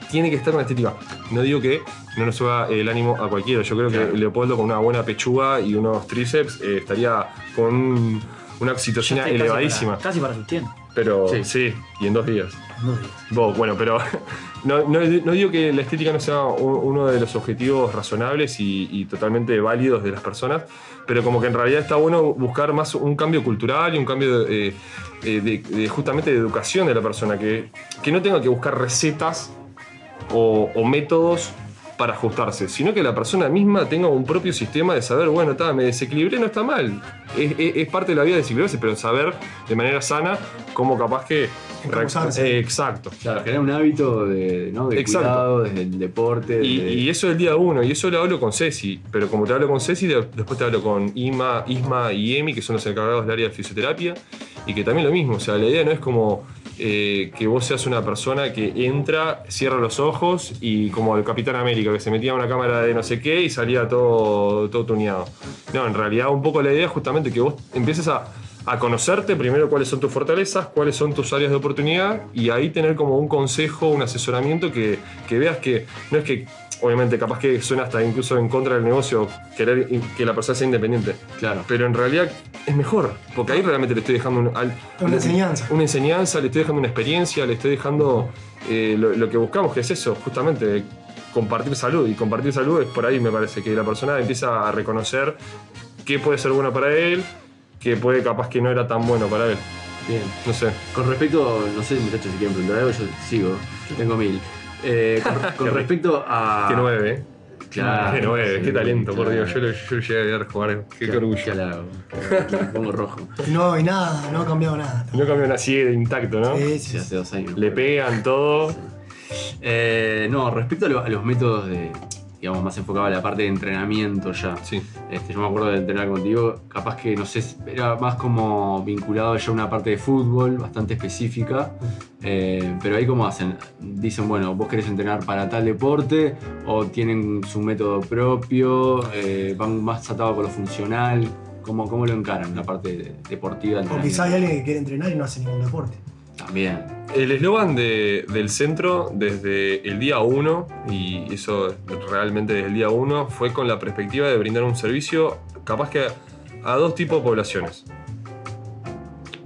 [SPEAKER 10] tiene que estar con la estética. No digo que no nos suba el ánimo a cualquiera, yo creo que Leopoldo con una buena pechuga y unos tríceps eh, estaría con un- una
[SPEAKER 3] Ya
[SPEAKER 10] oxitocina
[SPEAKER 3] estoy casi
[SPEAKER 10] elevadísima.
[SPEAKER 3] para- Casi para sus 100.
[SPEAKER 10] Pero
[SPEAKER 3] Sí.
[SPEAKER 10] sí. y en dos días.
[SPEAKER 3] No digo.
[SPEAKER 10] Vos, bueno, pero no, no- no digo que la estética no sea u- uno de los objetivos razonables y, y totalmente válidos de las personas, pero como que en realidad está bueno buscar más un cambio cultural y un cambio de, eh, eh, de- de justamente de educación de la persona, que, que no tenga que buscar recetas o, o métodos para ajustarse, sino que la persona misma tenga un propio sistema de saber, bueno, está, me desequilibré, no está mal. Es, es- es parte de la vida desequilibrarse, pero saber de manera sana cómo capaz que...
[SPEAKER 2] Encauzarse.
[SPEAKER 10] Eh, exacto.
[SPEAKER 2] Claro, generar un hábito de, ¿no? de
[SPEAKER 10] Exacto.
[SPEAKER 2] cuidado, desde el deporte.
[SPEAKER 10] Y,
[SPEAKER 2] desde-
[SPEAKER 10] y eso es el día uno, y eso lo hablo con Ceci, pero como te hablo con Ceci, de- después te hablo con Ima, Isma y Emi, que son los encargados del área de fisioterapia, y que también lo mismo, o sea, la idea no es como eh, que vos seas una persona que entra, cierra los ojos y como el Capitán América, que se metía a una cámara de no sé qué y salía todo, todo tuneado. No, en realidad un poco la idea es justamente que vos empieces a, a conocerte primero cuáles son tus fortalezas, cuáles son tus áreas de oportunidad y ahí tener como un consejo, un asesoramiento que, que veas que no es que, obviamente, capaz que suena hasta incluso en contra del negocio querer in- que la persona sea independiente.
[SPEAKER 2] Claro.
[SPEAKER 10] Pero en realidad es mejor, porque ahí realmente le estoy dejando un- al-
[SPEAKER 5] Una enseñanza.
[SPEAKER 10] Una enseñanza, le estoy dejando una experiencia, le estoy dejando eh, lo, lo que buscamos, que es eso, justamente compartir salud. Y compartir salud es por ahí, me parece, que la persona empieza a reconocer qué puede ser bueno para él, que puede capaz que no era tan bueno para él.
[SPEAKER 2] Bien.
[SPEAKER 10] No sé.
[SPEAKER 2] Con respecto, no sé muchachos si quieren preguntar algo, yo sigo, tengo mil. Eh, con, con respecto a.
[SPEAKER 10] Qué nueve, ¿eh?
[SPEAKER 2] Ah, Claro.
[SPEAKER 10] qué nueve,
[SPEAKER 2] sí,
[SPEAKER 10] qué talento, por
[SPEAKER 2] claro.
[SPEAKER 10] Dios. Yo lo, yo lo llegué a ver jugar, qué,
[SPEAKER 2] Qué-
[SPEAKER 10] orgullo.
[SPEAKER 2] qué halago. Me pongo rojo.
[SPEAKER 5] No, y nada, no ha cambiado nada.
[SPEAKER 10] No cambió nada, sigue intacto, ¿no?
[SPEAKER 5] Sí,
[SPEAKER 2] Sí, hace dos años.
[SPEAKER 10] Le pegan todo.
[SPEAKER 2] Eh, no, respecto a, lo- a los métodos de, digamos, más enfocado a la parte de entrenamiento ya. Este, yo me acuerdo de entrenar contigo, capaz que, no sé, era más como vinculado ya a una parte de fútbol bastante específica, eh, pero ahí como hacen, dicen, bueno, vos querés entrenar para tal deporte o tienen su método propio, Eh, van más atados con lo funcional, ¿cómo, cómo lo encaran la parte de- deportiva? del
[SPEAKER 5] O
[SPEAKER 2] entrenamiento?
[SPEAKER 5] quizá hay alguien que quiere entrenar y no hace ningún deporte.
[SPEAKER 2] También.
[SPEAKER 10] El eslogan de- del centro desde el día 1, y eso realmente desde el día 1, fue con la perspectiva de brindar un servicio capaz que a dos tipos de poblaciones.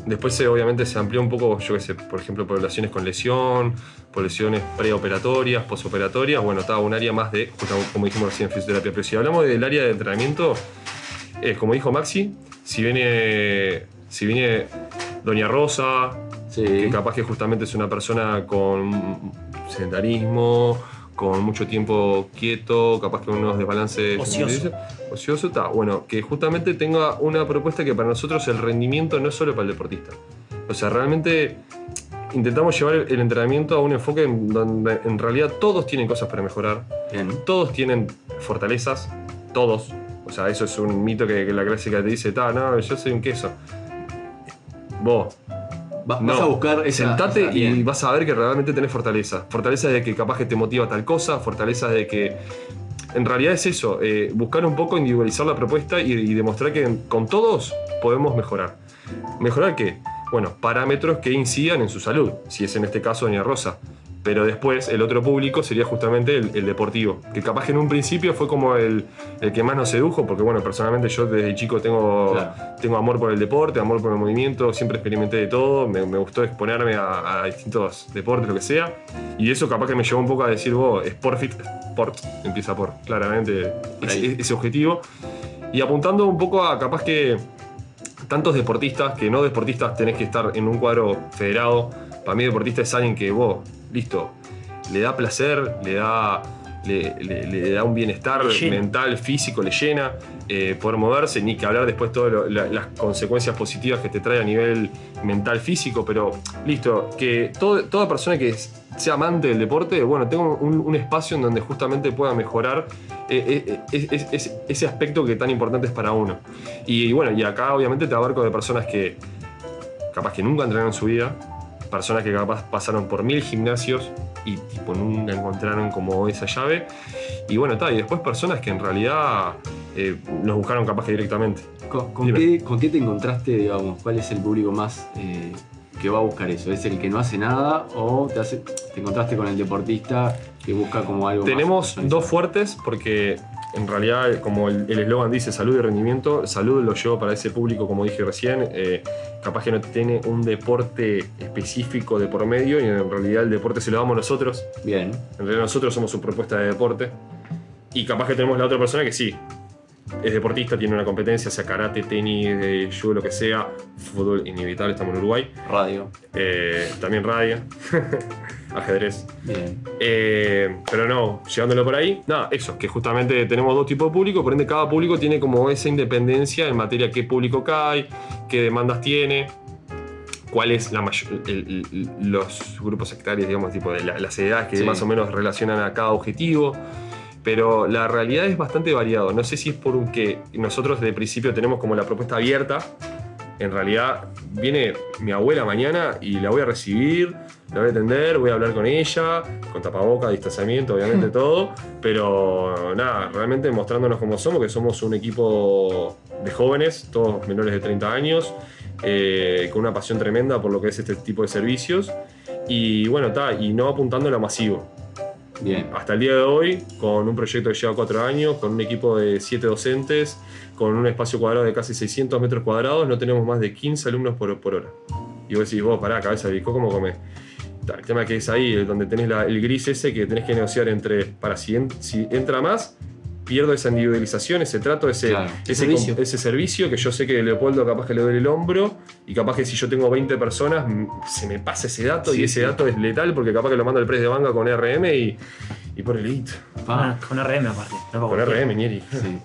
[SPEAKER 10] Después se- obviamente se amplió un poco, yo qué sé, por ejemplo, poblaciones con lesión, poblaciones preoperatorias, posoperatorias, bueno, estaba un área más de, justo como dijimos recién, fisioterapia. Pero si hablamos del área de entrenamiento, eh, como dijo Maxi, si viene, si viene Doña Rosa, que capaz que justamente es una persona con sedentarismo, con mucho tiempo quieto, capaz que unos desbalances
[SPEAKER 11] Ocioso.
[SPEAKER 10] ocioso está bueno, que justamente tenga una propuesta que para nosotros el rendimiento no es solo para el deportista. O sea, realmente intentamos llevar el entrenamiento a un enfoque en donde en realidad todos tienen cosas para mejorar, todos tienen fortalezas, todos. O sea, eso es un mito que, que la clásica te dice, ta, no, yo soy un queso. Vos.
[SPEAKER 2] vas a buscar esa-
[SPEAKER 10] Sentate
[SPEAKER 2] esa-
[SPEAKER 10] y
[SPEAKER 2] bien.
[SPEAKER 10] vas a ver que realmente tenés fortaleza. Fortaleza de que capaz que te motiva tal cosa, fortaleza de que. En realidad es eso, eh, buscar un poco individualizar la propuesta y, y demostrar que con todos podemos mejorar. ¿Mejorar qué? Bueno, parámetros que incidan en su salud, si es en este caso Doña Rosa. Pero después el otro público sería justamente el, el deportivo, que capaz que en un principio fue como el, el que más nos sedujo, porque bueno, personalmente yo desde chico tengo, tengo amor por el deporte, amor por el movimiento, siempre experimenté de todo, me, me gustó exponerme a, a distintos deportes, lo que sea, y eso capaz que me llevó un poco a decir, vos, Sportfit, Sport, empieza por claramente ese, ese objetivo, y apuntando un poco a capaz que tantos deportistas que no deportistas tenés que estar en un cuadro federado. Para mí deportista es alguien que vos, listo, le da placer, le da, le, le- le da un bienestar
[SPEAKER 11] Le llena.
[SPEAKER 10] mental, físico, le llena eh, poder moverse, ni que hablar después todas las consecuencias positivas que te trae a nivel mental, físico, pero listo, que todo- toda persona que es- sea amante del deporte, bueno, tenga un, un espacio en donde justamente pueda mejorar eh, eh, es- es- es- ese aspecto que tan importante es para uno. Y, bueno, y acá obviamente te abarco de personas que capaz que nunca entrenaron en su vida, personas que capaz pasaron por mil gimnasios y tipo nunca encontraron como esa llave. Y bueno, está, y después personas que en realidad eh, nos buscaron capaz que directamente.
[SPEAKER 2] ¿Con, con qué, con qué te encontraste, digamos? ¿Cuál es el público más eh, que va a buscar eso? ¿Es el que no hace nada o te, hace- te encontraste con el deportista que busca como algo más?
[SPEAKER 10] Tenemos dos fuertes porque en realidad, como el el eslogan dice, salud y rendimiento, salud lo llevo para ese público, como dije recién, eh, capaz que no tiene un deporte específico de por medio y en realidad el deporte se lo damos nosotros.
[SPEAKER 2] Bien.
[SPEAKER 10] En realidad nosotros somos su propuesta de deporte y capaz que tenemos la otra persona que sí. Es deportista, tiene una competencia, sea karate, tenis, eh, judo, lo que sea, fútbol inevitable, estamos en Uruguay. Eh,
[SPEAKER 2] Radio.
[SPEAKER 10] también radio. Ajedrez.
[SPEAKER 2] Bien.
[SPEAKER 10] Eh, pero no, llevándolo por ahí, nada, eso, que justamente tenemos dos tipos de público, por ende cada público tiene como esa independencia en materia de qué público cae, qué demandas tiene, cuál es la mayo- el- el- los grupos sectarios, digamos, tipo de la- las edades que
[SPEAKER 2] Sí.
[SPEAKER 10] más o menos relacionan a cada objetivo. Pero la realidad es bastante variado. No sé si es porque nosotros desde el principio tenemos como la propuesta abierta. En realidad viene mi abuela mañana y la voy a recibir, la voy a atender, voy a hablar con ella, con tapaboca, distanciamiento, obviamente todo. Pero nada, realmente mostrándonos como somos, que somos un equipo de jóvenes, todos menores de 30 años, eh, con una pasión tremenda por lo que es este tipo de servicios. Y bueno, está, y no apuntando a lo masivo.
[SPEAKER 2] Bien.
[SPEAKER 10] Hasta el día de hoy, con un proyecto que lleva cuatro años, con un equipo de siete docentes, con un espacio cuadrado de casi 600 metros cuadrados, no tenemos más de 15 alumnos por, por hora. Y vos decís, vos, pará, cabeza de bico, ¿cómo comés? Ta, El tema que es ahí, donde tenés la- el gris ese que tenés que negociar entre, para si, en- si entra más, pierdo esa individualización, ese trato, ese, ese,
[SPEAKER 4] Servicio.
[SPEAKER 10] com- ese servicio que yo sé que Leopoldo capaz que le duele el hombro y capaz que si yo tengo 20 personas mm, se me pasa ese dato
[SPEAKER 4] Sí,
[SPEAKER 10] y ese
[SPEAKER 4] sí.
[SPEAKER 10] dato es letal porque capaz que lo mando al press de banca con RM y, y por elite.
[SPEAKER 3] Ah, Con RM aparte. no
[SPEAKER 10] con
[SPEAKER 3] para cualquiera.
[SPEAKER 10] RM, Nieri.
[SPEAKER 2] Sí.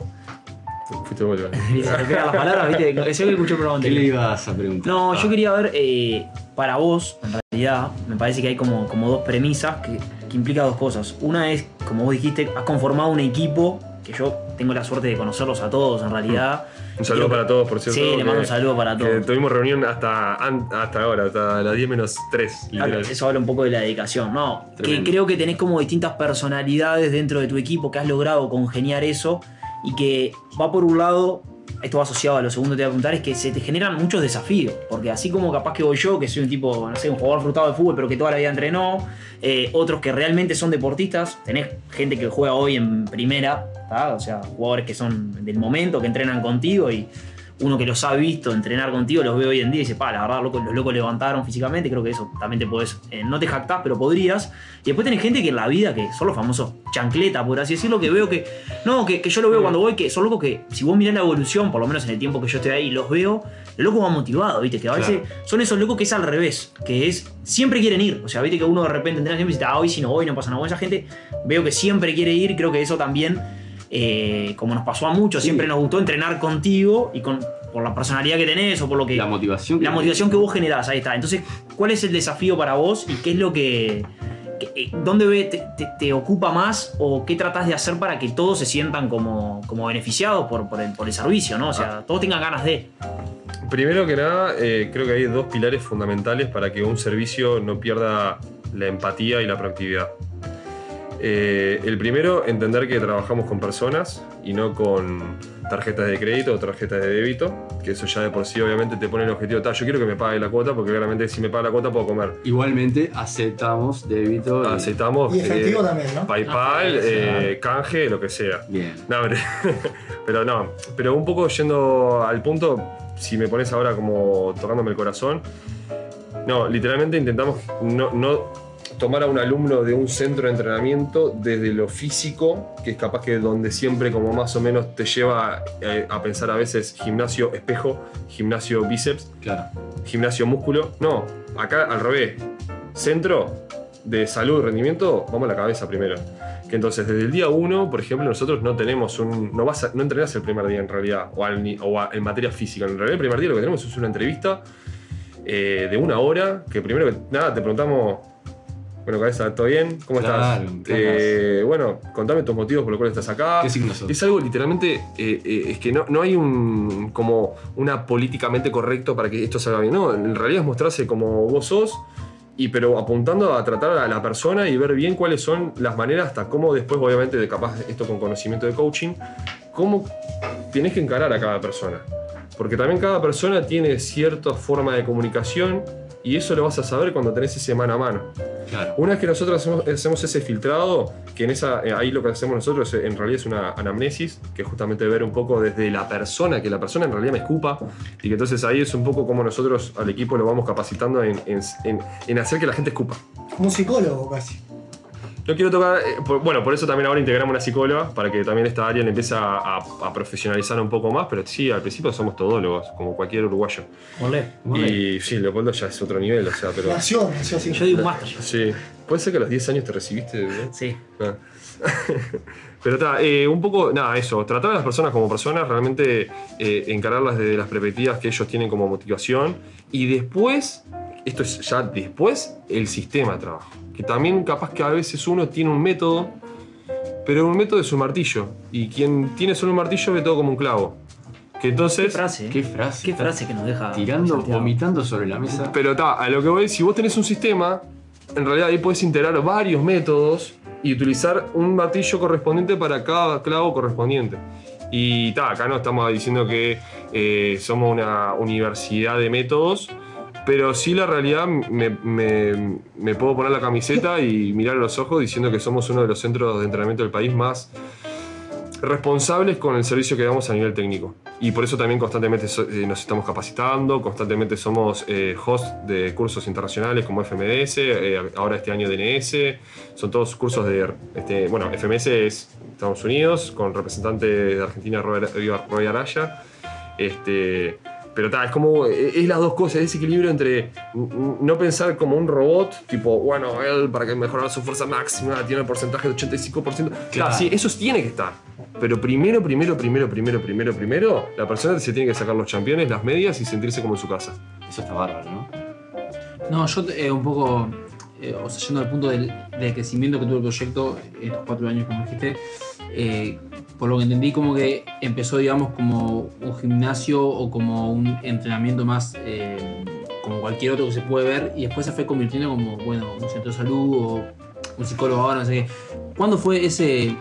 [SPEAKER 10] Fuiste vos, Iván.
[SPEAKER 3] Y se te pegan las palabras, ¿viste? Eso que escuché el programa
[SPEAKER 2] ¿Qué
[SPEAKER 3] anterior.
[SPEAKER 2] le ibas a preguntar?
[SPEAKER 3] No,
[SPEAKER 2] Ah.
[SPEAKER 3] yo quería ver, eh, para vos, en realidad, me parece que hay como, como dos premisas que, que implica dos cosas. Una es, como vos dijiste, has conformado un equipo que yo tengo la suerte de conocerlos a todos, en realidad.
[SPEAKER 10] Un saludo para todos, por cierto.
[SPEAKER 3] Sí, le mando
[SPEAKER 10] que-
[SPEAKER 3] un saludo para
[SPEAKER 10] que
[SPEAKER 3] todos.
[SPEAKER 10] tuvimos reunión hasta, an- hasta ahora, hasta las 10 menos 3,
[SPEAKER 3] Ah,
[SPEAKER 10] literal.
[SPEAKER 3] Eso habla un poco de la dedicación, ¿no? Que
[SPEAKER 10] Tremendo.
[SPEAKER 3] creo que tenés como distintas personalidades dentro de tu equipo, que has logrado congeniar eso y que va por un lado, esto va asociado a lo segundo que te voy a preguntar, es que se te generan muchos desafíos, porque así como capaz que voy yo, que soy un tipo, no sé, un jugador frustrado de fútbol, pero que toda la vida entrenó, eh, otros que realmente son deportistas, tenés gente que juega hoy en primera, ¿tá? o sea, jugadores que son del momento, que entrenan contigo y uno que los ha visto entrenar contigo los ve hoy en día y dice, pa, la verdad, loco, los locos levantaron físicamente, creo que eso también te podés, eh, no te jactás, pero podrías. Y después tenés gente que en la vida, que son los famosos chancleta, por así decirlo, que veo que, no, que, que yo lo veo cuando voy, que son locos que, si vos mirás la evolución, por lo menos en el tiempo que yo estoy ahí, los veo, el loco va motivado, viste, que a veces son esos locos que es al revés, que es, siempre quieren ir, o sea, viste que uno de repente entrena siempre y dice, ah, hoy si no voy, no pasa nada, bueno, esa gente veo que siempre quiere ir, creo que eso también eh, como nos pasó a muchos, siempre nos gustó entrenar contigo y con, por la personalidad que tenés o por lo que. La
[SPEAKER 2] motivación
[SPEAKER 3] que, la motivación que vos generás, ahí está. Entonces, ¿cuál es el desafío para vos y qué es lo que. que- eh, ¿Dónde ve- te, te- te ocupa más o qué tratás de hacer para que todos se sientan como, como beneficiados por, por el, por el servicio, ¿no? O sea, todos tengan ganas de.
[SPEAKER 10] Primero que nada, eh, creo que hay dos pilares fundamentales para que un servicio no pierda la empatía y la proactividad. Eh, el primero, entender que trabajamos con personas y no con tarjetas de crédito o tarjetas de débito, que eso ya de por sí obviamente te pone el objetivo, "Ta, yo quiero que me pague la cuota porque claramente si me paga la cuota puedo comer.
[SPEAKER 2] Igualmente aceptamos débito.
[SPEAKER 10] Aceptamos
[SPEAKER 5] Y efectivo
[SPEAKER 10] eh,
[SPEAKER 5] también, ¿no?
[SPEAKER 10] PayPal,
[SPEAKER 2] Ah, sí,
[SPEAKER 10] eh, canje, lo que sea.
[SPEAKER 2] Bien.
[SPEAKER 10] No, pero, pero no, pero un poco yendo al punto, si me pones ahora como tocándome el corazón, no, literalmente intentamos no, no tomar a un alumno de un centro de entrenamiento desde lo físico, que es capaz que donde siempre como más o menos te lleva eh, a pensar a veces gimnasio espejo, gimnasio bíceps,
[SPEAKER 2] Claro.
[SPEAKER 10] gimnasio músculo. No, acá al revés. Centro de salud y rendimiento, vamos a la cabeza primero. Que entonces desde el día 1, por ejemplo, nosotros no tenemos un... No, vas a- no entrenás el primer día en realidad, o, al ni- o a- en materia física. En realidad el primer día lo que tenemos es una entrevista eh, de una hora, que primero que nada te preguntamos... Bueno, cabeza, ¿todo bien? ¿Cómo
[SPEAKER 2] Claro,
[SPEAKER 10] estás?
[SPEAKER 2] ¿qué andás?
[SPEAKER 10] Eh, bueno, contame tus motivos por los cuales estás acá.
[SPEAKER 2] ¿Qué signo sos?
[SPEAKER 10] Es algo literalmente, eh, eh, es que no, no hay un como una políticamente correcto para que esto salga bien. No, en realidad es mostrarse como vos sos, y pero apuntando a tratar a la persona y ver bien cuáles son las maneras hasta cómo después, obviamente, de capaz esto con conocimiento de coaching, cómo tenés que encarar a cada persona. Porque también cada persona tiene cierta forma de comunicación y eso lo vas a saber cuando tenés ese mano a mano.
[SPEAKER 2] Claro.
[SPEAKER 10] Una vez que nosotros hacemos, hacemos ese filtrado, que en esa, eh, ahí lo que hacemos nosotros eh, en realidad es una anamnesis, que es justamente ver un poco desde la persona, que la persona en realidad me escupa, y que entonces ahí es un poco como nosotros al equipo lo vamos capacitando en, en- en- en hacer que la gente escupa.
[SPEAKER 5] Como un psicólogo casi.
[SPEAKER 10] No quiero tocar, eh, por- bueno, por eso también ahora integramos una psicóloga, para que también esta área le empiece a, a- a profesionalizar un poco más, pero sí, al principio somos todólogos, como cualquier uruguayo. Y sí, Leopoldo ya es otro nivel, o sea, pero...
[SPEAKER 5] Nació, nació así.
[SPEAKER 3] Yo digo un máster.
[SPEAKER 10] Sí. ¿Puede ser que a los 10 años te recibiste? ¿no?
[SPEAKER 3] Sí.
[SPEAKER 10] Ah. Pero está, eh, un poco, nada, eso, tratar a las personas como personas, realmente eh, encararlas desde las perspectivas que ellos tienen como motivación y después, esto es ya después, el sistema de trabajo. Que también capaz que a veces uno tiene un método, pero un método es un martillo y quien tiene solo un martillo ve todo como un clavo. Que entonces...
[SPEAKER 3] Qué frase. ¿eh?
[SPEAKER 2] Qué frase.
[SPEAKER 3] Qué
[SPEAKER 2] está
[SPEAKER 3] frase que nos deja.
[SPEAKER 2] Tirando,
[SPEAKER 3] Santiago.
[SPEAKER 2] vomitando sobre la mesa.
[SPEAKER 10] Pero está, a lo que voy, si vos tenés un sistema, en realidad ahí podés integrar varios métodos y utilizar un martillo correspondiente para cada clavo correspondiente. Y está, acá no estamos diciendo que eh, somos una universidad de métodos, pero sí la realidad me, me- me puedo poner la camiseta y mirar a los ojos diciendo que somos uno de los centros de entrenamiento del país más responsables con el servicio que damos a nivel técnico. Y por eso también constantemente so- eh, nos estamos capacitando, constantemente somos eh, host de cursos internacionales como FMS, eh, ahora este año DNS, son todos cursos de, este, bueno, FMS es Estados Unidos, con representante de Argentina, Roy Roy Araya. Este, pero tal, es como, eh, es las dos cosas, ese equilibrio entre mm, mm, no pensar como un robot, tipo, bueno, él para que mejorar su fuerza máxima tiene el porcentaje de 85%. Claro,
[SPEAKER 2] Claro.
[SPEAKER 10] sí, eso tiene que estar. Pero primero, primero, primero, primero, primero, primero, la persona se tiene que sacar los championes, las medias y sentirse como en su casa.
[SPEAKER 2] Eso está bárbaro, ¿no?
[SPEAKER 4] No, yo eh, un poco, eh, o sea, yendo al punto del, del crecimiento que tuvo el proyecto estos cuatro años, como dijiste, eh, por lo que entendí, como que empezó, digamos, como un gimnasio o como un entrenamiento más eh, como cualquier otro que se puede ver, y después se fue convirtiendo como, bueno, un centro de salud o un psicólogo ahora, no sé qué. ¿Cuándo fue ese,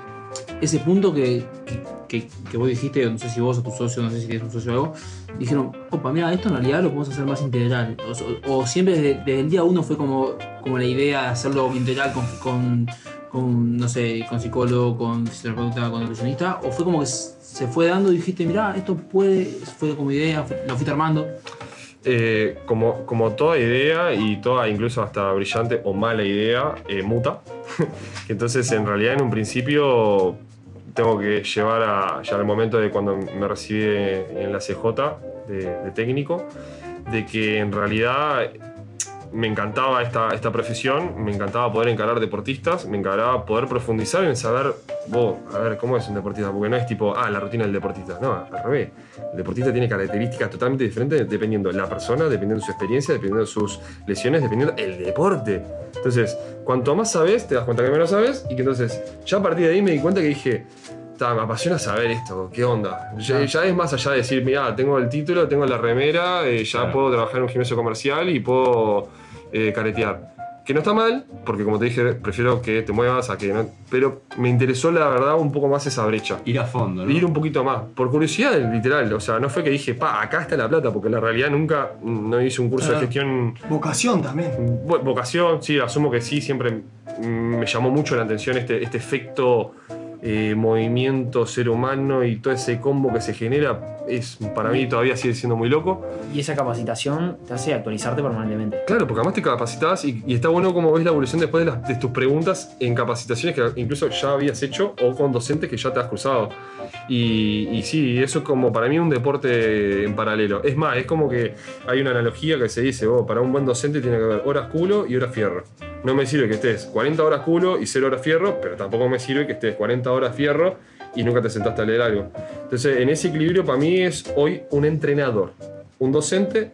[SPEAKER 4] ese punto que, que, que- que vos dijiste, no sé si vos o tu socio, no sé si tienes un socio o algo, dijeron, opa, mira, esto en realidad lo podemos hacer más integral. O, so- o siempre desde, desde el día uno fue como, como la idea de hacerlo integral con, con, con, no sé, con psicólogo, con fisioterapeuta, con nutricionista? ¿O fue como que s- se fue dando y dijiste, mirá, esto puede, fue como idea, fue- la fuiste armando?
[SPEAKER 10] Eh, como, como toda idea y toda incluso hasta brillante o mala idea eh, muta. Que Entonces en realidad en un principio tengo que llevar a, ya al momento de cuando me recibí en la CJ de, de técnico, de que en realidad me encantaba esta, esta profesión, me encantaba poder encarar deportistas, me encantaba poder profundizar en saber, vos, a ver, ¿cómo es un deportista? Porque no es tipo, ah, la rutina del deportista, no, al revés. El deportista tiene características totalmente diferentes dependiendo de la persona, dependiendo de su experiencia, dependiendo de sus lesiones, dependiendo del deporte. Entonces, cuanto más sabes, te das cuenta que menos sabes y que entonces, ya a partir de ahí me di cuenta que dije, "Ta, me apasiona saber esto, ¿qué onda? Ya, ya es más allá de decir, mira, tengo el título, tengo la remera, eh, ya puedo trabajar en un gimnasio comercial y puedo eh, caretear. Que no está mal, porque como te dije, prefiero que te muevas a que no. Pero me interesó la verdad un poco más esa brecha.
[SPEAKER 2] Ir a fondo, ¿no?
[SPEAKER 10] Ir un poquito más. Por curiosidad, literal. O sea, no fue que dije, pa, acá está la plata, porque en la realidad nunca mm, no hice un
[SPEAKER 5] Ah.
[SPEAKER 10] curso de gestión.
[SPEAKER 5] Vocación también.
[SPEAKER 10] Vo- Vocación, sí, asumo que sí, siempre mm, me llamó mucho la atención este, este efecto eh, movimiento ser humano y todo ese combo que se genera. Es, para mí todavía sigue siendo muy loco.
[SPEAKER 3] Y esa capacitación te hace actualizarte permanentemente.
[SPEAKER 10] Claro, porque además te capacitas y, y está bueno cómo ves la evolución después de, las- de tus preguntas en capacitaciones que incluso ya habías hecho o con docentes que ya te has cruzado. Y, y sí, eso es como para mí un deporte en paralelo. Es más, es como que hay una analogía que se dice, "Oh, para un buen docente tiene que haber horas culo y horas fierro. No me sirve que estés 40 horas culo y 0 horas fierro, pero tampoco me sirve que estés 40 horas fierro y nunca te sentaste a leer algo. Entonces, en ese equilibrio para mí es hoy un entrenador, un docente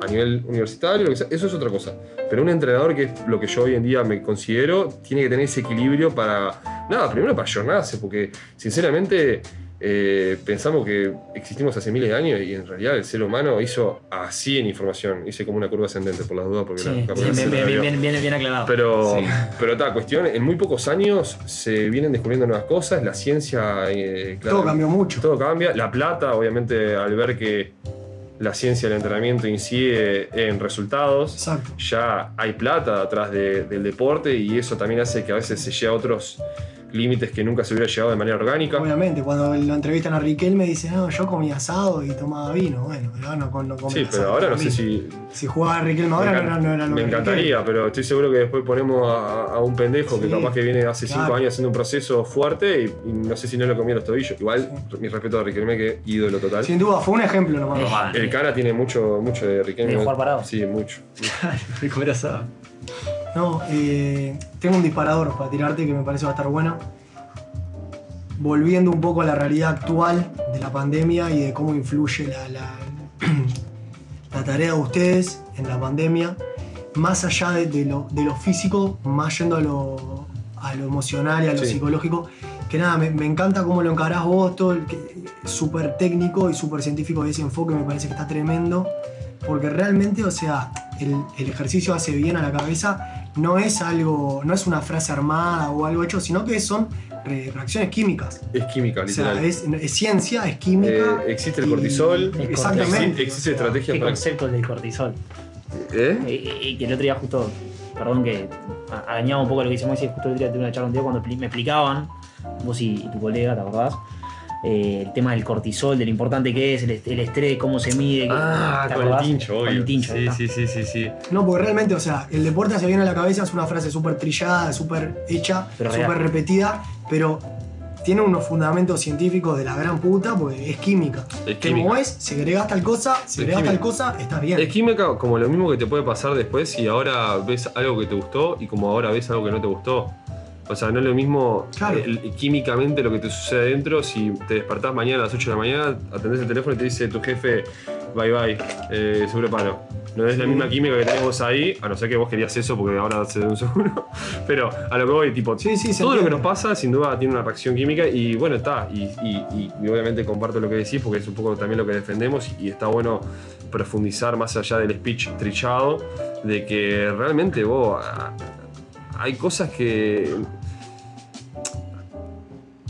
[SPEAKER 10] a nivel universitario, lo que sea, eso es otra cosa. Pero un entrenador, que es lo que yo hoy en día me considero, tiene que tener ese equilibrio para, nada, primero para jornarse, porque sinceramente eh, pensamos que existimos hace miles de años y en realidad el ser humano hizo así en información, hice como una curva ascendente por las dudas, porque la-
[SPEAKER 3] Sí,
[SPEAKER 10] capaz
[SPEAKER 3] bien,
[SPEAKER 10] que se
[SPEAKER 3] bien,
[SPEAKER 10] la
[SPEAKER 3] bien,
[SPEAKER 10] vio.
[SPEAKER 3] bien, bien, bien aclarado.
[SPEAKER 10] Pero, pero ta, cuestión, en muy pocos años se vienen descubriendo nuevas cosas, la ciencia... eh,
[SPEAKER 5] Todo cambió mucho.
[SPEAKER 10] Todo cambia. La plata, obviamente, al ver que la ciencia del entrenamiento incide en resultados,
[SPEAKER 5] Exacto.
[SPEAKER 10] ya hay plata atrás de- del deporte y eso también hace que a veces se llegue a otros límites que nunca se hubiera llegado de manera orgánica.
[SPEAKER 5] Obviamente, cuando lo entrevistan a Riquelme dice, no, yo comía asado y tomaba vino. Bueno, pero no, con- no comía
[SPEAKER 10] Sí, pero
[SPEAKER 5] asado,
[SPEAKER 10] ahora
[SPEAKER 5] para
[SPEAKER 10] no
[SPEAKER 5] mí.
[SPEAKER 10] sé si
[SPEAKER 5] Si jugaba Riquelme ahora,
[SPEAKER 10] Me
[SPEAKER 5] no era, no era lo
[SPEAKER 10] Me
[SPEAKER 5] que
[SPEAKER 10] encantaría, pero estoy seguro que después ponemos a, a un pendejo que
[SPEAKER 5] Sí,
[SPEAKER 10] capaz que viene hace cinco
[SPEAKER 5] claro.
[SPEAKER 10] años haciendo un proceso fuerte y, y no sé si no le comía los tobillos. Igual, mi respeto a Riquelme, que ídolo total.
[SPEAKER 5] Sin duda, fue un ejemplo nomás.
[SPEAKER 10] El cara tiene mucho, mucho de Riquelme.
[SPEAKER 3] De jugar parado.
[SPEAKER 10] Sí, mucho.
[SPEAKER 2] De comer asado.
[SPEAKER 5] No, eh, tengo un disparador para tirarte que me parece va a estar bueno. Volviendo un poco a la realidad actual de la pandemia y de cómo influye la, la- la tarea de ustedes en la pandemia, más allá de, de lo, de lo físico, más yendo a lo, a lo emocional y a lo
[SPEAKER 10] Sí.
[SPEAKER 5] psicológico, que nada, me, me encanta cómo lo encarás vos, todo el que- súper técnico y súper científico de ese enfoque, me parece que está tremendo, porque realmente, o sea, el, el ejercicio hace bien a la cabeza, no es algo, no es una frase armada o algo hecho, sino que son re- reacciones químicas.
[SPEAKER 10] Es química,
[SPEAKER 5] O
[SPEAKER 10] literal.
[SPEAKER 5] sea, es, es ciencia, es química.
[SPEAKER 10] Eh, existe el
[SPEAKER 5] y-
[SPEAKER 10] cortisol.
[SPEAKER 5] Exactamente.
[SPEAKER 10] Exi- Existe estrategia
[SPEAKER 3] ¿Qué
[SPEAKER 10] para.
[SPEAKER 3] concepto del cortisol?
[SPEAKER 10] ¿Eh?
[SPEAKER 3] Y que el otro día justo, perdón que a- arañaba un poco lo que dice Moisés, justo el otro día tuve una charla contigo cuando pli- me explicaban, vos y, y tu colega, ¿te acordás? Eh, el tema del cortisol, de lo importante que es, el, est- el estrés, cómo se mide. qué-
[SPEAKER 10] Ah,
[SPEAKER 3] ¿te
[SPEAKER 10] con el
[SPEAKER 3] acordás?
[SPEAKER 10] tincho, obvio.
[SPEAKER 3] Con el tincho, ahí
[SPEAKER 10] sí,
[SPEAKER 3] está.
[SPEAKER 10] sí, sí, sí, sí.
[SPEAKER 5] No, porque realmente, o sea, el deporte hace bien a la cabeza, es una frase súper trillada, súper hecha,
[SPEAKER 3] Pero real.
[SPEAKER 5] súper repetida, pero tiene unos fundamentos científicos de la gran puta, porque es química.
[SPEAKER 10] Es
[SPEAKER 5] Que
[SPEAKER 10] química.
[SPEAKER 5] Como es, segregás tal cosa, segregás
[SPEAKER 10] química.
[SPEAKER 5] tal cosa, estás bien.
[SPEAKER 10] Es química como lo mismo que te puede pasar después si ahora ves algo que te gustó y como ahora ves algo que no te gustó. O sea, no es lo mismo
[SPEAKER 5] Claro.
[SPEAKER 10] el- químicamente lo que te sucede adentro si te despertás mañana a las 8 de la mañana, atendés el teléfono y te dice tu jefe, bye bye, eh, seguro paro. No es la misma química que tenés vos ahí, a no ser que vos querías eso porque ahora se un seguro. Pero a lo que voy, tipo,
[SPEAKER 5] Sí, sí, se
[SPEAKER 10] todo lo que
[SPEAKER 5] entiende.
[SPEAKER 10] nos pasa sin duda tiene una reacción química y bueno, está. Y, y- y- y obviamente comparto lo que decís porque es un poco también lo que defendemos y está bueno profundizar más allá del speech trillado de que realmente vos ah, hay cosas que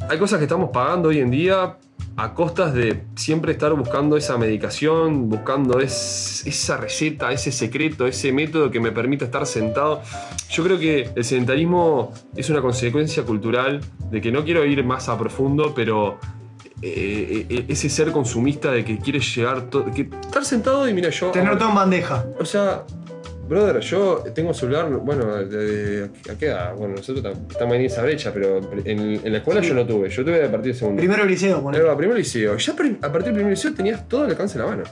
[SPEAKER 10] hay cosas que estamos pagando hoy en día a costas de siempre estar buscando esa medicación, buscando es- esa receta, ese secreto, ese método que me permita estar sentado. Yo creo que el sedentarismo es una consecuencia cultural de que no quiero ir más a profundo, pero eh, eh, ese ser consumista de que quiere llegar todo. Que estar sentado y mira, yo.
[SPEAKER 5] Tener todo en bandeja.
[SPEAKER 10] O sea, brother, yo tengo celular, bueno, de- de- ¿a qué edad? Bueno, nosotros tam- estamos en esa brecha, pero en, en la escuela yo no tuve, yo tuve a partir de segundo.
[SPEAKER 5] Primero liceo,
[SPEAKER 10] ponele. primero liceo. Ya pri- a partir del primer liceo tenías todo el alcance en la mano.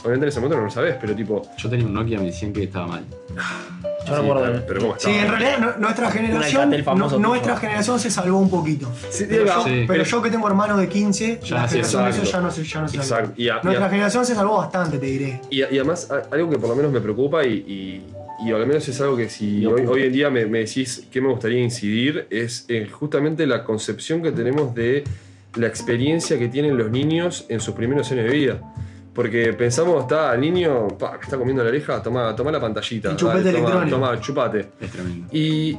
[SPEAKER 10] Obviamente en ese momento no lo sabés, pero tipo.
[SPEAKER 2] Yo tenía un Nokia, me decían que estaba mal.
[SPEAKER 5] Yo no me acuerdo.
[SPEAKER 10] Pero ¿cómo
[SPEAKER 5] Sí,
[SPEAKER 10] estaba?
[SPEAKER 5] en realidad no- nuestra generación,
[SPEAKER 2] Alcatel famoso,
[SPEAKER 5] no- nuestra
[SPEAKER 2] tipo.
[SPEAKER 5] generación se salvó un poquito. pero,
[SPEAKER 10] Diego,
[SPEAKER 5] yo,
[SPEAKER 10] sí.
[SPEAKER 5] pero yo que tengo hermanos de 15,
[SPEAKER 10] Ya,
[SPEAKER 5] la
[SPEAKER 10] sí,
[SPEAKER 5] generación de
[SPEAKER 10] exacto.
[SPEAKER 5] eso ya no se, ya no se salvó.
[SPEAKER 10] Exacto. Y a- y a-
[SPEAKER 5] Nuestra generación se salvó bastante, te diré.
[SPEAKER 10] Y, y además, a- algo que por lo menos me preocupa y, y- y al menos es algo que si hoy, hoy en día me, me decís que me gustaría incidir, es en justamente la concepción que tenemos de la experiencia que tienen los niños en sus primeros años de vida. Porque pensamos, está el niño, pa, que está comiendo la oreja, toma, toma la pantallita.
[SPEAKER 5] Y chupete
[SPEAKER 10] dale, toma,
[SPEAKER 5] electrónico.
[SPEAKER 10] toma, chupate.
[SPEAKER 2] Es tremendo.
[SPEAKER 10] Y,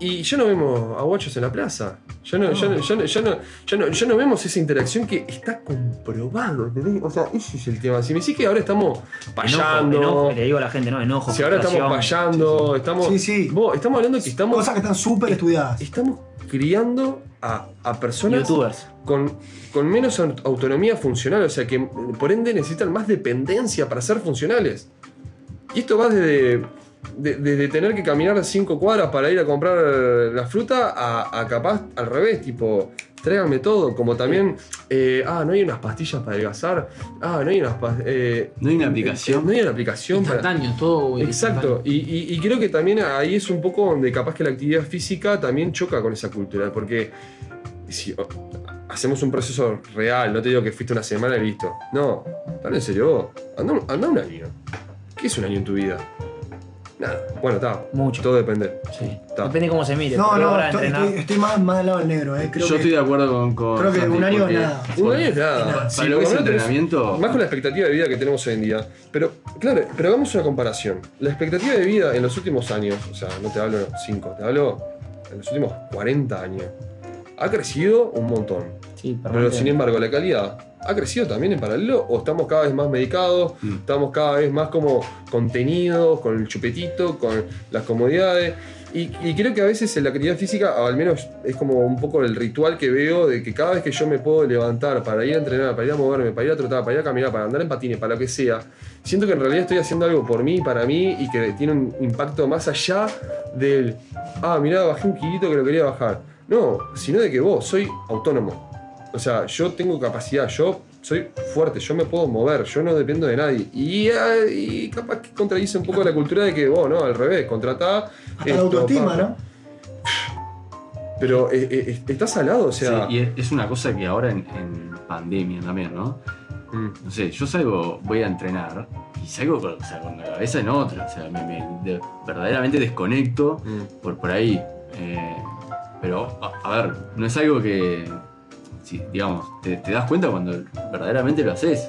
[SPEAKER 10] y ya no vemos a guachos en la plaza. Ya no, ya no- ya no- ya no- ya no- ya no vemos esa interacción que está comprobado. ¿entendés? O sea, ese es el tema. Si me decís que ahora estamos payando.
[SPEAKER 3] Enojo, enojo, que le digo a la gente, ¿no? Enojo.
[SPEAKER 10] si ahora estamos
[SPEAKER 3] frustración.
[SPEAKER 10] payando, estamos. Vos, estamos hablando que estamos.
[SPEAKER 5] Cosas que están súper estudiadas.
[SPEAKER 10] Estamos criando a, a personas. Con, con menos aut- autonomía funcional. O sea que por ende necesitan más dependencia para ser funcionales. Y esto va desde, de- desde tener que caminar cinco cuadras para ir a comprar la fruta a, a capaz al revés, tipo, tráigame todo. Como también, eh, ah, no hay unas pastillas para adelgazar, ah, no hay unas pas- eh,
[SPEAKER 2] No hay una aplicación.
[SPEAKER 10] eh, no hay una aplicación.
[SPEAKER 4] Instantáneo, todo.
[SPEAKER 10] Exacto, y, y- y creo que también ahí es un poco donde capaz que la actividad física también choca con esa cultura, porque si o- hacemos un proceso real, no te digo que fuiste una semana y listo, no, dale en serio, vos, anda, anda un año. ¿Qué es un año en tu vida? Nada, bueno, está,
[SPEAKER 3] Mucho.
[SPEAKER 10] todo depende. Ta.
[SPEAKER 3] Depende cómo se mire.
[SPEAKER 5] No,
[SPEAKER 3] pero
[SPEAKER 5] no,
[SPEAKER 3] ahora
[SPEAKER 5] estoy,
[SPEAKER 3] entrenar-
[SPEAKER 5] estoy- estoy más, más del lado del negro, eh. Creo
[SPEAKER 2] Yo
[SPEAKER 5] que-
[SPEAKER 2] estoy de acuerdo con. con
[SPEAKER 5] creo que
[SPEAKER 2] Santi,
[SPEAKER 5] un año
[SPEAKER 2] porque-
[SPEAKER 5] nada.
[SPEAKER 10] Un año es
[SPEAKER 5] Nada.
[SPEAKER 10] nada.
[SPEAKER 2] Para lo que es
[SPEAKER 10] menos tenés-
[SPEAKER 2] entrenamiento-
[SPEAKER 10] Más con la expectativa de vida que tenemos hoy en día. Pero, claro, pero hagamos una comparación. La expectativa de vida en los últimos años, o sea, no te hablo 5, te hablo en los últimos 40 años, ha crecido un montón.
[SPEAKER 3] Sí,
[SPEAKER 10] Pero sin em- embargo, la calidad ha crecido también en paralelo o estamos cada vez más medicados, estamos cada vez más como contenidos, con el chupetito, con las comodidades. Y, y creo que a veces en la actividad física, o al menos es como un poco el ritual que veo de que cada vez que yo me puedo levantar para ir a entrenar, para ir a moverme, para ir a trotar, para ir a caminar, para andar en patines, para lo que sea, siento que en realidad estoy haciendo algo por mí, para mí y que tiene un impacto más allá del, ah, mirá, bajé un kilito que lo quería bajar. No, sino de que vos soy autónomo. O sea, yo tengo capacidad, yo soy fuerte, yo me puedo mover, yo no dependo de nadie. Y, ah, y capaz que contradice un poco la cultura de que vos, no, al revés, contratá.
[SPEAKER 5] Hasta la autoestima, ¿no?
[SPEAKER 10] Pero eh, eh, estás al lado, o sea.
[SPEAKER 2] Sí, y es, es una cosa que ahora en, en pandemia también, ¿no?
[SPEAKER 10] mm,
[SPEAKER 2] No sé, yo salgo, voy a entrenar y salgo con, o sea, con la cabeza en otra. O sea, me, me- de- verdaderamente desconecto
[SPEAKER 10] mm,
[SPEAKER 2] por, por ahí. Eh, pero, a, a ver, no es algo que, sí, digamos, te, te das cuenta cuando verdaderamente lo haces.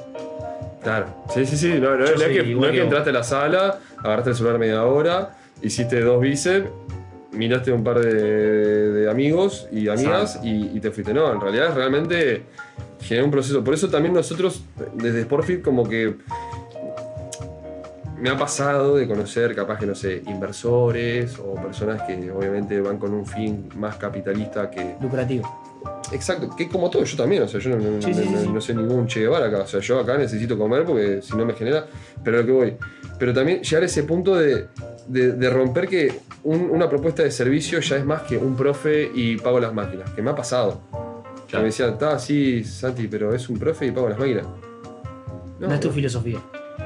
[SPEAKER 10] Claro, sí, sí, sí. No, no, no es
[SPEAKER 2] soy
[SPEAKER 10] que, no
[SPEAKER 2] igual
[SPEAKER 10] es que
[SPEAKER 2] que vos.
[SPEAKER 10] entraste a la sala, agarraste el celular media hora, hiciste dos bíceps, miraste un par de, de amigos y amigas y, y te fuiste. No, en realidad es realmente genera un proceso. Por eso también nosotros, desde Sportfit, como que me ha pasado de conocer, capaz que no sé, inversores o personas que obviamente van con un fin más capitalista que.
[SPEAKER 3] Lucrativo.
[SPEAKER 10] Exacto, que como todo, yo también, o sea, yo no, no-
[SPEAKER 3] Sí, sí,
[SPEAKER 10] no-
[SPEAKER 3] sí, sí.
[SPEAKER 10] no soy ningún Che Guevara acá, o sea, yo acá necesito comer porque si no me genera, pero lo que voy. Pero también llegar a ese punto de, de- de romper que un- una propuesta de servicio ya es más que un profe y pago las máquinas, que me ha pasado. Ya me decían, está así, Santi, pero es un profe y pago las máquinas.
[SPEAKER 3] No, es tu filosofía.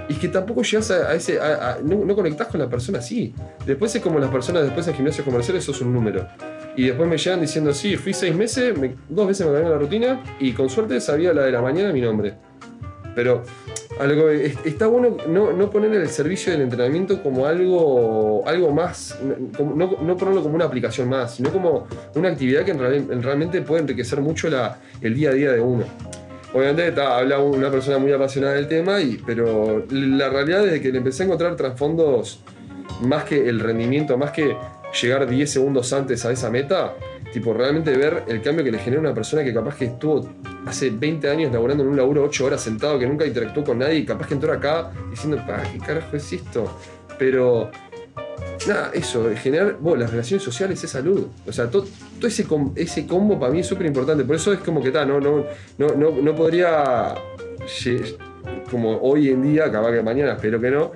[SPEAKER 10] Y es que tampoco llegas a, a ese. a- a- no, no conectás con la persona así. Después es como las personas después en gimnasios comerciales, sos un número. Y después me llegan diciendo, sí, fui seis meses, me- dos veces me cambiaron la rutina y con suerte sabía la de la mañana mi nombre. Pero algo, es- está bueno no, no poner el servicio del entrenamiento como algo, algo más, como- no, no ponerlo como una aplicación más, sino como una actividad que en real- en realmente puede enriquecer mucho la, el día a día de uno. Obviamente ta, habla una persona muy apasionada del tema, y, pero la realidad es que le empecé a encontrar trasfondos más que el rendimiento, más que llegar 10 segundos antes a esa meta, tipo realmente ver el cambio que le genera a una persona que capaz que estuvo hace 20 años laburando en un laburo 8 horas sentado que nunca interactuó con nadie y capaz que entró acá diciendo, pa, ¿qué carajo es esto? Pero, nada, eso, generar, bueno, las relaciones sociales es salud. O sea, to- todo, ese, com- ese combo para mí es súper importante. Por eso es como que, ta, no, no, no, no, no podría, lle- como hoy en día, capaz que mañana, espero que no,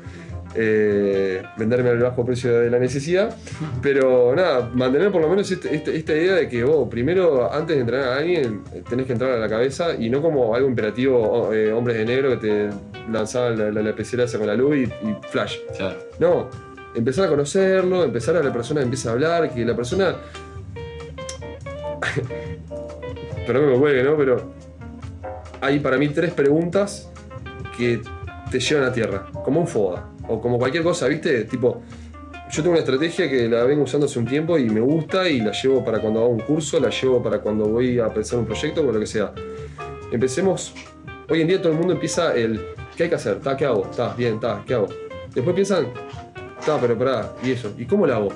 [SPEAKER 10] eh, venderme al bajo precio de la necesidad. Pero nada, mantener por lo menos este- este- esta idea de que vos, primero, antes de entrenar a alguien, tenés que entrar a la cabeza y no como algo imperativo, oh, eh, hombres de negro que te lanzaban la, la, la pecera esa con la luz y, y flash. No, empezar a conocerlo, empezar a la persona empieza a hablar, que la persona. Perdón que me cuelgue, ¿no? Pero hay para mí tres preguntas que te llevan a tierra, como un foda, o como cualquier cosa, ¿viste? Tipo, yo tengo una estrategia que la vengo usando hace un tiempo y me gusta y la llevo para cuando hago un curso, la llevo para cuando voy a pensar un proyecto o lo que sea. Empecemos, hoy en día todo el mundo empieza el, ¿qué hay que hacer? ¿Tá, ¿Qué hago? ¿Está bien? ¿Tá, ¿Qué hago? Después piensan, está, pero pará, ¿y eso? ¿Y cómo la hago?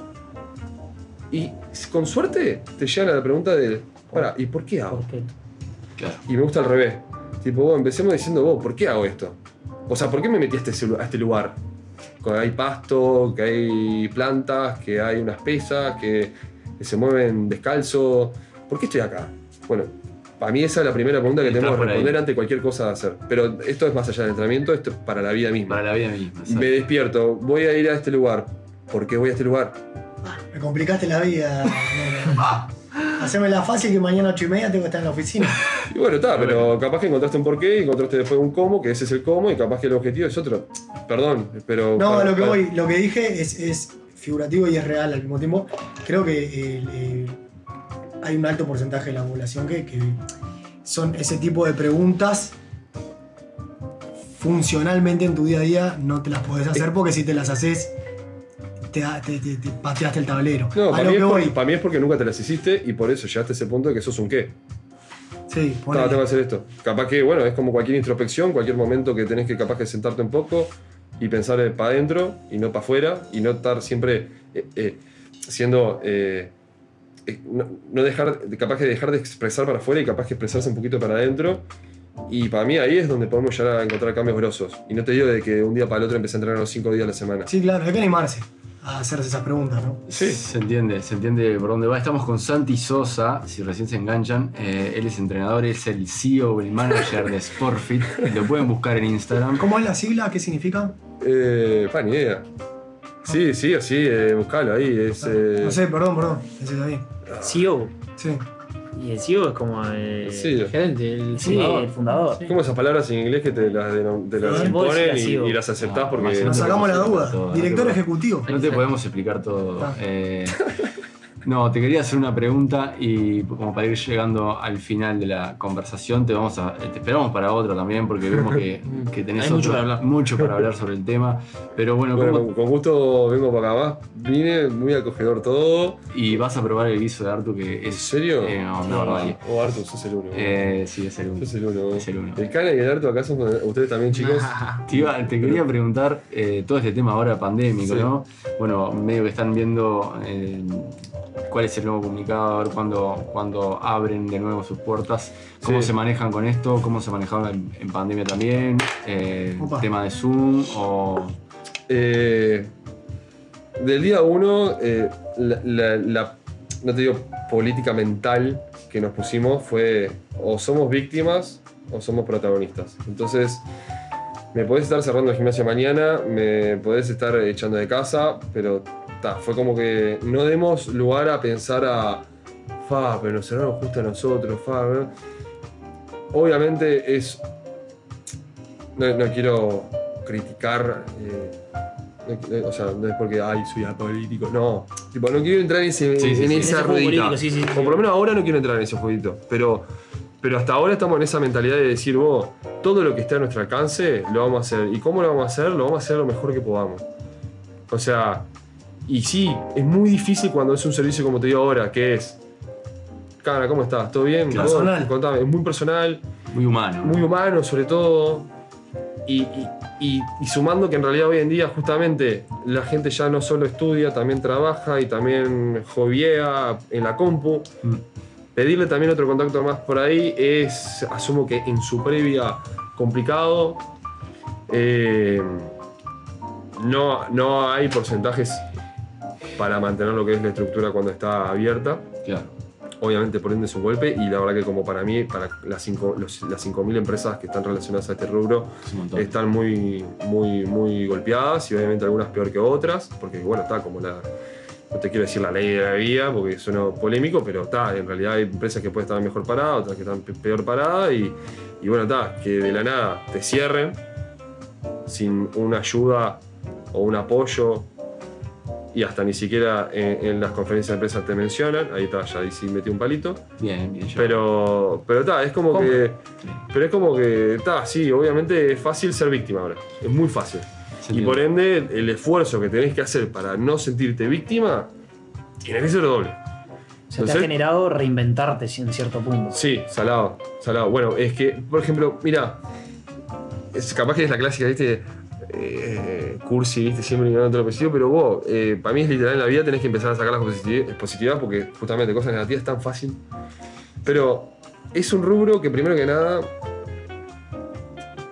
[SPEAKER 10] Y con suerte te llegan a la pregunta del, pará, ¿y por qué hago? Y me gusta al revés. Tipo, vos, empecemos diciendo, vos, ¿por qué hago esto? O sea, ¿por qué me metí a este, celu- a este lugar? Que hay pasto, que hay plantas, que hay unas pesas, que, que se mueven descalzo. ¿Por qué estoy acá? Bueno, para mí esa es la primera pregunta que tenemos que
[SPEAKER 2] por ahí.
[SPEAKER 10] responder ante cualquier cosa de hacer. Pero esto es más allá del entrenamiento, esto es para la vida misma. Para la vida misma. Me despierto, voy a ir a este lugar. ¿Por qué voy a este lugar?
[SPEAKER 5] Me complicaste la vida. Haceme la fácil que mañana a 8 y media tengo que estar en la oficina.
[SPEAKER 10] Y bueno, está, pero capaz que encontraste un porqué y encontraste después un cómo, que ese es el cómo, y capaz que el objetivo es otro. Perdón, pero.
[SPEAKER 5] No,
[SPEAKER 10] para-
[SPEAKER 5] lo que
[SPEAKER 10] para-
[SPEAKER 5] voy, lo que dije es, es figurativo y es real al mismo tiempo. Creo que el, eh, hay un alto porcentaje de la población que, que son ese tipo de preguntas funcionalmente en tu día a día no te las podés hacer porque si te las haces te, da- te- te- te pateaste el tablero.
[SPEAKER 10] No,
[SPEAKER 5] a
[SPEAKER 10] para
[SPEAKER 5] lo
[SPEAKER 10] mí,
[SPEAKER 5] que
[SPEAKER 10] es por-
[SPEAKER 5] voy,
[SPEAKER 10] para mí es porque nunca te las hiciste y por eso llegaste a ese punto de que sos un qué.
[SPEAKER 5] sí,
[SPEAKER 10] No,
[SPEAKER 5] ponele.
[SPEAKER 10] tengo que hacer esto. Capaz que, bueno, es como cualquier introspección, cualquier momento que tenés que capaz que sentarte un poco y pensar para adentro y no para afuera y no estar siempre eh, eh, siendo. eh, eh, no, no dejar, capaz que dejar de expresar para afuera y capaz que expresarse un poquito para adentro. Y para mí ahí es donde podemos llegar a encontrar cambios grosos. Y no te digo de que un día para el otro empecé a entrenar los cinco días a la semana.
[SPEAKER 5] Sí, claro, hay que animarse a hacerse esas preguntas, ¿no?
[SPEAKER 2] Sí. Se entiende, se entiende por dónde va. Estamos con Santi Sosa, si recién se enganchan. eh, él es entrenador, es el CEO, o el manager de Sportfit. Lo pueden buscar en Instagram.
[SPEAKER 5] ¿Cómo es la sigla? ¿Qué significa?
[SPEAKER 10] Eh, pa, ni idea. Sí, sí, así, eh, buscalo ahí. Es, eh,
[SPEAKER 5] No sé, perdón, perdón. Ese de ahí.
[SPEAKER 3] CEO.
[SPEAKER 5] Sí.
[SPEAKER 3] Y el CEO es como el
[SPEAKER 10] Sí.
[SPEAKER 3] gerente, el, sí, el fundador.
[SPEAKER 10] ¿Cómo esas palabras en inglés que te las, denom- te las
[SPEAKER 3] Sí, vos
[SPEAKER 10] imponen
[SPEAKER 3] decís
[SPEAKER 10] y,
[SPEAKER 3] así, vos.
[SPEAKER 10] y las aceptás
[SPEAKER 2] Ah,
[SPEAKER 10] porque.
[SPEAKER 2] más o
[SPEAKER 5] Nos
[SPEAKER 2] No te
[SPEAKER 5] sacamos la
[SPEAKER 2] podemos
[SPEAKER 5] duda.
[SPEAKER 2] explicar todo, no
[SPEAKER 5] Director
[SPEAKER 2] te-
[SPEAKER 5] ejecutivo.
[SPEAKER 2] No te podemos explicar todo.
[SPEAKER 5] Ah.
[SPEAKER 2] Eh, no, te quería hacer una pregunta y como para ir llegando al final de la conversación, te vamos a. eh, Te esperamos para otra también, porque vemos que, que tenés
[SPEAKER 12] Hay mucho
[SPEAKER 2] otro-
[SPEAKER 12] para hablar.
[SPEAKER 2] mucho para hablar sobre el tema. Pero bueno,
[SPEAKER 10] Bueno,
[SPEAKER 2] ¿cómo-
[SPEAKER 10] con, con gusto vengo para acá más. Vine muy acogedor todo.
[SPEAKER 2] y vas a probar el guiso de Artu que es.
[SPEAKER 10] ¿En serio?
[SPEAKER 2] eh, no, no, barbarie.
[SPEAKER 10] O Artu, sos el uno.
[SPEAKER 2] Eh, sí, es el uno.
[SPEAKER 10] Sos el uno.
[SPEAKER 2] Es el uno.
[SPEAKER 10] El Cana y el Artu acá son ustedes también, chicos.
[SPEAKER 2] Te, iba- te quería preguntar eh, todo este tema ahora pandémico,
[SPEAKER 10] Sí.
[SPEAKER 2] ¿no? Bueno, medio que están viendo eh, cuál es el nuevo comunicado, a ver cuándo, cuándo abren de nuevo sus puertas, cómo
[SPEAKER 10] Sí.
[SPEAKER 2] se manejan con esto, cómo se manejaban en, en pandemia también, eh,
[SPEAKER 5] Opa.
[SPEAKER 2] tema de Zoom o...
[SPEAKER 10] Eh, del día uno, eh, la, la- la- no te digo política mental que nos pusimos fue o somos víctimas o somos protagonistas. Entonces, me podés estar cerrando el gimnasio mañana, me podés estar echando de casa, pero ta, fue como que no demos lugar a pensar a, fa, pero nos cerraron justo a nosotros, fa, ¿no?". Obviamente es no, no quiero criticar, eh, no- no- o sea, no es porque, ay, soy apolítico, no. Tipo, no quiero entrar en, ese-
[SPEAKER 2] Sí, sí,
[SPEAKER 10] en
[SPEAKER 2] sí.
[SPEAKER 10] esa
[SPEAKER 3] En ese juego
[SPEAKER 10] ruedita.
[SPEAKER 3] político, sí, sí, sí.
[SPEAKER 10] O por lo menos ahora no quiero entrar en ese jueguito. Pero, pero hasta ahora estamos en esa mentalidad de decir, vos, todo lo que está a nuestro alcance lo vamos a hacer. ¿Y cómo lo vamos a hacer? Lo vamos a hacer lo mejor que podamos. O sea, y sí, es muy difícil cuando es un servicio como te digo ahora, que es. Cara, ¿cómo estás? ¿Todo bien?
[SPEAKER 5] Claro.
[SPEAKER 10] Vos,
[SPEAKER 5] Personal.
[SPEAKER 10] contame. Es muy personal
[SPEAKER 2] Muy humano.
[SPEAKER 10] muy humano sobre todo. Y, y- y- y sumando que en realidad hoy en día justamente la gente ya no solo estudia, también trabaja y también joviea en la compu. Pedirle también otro contacto más por ahí es, asumo que en su previa, complicado. Eh, no, no hay porcentajes para mantener lo que es la estructura cuando está abierta.
[SPEAKER 13] Claro.
[SPEAKER 10] Obviamente por ende es un golpe y la verdad que como para mí, para las cinco- los- las 5.000 empresas que están relacionadas a este rubro,
[SPEAKER 13] Es un montón.
[SPEAKER 10] están muy, muy, muy golpeadas y obviamente algunas peor que otras, porque bueno, está como la, no te quiero decir la ley de la vida porque suena polémico, pero está, en realidad hay empresas que pueden estar mejor paradas, otras que están pe- peor paradas y, y bueno, está, que de la nada te cierren sin una ayuda o un apoyo y hasta ni siquiera en, en las conferencias de empresas te mencionan, ahí está, ya ahí sí metí un palito.
[SPEAKER 2] Bien, bien.
[SPEAKER 10] Pero, pero está, es como
[SPEAKER 2] Compra.
[SPEAKER 10] que. Pero es como que. Está, sí, obviamente es fácil ser víctima ahora. Es muy fácil. Y por ende, el esfuerzo que tenés que hacer para no sentirte víctima tiene que ser doble.
[SPEAKER 3] Se te ha
[SPEAKER 10] Entonces-
[SPEAKER 3] generado reinventarte sí, en cierto punto.
[SPEAKER 10] Sí, salado, salado. Bueno, es que, por ejemplo, mira, es capaz que es la clásica, viste, eh, cursi, viste, siempre ignorando lo positivo, pero vos, eh, para mí es literal en la vida tenés que empezar a sacar las positi- positividades porque justamente cosas negativas es tan fácil. Pero es un rubro que primero que nada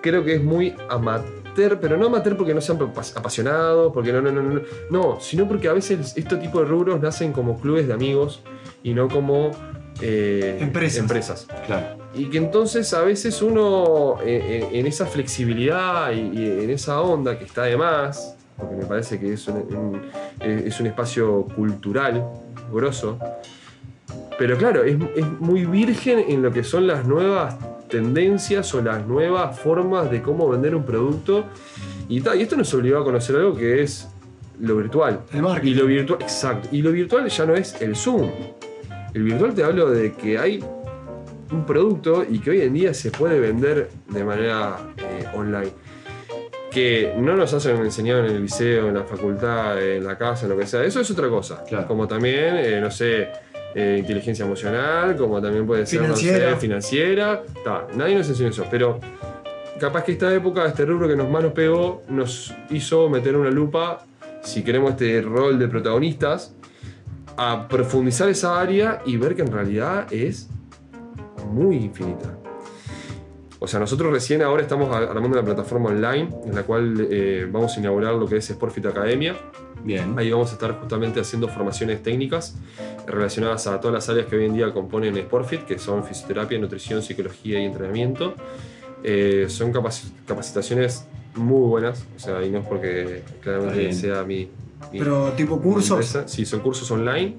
[SPEAKER 10] creo que es muy amateur, pero no amateur porque no sean pas- apasionados, porque no, no, no, no, no, sino porque a veces este tipo de rubros nacen como clubes de amigos y no como eh,
[SPEAKER 14] Empresas.
[SPEAKER 10] e-
[SPEAKER 2] Claro.
[SPEAKER 10] Y que entonces a veces uno eh, en, en esa flexibilidad y, y en esa onda que está de más, porque me parece que es un, un- eh, es un espacio cultural grosso, pero claro, es, es muy virgen en lo que son las nuevas tendencias o las nuevas formas de cómo vender un producto. Y, ta, y esto nos obligó a conocer algo que es lo virtual. Y lo virtual, exacto. Y lo virtual ya no es el Zoom. El virtual te hablo de que hay un producto y que hoy en día se puede vender de manera eh, online. Que no nos hacen enseñar en el liceo, en la facultad, en la casa, en lo que sea. Eso es otra cosa. Como también, eh, no sé, eh, inteligencia emocional, como también puede ser, no
[SPEAKER 5] Financiera.
[SPEAKER 10] sé, financiera. Ta, nadie nos enseñó eso. Pero capaz que esta época, este rubro que nos más nos pegó, nos hizo meter una lupa, si queremos este rol de protagonistas, a profundizar esa área y ver que en realidad es muy infinita. O sea, nosotros recién ahora estamos ar- armando una plataforma online en la cual eh, vamos a inaugurar lo que es Sportfit Academia.
[SPEAKER 2] Bien.
[SPEAKER 10] Ahí vamos a estar justamente haciendo formaciones técnicas relacionadas a todas las áreas que hoy en día componen Sportfit, que son fisioterapia, nutrición, psicología y entrenamiento. Eh, son capaci- capacitaciones muy buenas, o sea, y no es porque claramente
[SPEAKER 5] Está bien.
[SPEAKER 10] sea mi, mi-
[SPEAKER 5] Pero tipo cursos.
[SPEAKER 10] empresa. Sí, son cursos online.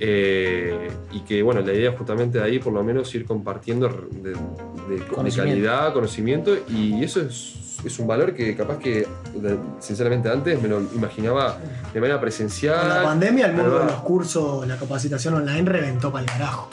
[SPEAKER 10] eh, y que bueno, la idea es justamente de ahí por lo menos ir compartiendo de, de- de
[SPEAKER 3] Conocimiento.
[SPEAKER 10] calidad, conocimiento, y eso es, es un valor que capaz que de- sinceramente antes me lo imaginaba de manera presencial.
[SPEAKER 5] Con la pandemia, el mundo
[SPEAKER 10] pero
[SPEAKER 5] de
[SPEAKER 10] va,
[SPEAKER 5] los cursos, la capacitación online reventó para el carajo.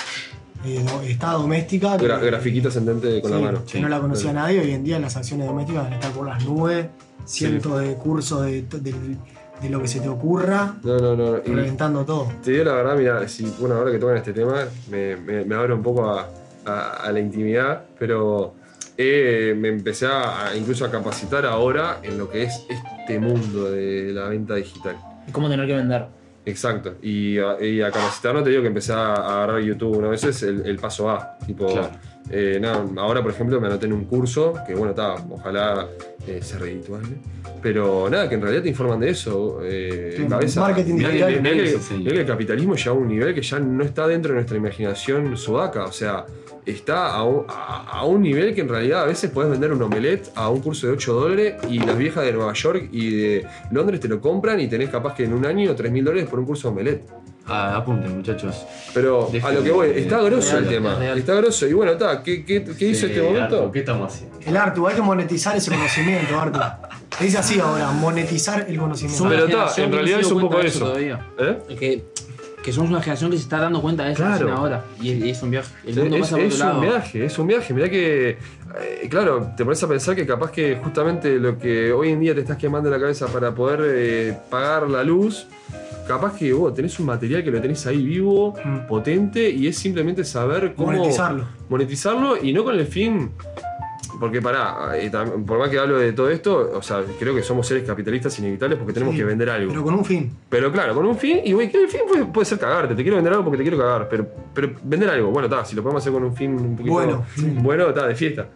[SPEAKER 5] Eh, do- está doméstica. que-
[SPEAKER 10] gra- grafiquita ascendente con la
[SPEAKER 5] Sí,
[SPEAKER 10] mano.
[SPEAKER 5] que no la conocía nadie. Hoy en día las acciones domésticas van a estar por las nubes. Cientos de cursos de, to- del- de lo que se te ocurra.
[SPEAKER 10] No, no, no. y-
[SPEAKER 5] Reventando todo.
[SPEAKER 10] Te digo la verdad, mira, si bueno, ahora que tocan este tema, me, me, me abro un poco a, a- a la intimidad, pero eh, me empecé a, a incluso a capacitar ahora en lo que es este mundo de la venta digital.
[SPEAKER 3] ¿Cómo tener que vender?
[SPEAKER 10] Exacto. Y a, y a capacitar, no te digo que empecé a agarrar YouTube una vez, es el, el paso A. Tipo, eh, nada, ahora, por ejemplo, me anoté en un curso que, bueno, está, ojalá eh, sea redituable. Pero nada, que en realidad te informan de eso. Eh,
[SPEAKER 5] Sí,
[SPEAKER 10] cabeza.
[SPEAKER 5] marketing
[SPEAKER 10] Mirá que-
[SPEAKER 5] digital.
[SPEAKER 10] mirá que-
[SPEAKER 5] Marketing se
[SPEAKER 10] mirá que el capitalismo ya a un nivel que ya no está dentro de nuestra imaginación sudaca. O sea, está a un, a- a un nivel que en realidad a veces puedes vender un omelette a un curso de 8 dólares y las viejas de Nueva York y de Londres te lo compran y tenés capaz que en un año 3 mil dólares por un curso de omelette.
[SPEAKER 2] Ah, apunten, muchachos.
[SPEAKER 10] Pero a lo que voy, está grosso el tema. Está grosso. Y bueno, está, ¿qué, qué, qué hizo este momento?
[SPEAKER 2] Eh, ¿Qué estamos haciendo?
[SPEAKER 5] El Artu, hay que monetizar ese conocimiento, Artu. Se dice así ahora, monetizar el conocimiento.
[SPEAKER 10] Pero está,
[SPEAKER 4] generación
[SPEAKER 10] en
[SPEAKER 4] que no
[SPEAKER 10] realidad
[SPEAKER 4] se
[SPEAKER 10] es
[SPEAKER 4] dio
[SPEAKER 10] un poco
[SPEAKER 4] cuenta de eso
[SPEAKER 10] eso.
[SPEAKER 4] todavía.
[SPEAKER 10] ¿Eh?
[SPEAKER 4] Que, que somos una generación que se está dando cuenta de eso
[SPEAKER 10] Claro.
[SPEAKER 4] recién ahora. Y es, y es un viaje. El
[SPEAKER 10] Es-
[SPEAKER 4] mundo
[SPEAKER 10] es,
[SPEAKER 4] pasa por
[SPEAKER 10] es
[SPEAKER 4] otro lado.
[SPEAKER 10] un viaje, es un viaje. Mirá que, eh, claro, te pones a pensar que capaz que justamente lo que hoy en día te estás quemando la cabeza para poder eh, pagar la luz, capaz que vos tenés un material que lo tenés ahí vivo, potente, y es simplemente saber cómo
[SPEAKER 5] Mm. Monetizarlo.
[SPEAKER 10] monetizarlo y no con el fin Porque pará, eh, tam- por más que hablo de todo esto, o sea, creo que somos seres capitalistas inevitables porque tenemos
[SPEAKER 5] Sí,
[SPEAKER 10] que vender algo.
[SPEAKER 5] Pero con un fin.
[SPEAKER 10] Pero claro, con un fin, y güey, el fin puede, puede ser cagarte. Te quiero vender algo porque te quiero cagar. Pero, pero vender algo, bueno, está, si lo podemos hacer con un fin un poquito
[SPEAKER 5] Bueno,
[SPEAKER 10] bueno, está, de fiesta.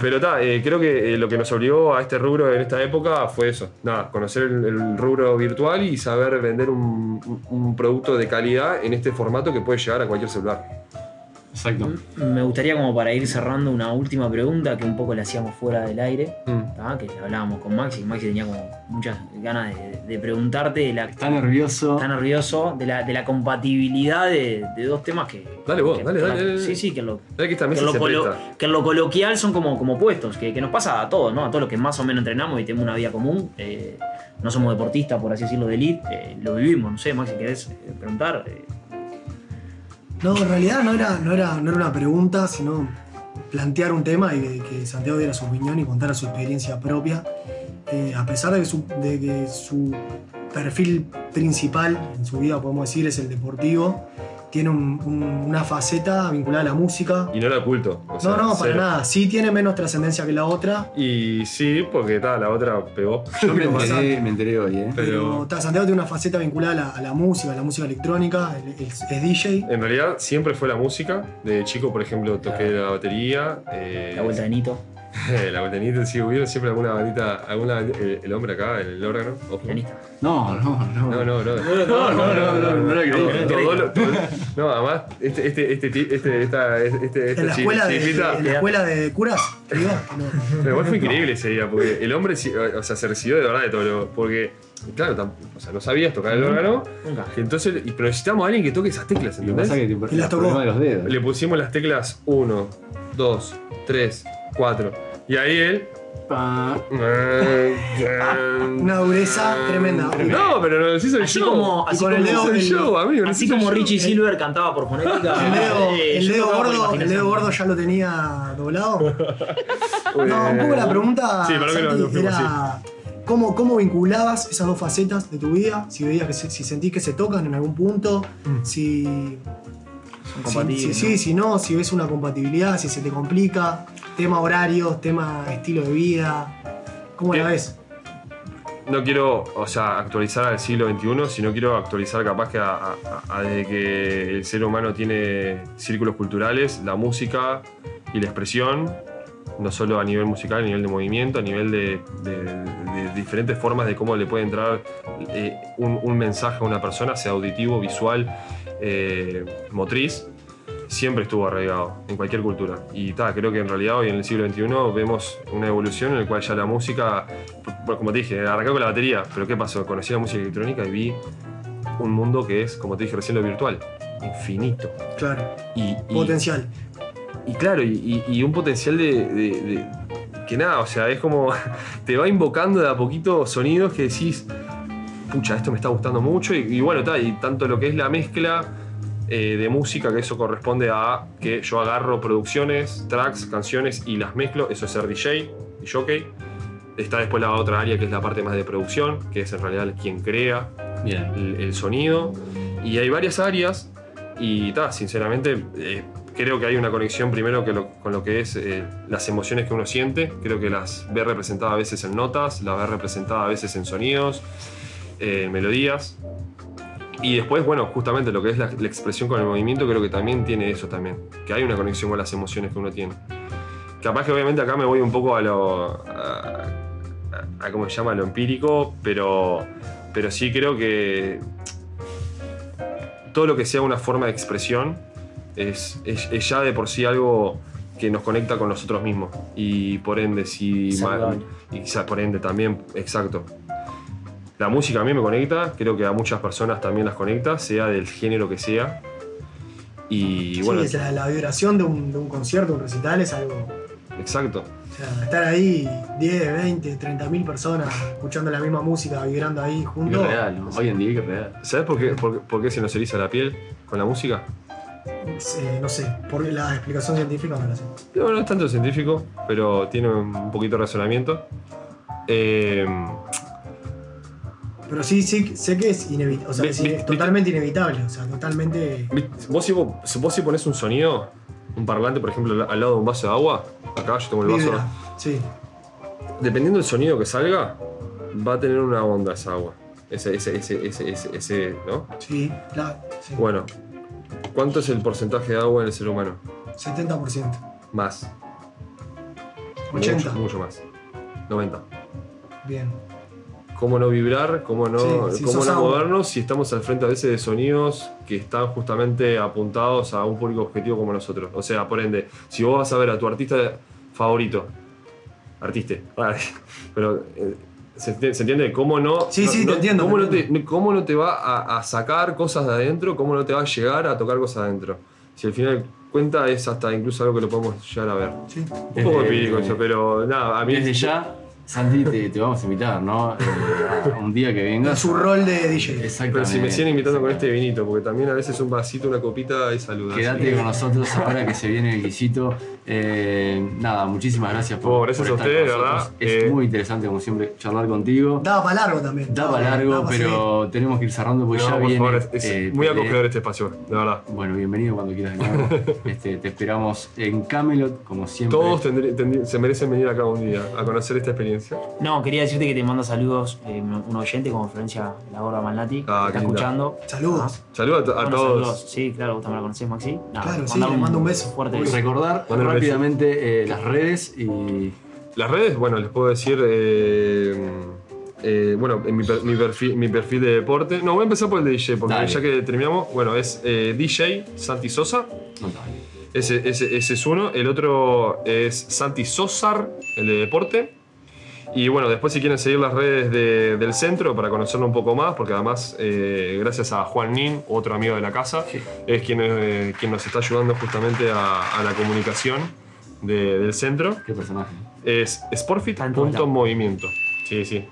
[SPEAKER 10] Pero está, eh, creo que eh, lo que nos obligó a este rubro en esta época fue eso. Nada, conocer el, el rubro virtual y saber vender un, un- un producto de calidad en este formato que puede llegar a cualquier celular.
[SPEAKER 2] Exacto.
[SPEAKER 3] Me gustaría como para ir cerrando una última pregunta que un poco le hacíamos fuera del aire,
[SPEAKER 5] Mm.
[SPEAKER 3] ¿tá? que le hablábamos con Maxi, y Maxi tenía como muchas ganas de, de preguntarte de la... Está
[SPEAKER 2] nervioso.
[SPEAKER 3] Está nervioso de la, de la compatibilidad de, de dos temas que...
[SPEAKER 10] Dale vos,
[SPEAKER 3] que-
[SPEAKER 10] dale,
[SPEAKER 3] que-
[SPEAKER 10] dale, dale.
[SPEAKER 3] Sí, sí, que lo...
[SPEAKER 10] Dale que esta
[SPEAKER 3] Que
[SPEAKER 10] mesa
[SPEAKER 3] en, lo
[SPEAKER 10] se
[SPEAKER 3] colo-
[SPEAKER 10] presta.
[SPEAKER 3] que en lo coloquial son como, como puestos, que, que nos pasa a todos, ¿no? A todos los que más o menos entrenamos y tenemos una vida común. eh, no somos deportistas, por así decirlo, de elite, eh, lo vivimos, no sé, Max, si querés eh, preguntar. eh,
[SPEAKER 5] No, en realidad no era, no era, no era una pregunta, sino plantear un tema y que, que Santiago diera su opinión y contara su experiencia propia. Eh, a pesar de que, su, de que su perfil principal en su vida, podemos decir, es el deportivo, tiene un- un- una faceta vinculada a la música.
[SPEAKER 10] Y no la oculto. o
[SPEAKER 5] no,
[SPEAKER 10] sea,
[SPEAKER 5] no, para
[SPEAKER 10] cero.
[SPEAKER 5] nada. Sí tiene menos trascendencia que la otra.
[SPEAKER 10] Y sí, porque está, la otra pegó.
[SPEAKER 5] Yo me enteré-
[SPEAKER 2] me enteré hoy, ¿eh?
[SPEAKER 5] Pero
[SPEAKER 10] Pero
[SPEAKER 5] ta, Santiago tiene una faceta vinculada a la, a la música, a la música electrónica, él- él es DJ.
[SPEAKER 10] en realidad siempre fue la música. De chico, por ejemplo, toqué la batería. eh,
[SPEAKER 3] la vuelta de Nito.
[SPEAKER 10] la vuelta de Nito, sí, hubieron siempre alguna bandita, alguna, el, el hombre acá, el, órgano. ojo.
[SPEAKER 2] No, no, no.
[SPEAKER 10] No, no,
[SPEAKER 2] No,
[SPEAKER 10] no.
[SPEAKER 2] no, no, no, no era que-
[SPEAKER 10] Todo-
[SPEAKER 2] creí.
[SPEAKER 10] todo lo- todo- No, además, este, este, este, ti- este, esta, este, este,
[SPEAKER 5] En la
[SPEAKER 10] chi-
[SPEAKER 5] escuela, de,
[SPEAKER 10] chiquita-
[SPEAKER 5] en la escuela de curas, te digo, no.
[SPEAKER 10] Pero igual fue increíble ese día, porque el hombre sí, o sea, se recibió de verdad de todo lo. Porque, claro, tam- o sea, no sabías tocar el órgano. Entonces, y- pero necesitamos a alguien que toque esas teclas,
[SPEAKER 2] Lo que
[SPEAKER 10] ¿entendés?
[SPEAKER 2] pasa es que te- el problema de los dedos.
[SPEAKER 10] Le pusimos las teclas 1, 2, 3, 4. Y ahí él.
[SPEAKER 5] Una dureza tremenda.
[SPEAKER 10] No, pero no, sí soy
[SPEAKER 3] Así
[SPEAKER 10] yo.
[SPEAKER 3] como, así como,
[SPEAKER 10] soy yo, amigo.
[SPEAKER 3] así como Richie Silver cantaba por fonética.
[SPEAKER 5] El
[SPEAKER 10] Ah,
[SPEAKER 5] dedo,
[SPEAKER 3] eh,
[SPEAKER 5] el
[SPEAKER 3] yo
[SPEAKER 5] dedo
[SPEAKER 3] tocaba por
[SPEAKER 5] gordo, el
[SPEAKER 3] imaginación.
[SPEAKER 5] dedo gordo ya lo tenía doblado. No,
[SPEAKER 10] Eh,
[SPEAKER 5] un poco la pregunta
[SPEAKER 10] Sí, para que lo-
[SPEAKER 5] Santi,
[SPEAKER 10] lo fuimos,
[SPEAKER 5] era ¿cómo, cómo vinculabas esas dos facetas de tu vida, si veías que se- si sentís que se tocan en algún punto,
[SPEAKER 10] Mm.
[SPEAKER 5] si si,
[SPEAKER 3] compatibles,
[SPEAKER 5] si
[SPEAKER 3] ¿no?
[SPEAKER 5] sí, si no, si ves una compatibilidad, si se te complica, tema horarios, tema estilo de vida, ¿cómo
[SPEAKER 10] Eh,
[SPEAKER 5] la ves?
[SPEAKER 10] no quiero, o sea, actualizar al siglo XXI, sino quiero actualizar capaz que a, a- a- a desde que el ser humano tiene círculos culturales, la música y la expresión, no solo a nivel musical, a nivel de movimiento, a nivel de, de- de diferentes formas de cómo le puede entrar eh, un, un mensaje a una persona, sea auditivo, visual, eh, motriz siempre estuvo arraigado en cualquier cultura. Y ta, creo que en realidad hoy en el siglo XXI vemos una evolución en la cual ya la música, por- por- como te dije, arrancó con la batería, pero ¿qué pasó? Conocí la música electrónica y vi un mundo que es, como te dije recién, lo virtual, infinito.
[SPEAKER 5] Claro,
[SPEAKER 10] Y, y-
[SPEAKER 5] potencial.
[SPEAKER 10] y claro, y, y- y un potencial de, de- de- que nada, o sea, es como te va invocando de a poquito sonidos que decís, pucha, esto me está gustando mucho. Y, y bueno, está, y tanto lo que es la mezcla eh, de música, que eso corresponde a que yo agarro producciones, tracks, canciones y las mezclo, eso es ser DJ y jockey. Está después la otra área que es la parte más de producción, que es en realidad quien crea el, el sonido. Y hay varias áreas y ta, sinceramente eh, creo que hay una conexión primero que lo- con lo que es eh, las emociones que uno siente. Creo que las ve representadas a veces en notas, las ve representadas a veces en sonidos, eh, en melodías. Y después, bueno, justamente lo que es la, la expresión con el movimiento creo que también tiene eso también, que hay una conexión con las emociones que uno tiene. Capaz que obviamente acá me voy un poco a lo... a- a, a cómo se llama, a lo empírico, pero, pero sí creo que todo lo que sea una forma de expresión es, es- es ya de por sí algo que nos conecta con nosotros mismos y por ende si
[SPEAKER 3] Saludable.
[SPEAKER 10] y quizá por ende también exacto la música a mí me conecta creo que a muchas personas también las conecta sea del género que sea y bueno
[SPEAKER 5] Sí, la, la vibración de un, de un concierto, un recital es algo
[SPEAKER 10] exacto
[SPEAKER 5] O sea, estar ahí 10, 20, 30 mil personas escuchando la misma música, vibrando ahí
[SPEAKER 2] Qué
[SPEAKER 5] juntos.
[SPEAKER 2] real, ¿no? Hoy en día qué real.
[SPEAKER 10] ¿sabes por qué, por, por qué se nos eriza la piel con la música?
[SPEAKER 5] eh, no sé, por la explicación científica no la sé.
[SPEAKER 10] No, no es tanto científico, pero tiene un poquito de razonamiento. Eh,
[SPEAKER 5] Pero sí, sí, sé que es inevitable. O sea,
[SPEAKER 10] Ve-
[SPEAKER 5] sí,
[SPEAKER 10] ve-
[SPEAKER 5] es totalmente inevitable. O sea, totalmente.
[SPEAKER 10] ¿viste? vos, si, vos si pones un sonido, un parlante, por ejemplo, al- al lado de un vaso de agua, acá yo tengo el vaso.
[SPEAKER 5] Vibra, Sí.
[SPEAKER 10] Dependiendo del sonido que salga, va a tener una onda esa agua. Ese, ese, ese, ese, ese, ese, ¿no?
[SPEAKER 5] Sí, la- sí.
[SPEAKER 10] Bueno, ¿cuánto es el porcentaje de agua en el ser humano?
[SPEAKER 5] 70%.
[SPEAKER 10] Más.
[SPEAKER 5] 80.
[SPEAKER 10] Mucho, mucho más. 90.
[SPEAKER 5] Bien.
[SPEAKER 10] cómo no vibrar, cómo no,
[SPEAKER 5] Sí, sí,
[SPEAKER 10] cómo
[SPEAKER 5] sos
[SPEAKER 10] no
[SPEAKER 5] agua.
[SPEAKER 10] movernos si estamos al frente a veces de sonidos que están justamente apuntados a un público objetivo como nosotros. O sea, por ende, si vos vas a ver a tu artista favorito, artiste, pero eh, ¿se, enti- se entiende? ¿Cómo no?
[SPEAKER 5] Sí,
[SPEAKER 10] no-
[SPEAKER 5] sí, te
[SPEAKER 10] no-
[SPEAKER 5] entiendo,
[SPEAKER 10] ¿Cómo,
[SPEAKER 5] te
[SPEAKER 10] no, te, cómo no te va a, a sacar cosas de adentro? ¿Cómo no te va a llegar a tocar cosas de adentro? Si al final cuenta es hasta incluso algo que lo podemos llegar a ver. Eh, Un poco
[SPEAKER 2] Desde-
[SPEAKER 10] empírico eso, pero nada, a mí
[SPEAKER 2] Desde ya, Santi, te, te vamos a invitar, ¿no? Eh, a un día que vengas.
[SPEAKER 5] Su rol de DJ.
[SPEAKER 2] Exactamente.
[SPEAKER 10] Pero si me siguen invitando con este vinito, porque también a veces un vasito, una copita es saludar.
[SPEAKER 2] Quédate con nosotros ahora que se viene el guisito. Eh, nada, muchísimas gracias por,
[SPEAKER 10] Bueno, gracias
[SPEAKER 2] por
[SPEAKER 10] a
[SPEAKER 2] estar
[SPEAKER 10] ustedes,
[SPEAKER 2] con nosotros.
[SPEAKER 10] ¿verdad?
[SPEAKER 2] Es
[SPEAKER 10] Eh,
[SPEAKER 2] muy interesante, como siempre, charlar contigo.
[SPEAKER 5] Daba para largo también.
[SPEAKER 2] Da para largo, pero tenemos que ir cerrando porque
[SPEAKER 10] No,
[SPEAKER 2] ya
[SPEAKER 10] por
[SPEAKER 2] viene.
[SPEAKER 10] favor, es- es muy acogedor
[SPEAKER 2] este
[SPEAKER 10] espacio, de verdad.
[SPEAKER 2] Bueno, bienvenido cuando quieras de nuevo. Este, te esperamos en Camelot, como siempre.
[SPEAKER 10] Todos tendrí- tendrí- se merecen venir acá un día a conocer esta experiencia.
[SPEAKER 3] No, quería decirte que te manda saludos eh, un oyente como Florencia La Gorda Malnati. que está
[SPEAKER 10] Ah, qué linda.
[SPEAKER 3] escuchando.
[SPEAKER 5] Saludos.
[SPEAKER 10] Saludos a, to- a
[SPEAKER 3] Bueno,
[SPEAKER 10] todos.
[SPEAKER 3] saludos. Sí, claro, vos también la conocés, Maxi. Nada,
[SPEAKER 5] Claro, sí,
[SPEAKER 3] mandale
[SPEAKER 5] le mando un beso.
[SPEAKER 3] Fuerte
[SPEAKER 2] Uy,
[SPEAKER 3] beso.
[SPEAKER 2] Recordar
[SPEAKER 10] Mandale un beso.
[SPEAKER 2] rápidamente eh, las redes y.
[SPEAKER 10] Las redes, bueno, les puedo decir. eh, eh, bueno, en mi, per- mi perfil, mi perfil de deporte. No, voy a empezar por el de DJ, porque
[SPEAKER 2] Dale.
[SPEAKER 10] ya que terminamos, bueno, es eh, DJ Santi Sosa. Ese, ese- ese es uno. El otro es Santi Sosar, el de deporte. Y bueno, después si quieren seguir las redes de- del centro para conocerlo un poco más, porque además eh, gracias a Juan Nin, otro amigo de la casa, es quien, eh, quien nos está ayudando justamente a, a la comunicación de- del centro.
[SPEAKER 2] ¿Qué personaje?
[SPEAKER 10] Es
[SPEAKER 2] lados.
[SPEAKER 10] sportfit.movimiento. Sí, sí.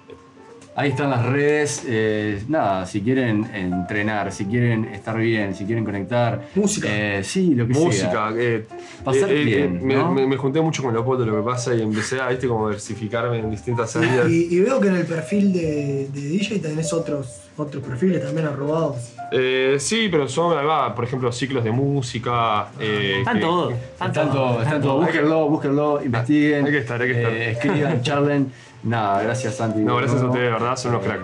[SPEAKER 2] Ahí están las redes. eh, nada, si quieren entrenar, si quieren estar bien, si quieren conectar. eh,
[SPEAKER 5] Música.
[SPEAKER 2] sí, ah. lo que sea.
[SPEAKER 10] Música. eh,
[SPEAKER 2] Pasar
[SPEAKER 10] eh, eh,
[SPEAKER 2] bien,
[SPEAKER 10] me,
[SPEAKER 2] ¿no?
[SPEAKER 10] me- me junté mucho con Lopoto, lo que pasa, y empecé a ¿viste? como diversificarme en distintas áreas.
[SPEAKER 5] Y, y veo que en el perfil de, de DJ tenés otros, otros perfiles también arrobados.
[SPEAKER 10] Eh, sí, pero son, ahí va, por ejemplo, ciclos de música. eh,
[SPEAKER 3] Están
[SPEAKER 10] que-
[SPEAKER 3] todos. Están
[SPEAKER 2] Tanto,
[SPEAKER 3] todos.
[SPEAKER 2] tanto, búsquenlo, búsquenlo, investiguen.
[SPEAKER 10] Ah, Hay que estar, hay que estar.
[SPEAKER 2] eh, escriban, charlen. Nada, gracias Santi.
[SPEAKER 10] No,
[SPEAKER 2] de
[SPEAKER 10] gracias a
[SPEAKER 2] nuevo.
[SPEAKER 10] ustedes, de verdad, son unos cracks.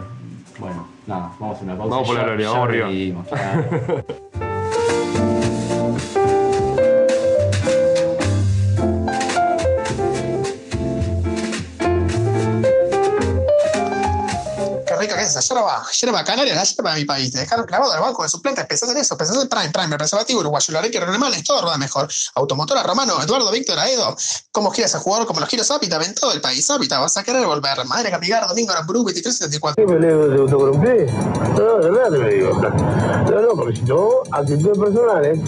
[SPEAKER 2] Bueno, nada, vamos a una pausa.
[SPEAKER 10] Vamos por la
[SPEAKER 2] Ya-
[SPEAKER 10] gloria,
[SPEAKER 2] ya
[SPEAKER 10] vamos arriba.
[SPEAKER 2] venimos, claro.
[SPEAKER 15] Qué rica que es esa yerba. Yerba canaria, la yerba de mi país. Te dejaron clavado al banco de suplentes. Pensás en eso. Pensás en Prime, Prime, el preservativo uruguayo, la Reque, Renemanes, todo rueda mejor. Automotora Romano, Eduardo, Víctor, Aedo. Como giras a jugador, como los giros Hábitat en todo el país. Hábitat, vas a querer volver. Madre Capigar, Domingo, Aramburú, 23 y 74.
[SPEAKER 8] ¿Qué peleo de autocomplé? No, de verdad te lo digo. No, no, porque si tomamos actitudes personales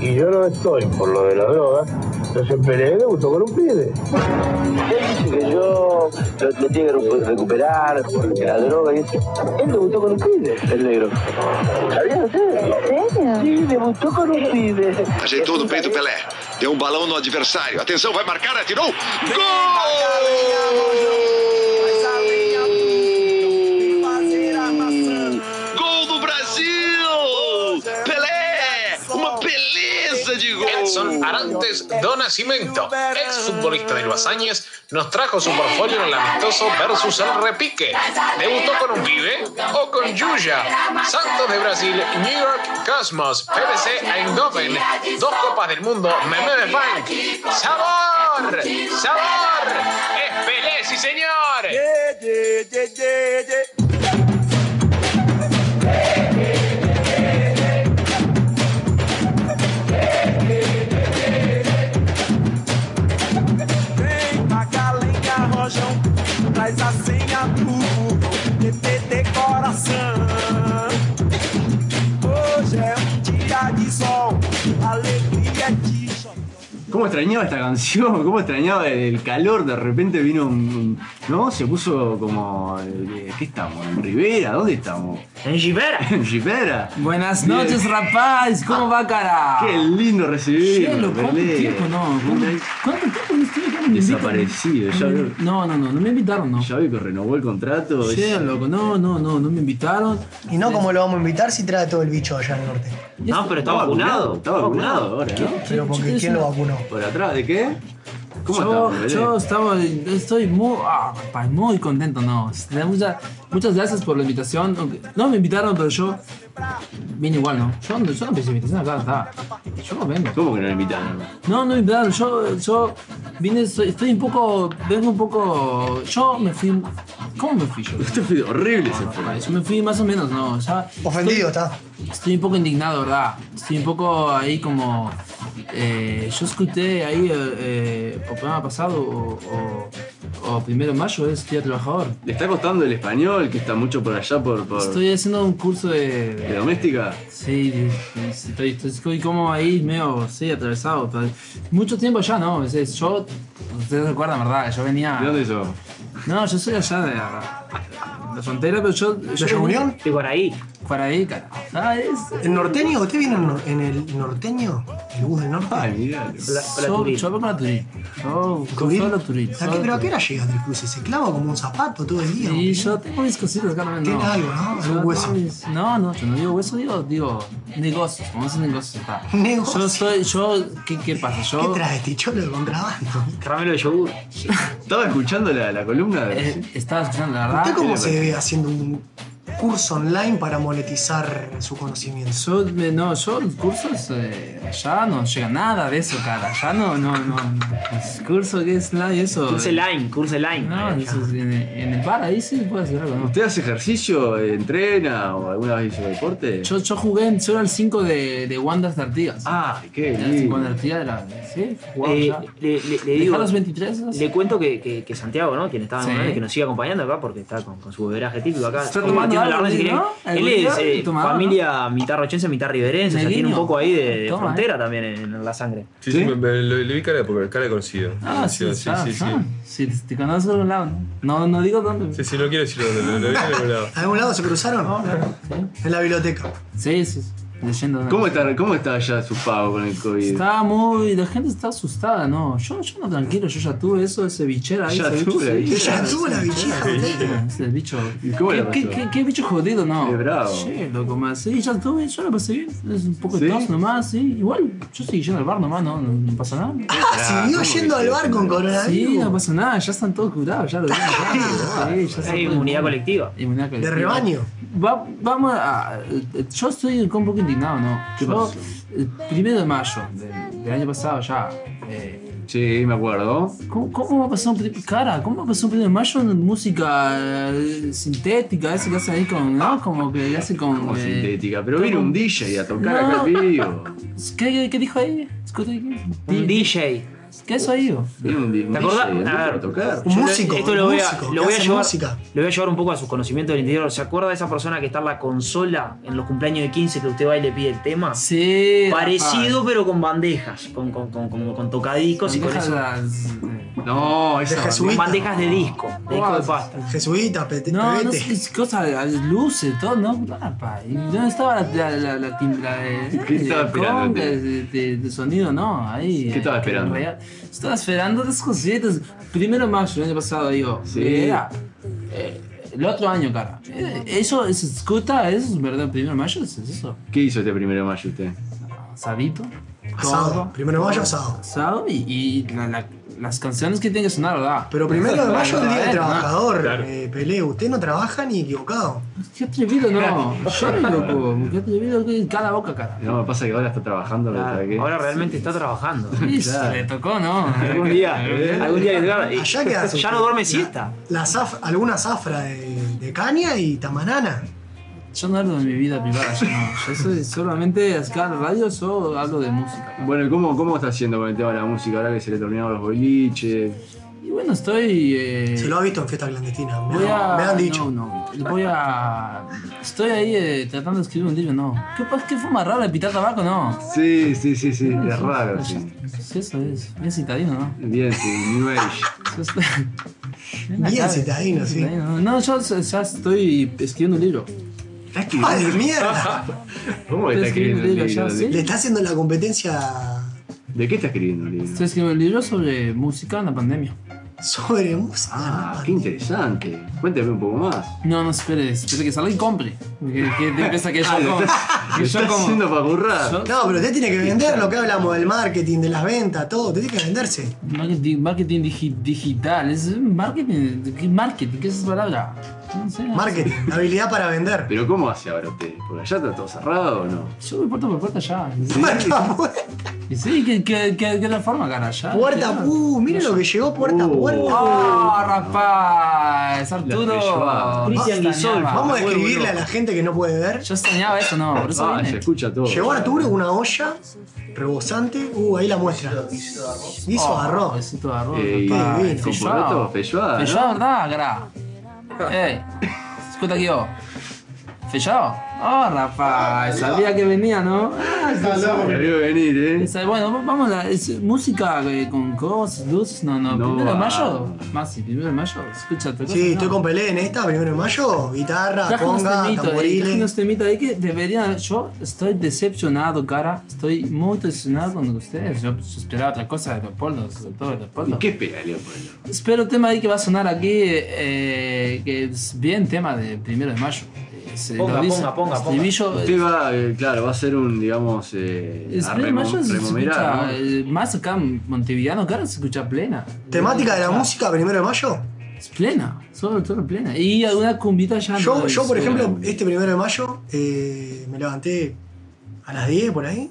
[SPEAKER 8] y yo no estoy por lo de la droga, entonces peleé de autocomplé. Él dice que yo lo, lo tiene que recu- recuperar, porque la droga y eso. Él debutó con un pibe, el negro. ¿Sabías usted? ¿En serio? Sí, debutó con un pibe.
[SPEAKER 16] Ajeitou do peito o Pelé. Deu um balão no adversário. Atenção, vai marcar, atirou. Gol! Gol do Brasil! Pelé! Uma beleza de gol!
[SPEAKER 6] Edson Arantes Don Nascimento, ex futbolista de Loazañez, nos trajo su portfolio en el amistoso versus el repique. Debutó con un pibe o con Yuya. Santos de Brasil, New York Cosmos, PBC Eindhoven, dos copas del mundo, Meme de Bank. ¡Sabor! ¡Sabor! ¡Es Pelé, sí señor!
[SPEAKER 17] Vem pra galinha rojão, traz a senha pro Google, TTT coração. Hoje é um dia de sol, alegria de
[SPEAKER 2] ¿Cómo extrañaba esta canción? ¿Cómo extrañaba el, el calor? De repente vino un, un- ¿No? Se puso como. eh, ¿Qué estamos? ¿En Rivera? ¿Dónde estamos?
[SPEAKER 3] En Rivera.
[SPEAKER 2] en Rivera.
[SPEAKER 4] Buenas
[SPEAKER 2] Bien.
[SPEAKER 4] noches, rapaz. ¿Cómo va, cara?
[SPEAKER 2] Qué lindo recibir.
[SPEAKER 4] Cielo, ¿cuánto tiempo, no? ¿Cuánto, cuánto tiempo no estuve acá en
[SPEAKER 2] Desaparecido, ya veo.
[SPEAKER 4] No, no, no, no me invitaron, no.
[SPEAKER 2] Ya vi que renovó el contrato. es-
[SPEAKER 4] Sean loco, no, no, no, no me invitaron.
[SPEAKER 5] Y no como lo vamos a invitar si trae todo el bicho allá al norte.
[SPEAKER 3] No, pero está vacunado.
[SPEAKER 2] Está vacunado ahora, ¿no?
[SPEAKER 5] Pero porque ¿quién lo vacunó?
[SPEAKER 2] ¿Por atrás de qué? ¿Cómo
[SPEAKER 4] yo,
[SPEAKER 2] estamos, Belén?
[SPEAKER 4] yo estaba, estoy muy, ah, pa- muy contento, no. Mucha- muchas gracias por la invitación. aunque- No me invitaron, pero yo vine igual, ¿no? Yo, no- yo no pedí invitación acá, está. Yo no vengo.
[SPEAKER 2] ¿Cómo que no lo invitaron?
[SPEAKER 4] No, no me invitaron. Yo, yo vine, soy- estoy un poco, vengo un poco. Yo me fui. ¿Cómo me fui yo?
[SPEAKER 2] Esto fue horrible ese fue.
[SPEAKER 4] Yo me fui más o menos, ¿no? O sea,
[SPEAKER 5] Ofendido está.
[SPEAKER 4] Estoy un poco indignado, ¿verdad? Estoy un poco ahí como... eh, yo escuché ahí eh, eh, el programa pasado o, o- o primero de mayo es Día Trabajador.
[SPEAKER 2] ¿Le está costando el español que está mucho por allá por, por
[SPEAKER 4] Estoy haciendo un curso de...
[SPEAKER 2] de doméstica?
[SPEAKER 4] Sí, de- estoy, estoy, estoy como ahí medio, sí, atravesado. pero Mucho tiempo ya, ¿no? Es- es- yo, ustedes recuerdan, ¿verdad? Yo venía...
[SPEAKER 2] ¿De dónde sos?
[SPEAKER 4] No, yo soy allá de la, la frontera, pero yo... ¿De
[SPEAKER 5] Reunión?
[SPEAKER 4] De Guaraí. Guaraí, cara. Ah, es...
[SPEAKER 5] ¿El norteño? ¿Usted viene en nor- en el norteño? ¿El bus del norte?
[SPEAKER 2] Ay, mirá.
[SPEAKER 4] Yo, yo vengo a la Turín. Yo,
[SPEAKER 5] ¿Turín?
[SPEAKER 4] solo Turín.
[SPEAKER 5] ¿A qué- ¿Pero a qué hora llega del cruce? Se clava como un zapato todo el día.
[SPEAKER 4] Y yo tengo mis cositas, Carmen.
[SPEAKER 5] Tiene algo, ¿no?
[SPEAKER 4] Yo
[SPEAKER 5] Algún hueso.
[SPEAKER 4] tengo mis- No, no, yo no digo hueso, digo, digo negocios. Vamos a hacer negocios. Está.
[SPEAKER 5] Negocios.
[SPEAKER 4] Yo soy, yo, ¿qué, qué pasa? Yo,
[SPEAKER 5] ¿Qué traes, ticholo de contrabando?
[SPEAKER 4] Caramelo de yogur.
[SPEAKER 2] Estaba escuchando la, la columna de.
[SPEAKER 4] Eh, estaba escuchando, la verdad.
[SPEAKER 5] ¿Usted cómo se ve haciendo un curso online para monetizar su conocimiento?
[SPEAKER 4] Yo, me- no, yo los cursos, eh, allá no llega nada de eso, cara. Allá no, no, no. Los cursos que es la y eso.
[SPEAKER 3] Curso
[SPEAKER 4] line, curso line. No, eso es en, en el bar ahí sí puede hacer algo, ¿no?
[SPEAKER 2] ¿Usted hace ejercicio, entrena o alguna vez hizo deporte?
[SPEAKER 4] Yo, yo jugué, en- yo era el 5 de, de Wanderers de Artigas.
[SPEAKER 2] Ah, qué
[SPEAKER 4] Era el 5 de Artigas, era, sí, jugaba
[SPEAKER 3] Eh,
[SPEAKER 4] ya.
[SPEAKER 3] le, le- le
[SPEAKER 4] Dejá
[SPEAKER 3] digo,
[SPEAKER 4] los 23, ¿no?
[SPEAKER 3] le cuento que, que- que Santiago, ¿no? quien estaba en
[SPEAKER 4] Sí.
[SPEAKER 3] Morales, que nos sigue acompañando acá porque está con, con su beberaje típico acá.
[SPEAKER 4] Está
[SPEAKER 3] compartiendo la
[SPEAKER 4] tomando algo,
[SPEAKER 3] verdad, si
[SPEAKER 4] ¿no?
[SPEAKER 3] quieren. Él
[SPEAKER 4] Algo
[SPEAKER 3] es
[SPEAKER 4] bien
[SPEAKER 3] eh,
[SPEAKER 4] tomado,
[SPEAKER 3] familia mitad rochense, mitad riverense, o sea, tiene un
[SPEAKER 4] Negueño.
[SPEAKER 3] poco ahí de, de
[SPEAKER 4] Toma,
[SPEAKER 3] frontera también en, en la sangre.
[SPEAKER 11] Sí, sí, me- me- le, le vi cara de, porque- cara de conocido.
[SPEAKER 4] Ah, sí,
[SPEAKER 11] sí,
[SPEAKER 4] está,
[SPEAKER 11] sí, sí.
[SPEAKER 4] está. Sí, te- te conozco de algún lado, ¿no? No, no digo dónde.
[SPEAKER 11] Sí, sí, no quiero decirlo, lo, lo vi en algún lado.
[SPEAKER 5] ¿A algún lado se cruzaron? En la biblioteca.
[SPEAKER 4] Sí, sí, sí, leyendo. ¿no?
[SPEAKER 2] ¿Cómo está, ¿Cómo está allá su pago con el COVID?
[SPEAKER 4] Está muy. La gente está asustada, no. Yo, yo no tranquilo, yo ya tuve eso, ese bichera ahí.
[SPEAKER 2] Ya
[SPEAKER 4] ese
[SPEAKER 2] tuve la
[SPEAKER 4] bicho, sí,
[SPEAKER 2] bichera.
[SPEAKER 4] sí,
[SPEAKER 2] Ya tuvo
[SPEAKER 4] sí,
[SPEAKER 2] la
[SPEAKER 4] sí,
[SPEAKER 2] bichera,
[SPEAKER 4] sí,
[SPEAKER 2] usted.
[SPEAKER 4] sí, Ese bicho.
[SPEAKER 2] ¿Y cómo le
[SPEAKER 4] Ah, ¿Qué- ¿Qué,
[SPEAKER 2] pasó?
[SPEAKER 4] qué, qué bicho jodido, no?
[SPEAKER 2] Qué bravo.
[SPEAKER 4] Sí, loco, más. Sí, ya tuve, yo lo pasé bien. Es un poco de tos nomás, sí. Igual, yo seguí yendo al bar nomás, no, no, no pasa nada.
[SPEAKER 5] Ah, siguió yendo al bar con coronavirus.
[SPEAKER 4] Sí, no pasa nada, ya están todos curados, ya lo vieron. Sí, ya están
[SPEAKER 3] Hay
[SPEAKER 4] todos-
[SPEAKER 3] inmunidad colectiva.
[SPEAKER 4] Inmunidad
[SPEAKER 5] De
[SPEAKER 4] colectiva.
[SPEAKER 5] rebaño.
[SPEAKER 4] Va- vamos a. Yo estoy un poco indignado, ¿no? yo,
[SPEAKER 2] pasó?
[SPEAKER 4] El primero de mayo del, del año pasado ya. eh,
[SPEAKER 2] Sí, me acuerdo.
[SPEAKER 4] ¿cómo, cómo va a pasar un pri- cara? ¿Cómo va a pasar un primero de mayo en música eh, sintética? Eso que hacen ahí con. ¿No? Como que hacen con.
[SPEAKER 2] Como
[SPEAKER 4] eh,
[SPEAKER 2] sintética. Pero vino un DJ a tocar
[SPEAKER 4] No.
[SPEAKER 2] acá al vivo.
[SPEAKER 4] ¿qué, qué dijo ahí? Escucha aquí.
[SPEAKER 3] Un DJ.
[SPEAKER 4] ¿Qué es eso ahí? digo?
[SPEAKER 2] Vino un, di- un
[SPEAKER 3] ¿Te acordás?
[SPEAKER 2] DJ
[SPEAKER 3] A
[SPEAKER 2] a
[SPEAKER 3] ver.
[SPEAKER 2] tocar.
[SPEAKER 5] Un
[SPEAKER 3] Yo
[SPEAKER 5] músico,
[SPEAKER 3] Esto
[SPEAKER 5] un
[SPEAKER 3] lo voy,
[SPEAKER 5] músico
[SPEAKER 3] a, lo
[SPEAKER 5] que
[SPEAKER 3] voy a
[SPEAKER 5] hace
[SPEAKER 3] llevar.
[SPEAKER 5] música.
[SPEAKER 3] Lo voy a llevar un poco a sus conocimientos del interior. ¿Se acuerda de esa persona que está en la consola en los cumpleaños de 15 que usted va y le pide el tema?
[SPEAKER 4] Sí.
[SPEAKER 3] Parecido, pero con bandejas, con, con, con, con, con tocadiscos y con
[SPEAKER 4] Bandejas
[SPEAKER 3] eso.
[SPEAKER 4] las- eh.
[SPEAKER 2] No, esa
[SPEAKER 5] De
[SPEAKER 2] banda-
[SPEAKER 5] jesuita.
[SPEAKER 3] Bandejas de disco, de disco de pasta.
[SPEAKER 5] Jesuita, pete,
[SPEAKER 4] No, no
[SPEAKER 5] pebete.
[SPEAKER 4] sé, es cosa, las luces, todo, ¿no? Ah, pa, ¿y ¿Dónde estaba la, la, la, la, tim- la, eh,
[SPEAKER 2] ¿Qué estaba
[SPEAKER 4] el
[SPEAKER 2] esperando,
[SPEAKER 4] conga
[SPEAKER 2] tío?
[SPEAKER 4] de, de- de sonido, no? Ahí,
[SPEAKER 2] ¿Qué estaba
[SPEAKER 4] eh,
[SPEAKER 2] esperando?
[SPEAKER 4] en realidad, Estaba esperando las cositas. Primero de mayo, el año pasado, digo.
[SPEAKER 2] Sí.
[SPEAKER 4] Era, eh, el otro año, cara. Eh, Eso es escuta, eso es verdad, primero de mayo, es eso.
[SPEAKER 2] ¿Qué hizo este primero de mayo usted?
[SPEAKER 4] Sabito.
[SPEAKER 5] Asado. Primero de mayo, asado.
[SPEAKER 4] Asado y, y la- la- las canciones que tienen que sonar, ¿verdad?
[SPEAKER 5] Pero primero de mayo es el día del
[SPEAKER 4] Verdadero, ¿no?
[SPEAKER 5] trabajador,
[SPEAKER 11] Claro.
[SPEAKER 5] eh, Pelé. Usted no trabaja ni equivocado.
[SPEAKER 4] Qué atrevido, no. Yo, loco, qué atrevido, que cala boca, cara.
[SPEAKER 2] No, me pasa que ahora está trabajando. ¿no? ¿Para qué?
[SPEAKER 3] Ah, Ahora realmente está trabajando.
[SPEAKER 4] Sí,
[SPEAKER 2] Claro.
[SPEAKER 4] Le tocó, ¿no?
[SPEAKER 3] Algún día, algún día Edgar, eh,
[SPEAKER 5] Allá queda su-
[SPEAKER 3] ya no duerme siesta.
[SPEAKER 5] La zaf- alguna zafra de, de caña y tamanana.
[SPEAKER 4] Yo no hablo de mi vida privada, yo no. Yo soy solamente acá en la radio, yo hablo de música.
[SPEAKER 2] Bueno, ¿y ¿cómo, ¿cómo está haciendo con el tema de la música ahora que se le terminaron los boliches?
[SPEAKER 4] Y bueno, estoy. eh,
[SPEAKER 5] Se lo ha visto en fiesta clandestina. Me,
[SPEAKER 4] voy a,
[SPEAKER 5] me han dicho.
[SPEAKER 4] No, no. Voy a. Estoy ahí eh, tratando de escribir un libro, no. ¿Qué, pa- qué forma rara de pitar tabaco, no?
[SPEAKER 2] Sí, sí, sí, sí, es raro, sí.
[SPEAKER 4] Sí, eso es. Bien citadino, ¿no?
[SPEAKER 2] Bien, sí, New Age.
[SPEAKER 4] Yo estoy-
[SPEAKER 5] Bien citadino, sí.
[SPEAKER 4] No, no, yo ya estoy escribiendo un libro.
[SPEAKER 2] ¿Está
[SPEAKER 5] ¡Ah, de
[SPEAKER 2] escribiendo?
[SPEAKER 5] mierda!
[SPEAKER 2] ¿Cómo que está
[SPEAKER 4] Estoy escribiendo
[SPEAKER 2] escribiendo el
[SPEAKER 4] libro
[SPEAKER 2] libro?
[SPEAKER 4] ya, sí.
[SPEAKER 5] Le está haciendo la competencia
[SPEAKER 2] ¿De qué está escribiendo el libro?
[SPEAKER 4] Se escribió el libro sobre música en la pandemia.
[SPEAKER 5] ¿Sobre música?
[SPEAKER 2] Ah, qué interesante. Cuéntame un poco más.
[SPEAKER 4] No, no, espere, espere que salga y compre. Que, que te empieza que yo
[SPEAKER 2] Ah, lo
[SPEAKER 4] como-
[SPEAKER 2] estás-
[SPEAKER 4] que
[SPEAKER 2] lo
[SPEAKER 4] yo
[SPEAKER 2] estás
[SPEAKER 4] como-
[SPEAKER 2] haciendo pa' currar.
[SPEAKER 4] Yo-
[SPEAKER 5] No, pero usted tiene que vender lo que hablamos del marketing, de las ventas, todo. Usted tiene que venderse.
[SPEAKER 4] Marketing, marketing digi- digital, es marketing, ¿qué marketing? ¿Qué es esa palabra? No sé.
[SPEAKER 5] Marketing, habilidad para vender.
[SPEAKER 2] ¿Pero cómo hace ahora usted? ¿Por allá está todo cerrado o no?
[SPEAKER 4] Yo voy puerta por puerta ya. Y sí, que, que, que, que la forma cara ya. Ah,
[SPEAKER 5] Puerta,
[SPEAKER 4] Ya.
[SPEAKER 5] uh, mire lo que llegó puerta a puerta.
[SPEAKER 3] Ah.
[SPEAKER 4] Oh, rapaz,
[SPEAKER 5] La
[SPEAKER 4] Arturo.
[SPEAKER 5] llevaba.
[SPEAKER 4] Cristian Guisol.
[SPEAKER 5] Vamos a describirle a la gente que no puede ver.
[SPEAKER 4] Yo soñaba eso, no, por
[SPEAKER 2] Ah,
[SPEAKER 4] eso vine.
[SPEAKER 5] Llegó Arturo con una olla rebosante. Uh, ahí la muestra. Guiso
[SPEAKER 3] Ah.
[SPEAKER 5] de arroz.
[SPEAKER 4] Guiso de arroz.
[SPEAKER 2] Eh,
[SPEAKER 5] Papá,
[SPEAKER 2] y-
[SPEAKER 5] divino.
[SPEAKER 2] con poroto, feijoada, ¿no?
[SPEAKER 4] Feijoada, ¿verdad, cara? Ah, Ey, escuta aquí yo. ¿Feijoada? Oh, rapaz, sabía que venía, ¿no? Ah,
[SPEAKER 2] Lo vio venir, ¿eh?
[SPEAKER 4] Esa- Bueno, vamos a es música eh, con cosas, luces, no, no,
[SPEAKER 2] No
[SPEAKER 4] primero
[SPEAKER 2] va.
[SPEAKER 4] de mayo, más primero de mayo, escúchate.
[SPEAKER 5] ah. Sí, estoy con Pelé en esta, primero de mayo. Guitarra,
[SPEAKER 4] Traje unos
[SPEAKER 5] conga,
[SPEAKER 4] temitas, eh, traje
[SPEAKER 5] tamboriles.
[SPEAKER 4] unos temitas ahí que deberían. Yo estoy decepcionado, cara. Estoy muy decepcionado con ustedes. Yo esperaba otra cosa de Leopoldo, sobre todo de Leopoldo.
[SPEAKER 2] ¿Y qué espera Leopoldo?
[SPEAKER 4] Espero el tema ahí que va a sonar aquí, eh, que es bien tema de primero de mayo. Eh, se lo dice- estribillo, eh,
[SPEAKER 2] Usted va, eh, claro, va a ser un, digamos, eh,
[SPEAKER 4] es
[SPEAKER 2] a
[SPEAKER 4] primero de
[SPEAKER 2] remo-
[SPEAKER 4] mayo se
[SPEAKER 2] remomerar,
[SPEAKER 4] escucha,
[SPEAKER 2] ¿no?
[SPEAKER 4] eh, más acá en Montevideano, cara, se escucha plena.
[SPEAKER 5] ¿Temática de la
[SPEAKER 4] Ah,
[SPEAKER 5] música, primero de mayo?
[SPEAKER 4] Es plena, sobre todo plena. Y alguna cumbita ya.
[SPEAKER 5] Yo,
[SPEAKER 4] Ah, no
[SPEAKER 5] yo, por
[SPEAKER 4] es- eh,
[SPEAKER 5] ejemplo, este primero de mayo eh, me levanté a las 10 por ahí.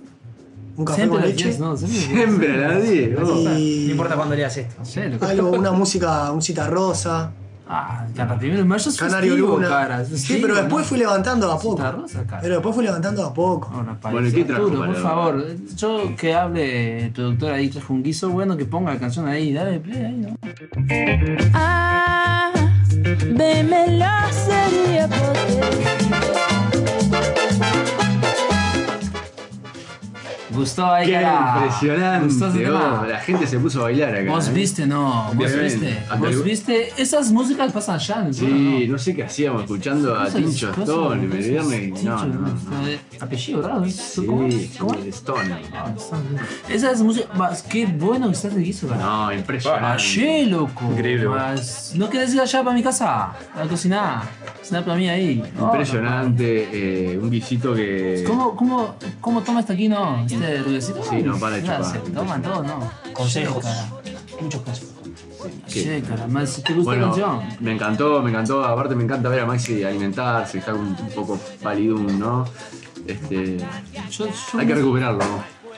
[SPEAKER 5] Un café
[SPEAKER 4] Siempre a las
[SPEAKER 5] con leche.
[SPEAKER 4] 10, no, siempre- Siempre a las 10,
[SPEAKER 5] Y-
[SPEAKER 4] no.
[SPEAKER 3] No importa cuándo leas esto.
[SPEAKER 5] Algo, una música, un cita rosa.
[SPEAKER 4] Ah, para primero de mayo es
[SPEAKER 5] Canario
[SPEAKER 4] festivo,
[SPEAKER 5] Luna.
[SPEAKER 4] cara, es
[SPEAKER 5] sí,
[SPEAKER 4] festivo,
[SPEAKER 5] pero después
[SPEAKER 4] ¿no? Ah,
[SPEAKER 5] fui levantando de a poco.
[SPEAKER 4] cara.
[SPEAKER 5] Pero después fui levantando de a poco.
[SPEAKER 4] Bueno, por favor, yo que hable el productor ahí trajo un guiso, bueno, que ponga la canción ahí, dale play ahí, ¿no?
[SPEAKER 18] Ah, veme la sería
[SPEAKER 4] Gustó ahí,
[SPEAKER 2] Qué
[SPEAKER 4] cara. Gustó ese
[SPEAKER 2] impresionante,
[SPEAKER 4] tema.
[SPEAKER 2] vos. la gente se puso a bailar acá.
[SPEAKER 4] Vos
[SPEAKER 2] ¿eh?
[SPEAKER 4] viste, no, vos
[SPEAKER 2] Bien,
[SPEAKER 4] viste.
[SPEAKER 2] hasta
[SPEAKER 4] Vos
[SPEAKER 2] el-
[SPEAKER 4] viste, esas músicas pasan allá en el pueblo, ¿no?
[SPEAKER 2] Sí, no sé qué hacíamos escuchando a
[SPEAKER 4] Cosas-
[SPEAKER 2] Tincho
[SPEAKER 4] cosas-
[SPEAKER 2] Stone,
[SPEAKER 4] cosas-
[SPEAKER 2] Viernes. No,
[SPEAKER 4] Tincho,
[SPEAKER 2] no.
[SPEAKER 4] eh, Apellido raro, ¿eh?
[SPEAKER 2] Sí, Stone.
[SPEAKER 4] Ah, Esa es música. Más, qué bueno que estás de guiso, cara.
[SPEAKER 2] No, impresionante.
[SPEAKER 4] Allí, loco.
[SPEAKER 2] Increíble.
[SPEAKER 4] Más, ¿No querés ir allá para mi casa? A cocinar. Cocinar para mí ahí. Oh,
[SPEAKER 2] Impresionante, eh, un guisito que.
[SPEAKER 4] ¿Cómo, cómo, ¿Cómo toma este aquí, no? Este ruidecito.
[SPEAKER 2] Sí, no, para de
[SPEAKER 4] Mira,
[SPEAKER 2] chupar.
[SPEAKER 4] se Toman todo, no.
[SPEAKER 2] Consejos.
[SPEAKER 4] Che, cara. Muchos consejos.
[SPEAKER 2] ¿Qué?
[SPEAKER 4] Che, cara, más si te gusta la
[SPEAKER 2] Bueno,
[SPEAKER 4] canción.
[SPEAKER 2] me encantó, me encantó. Aparte, me encanta ver a Maxi alimentarse, está un, un poco palidum, ¿no? Este, hay que recuperarlo.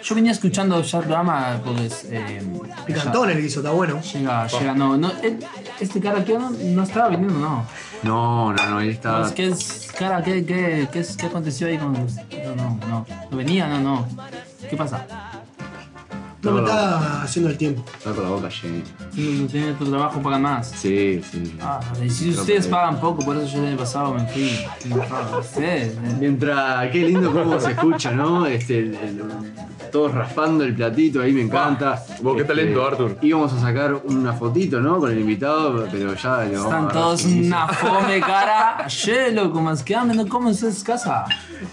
[SPEAKER 4] Yo venía escuchando ya el programa porque es. Eh,
[SPEAKER 5] Picantón el guiso, está bueno.
[SPEAKER 4] Llega, llega, no. no eh, este cara aquí no, no estaba viniendo, no.
[SPEAKER 2] No, no, no, él está.
[SPEAKER 4] No, es que Pues, es, cara, ¿qué, qué, qué, es- qué aconteció ahí con.? No, no, no. No venía, no, no. ¿Qué pasa?
[SPEAKER 5] No me
[SPEAKER 4] No,
[SPEAKER 5] está haciendo el tiempo.
[SPEAKER 2] Está con la boca llena.
[SPEAKER 4] Tiene tiene tu trabajo, pagan más.
[SPEAKER 2] Sí, sí.
[SPEAKER 4] Ah, y si ustedes pagan poco, por eso yo el año pasado me fui. Ustedes.
[SPEAKER 2] Mientras, qué lindo cómo se escucha, ¿no? Este, el- el- todos raspando el platito, ahí me encanta. Vos, qué
[SPEAKER 10] talento,
[SPEAKER 2] Arthur. Íbamos a sacar una fotito, ¿no? Con el invitado, pero ya. le vamos a
[SPEAKER 4] Están
[SPEAKER 2] agarrar
[SPEAKER 4] todos
[SPEAKER 2] sin guiso.
[SPEAKER 4] una fome cara. Che, loco, más que hambre, no comen ustedes casa.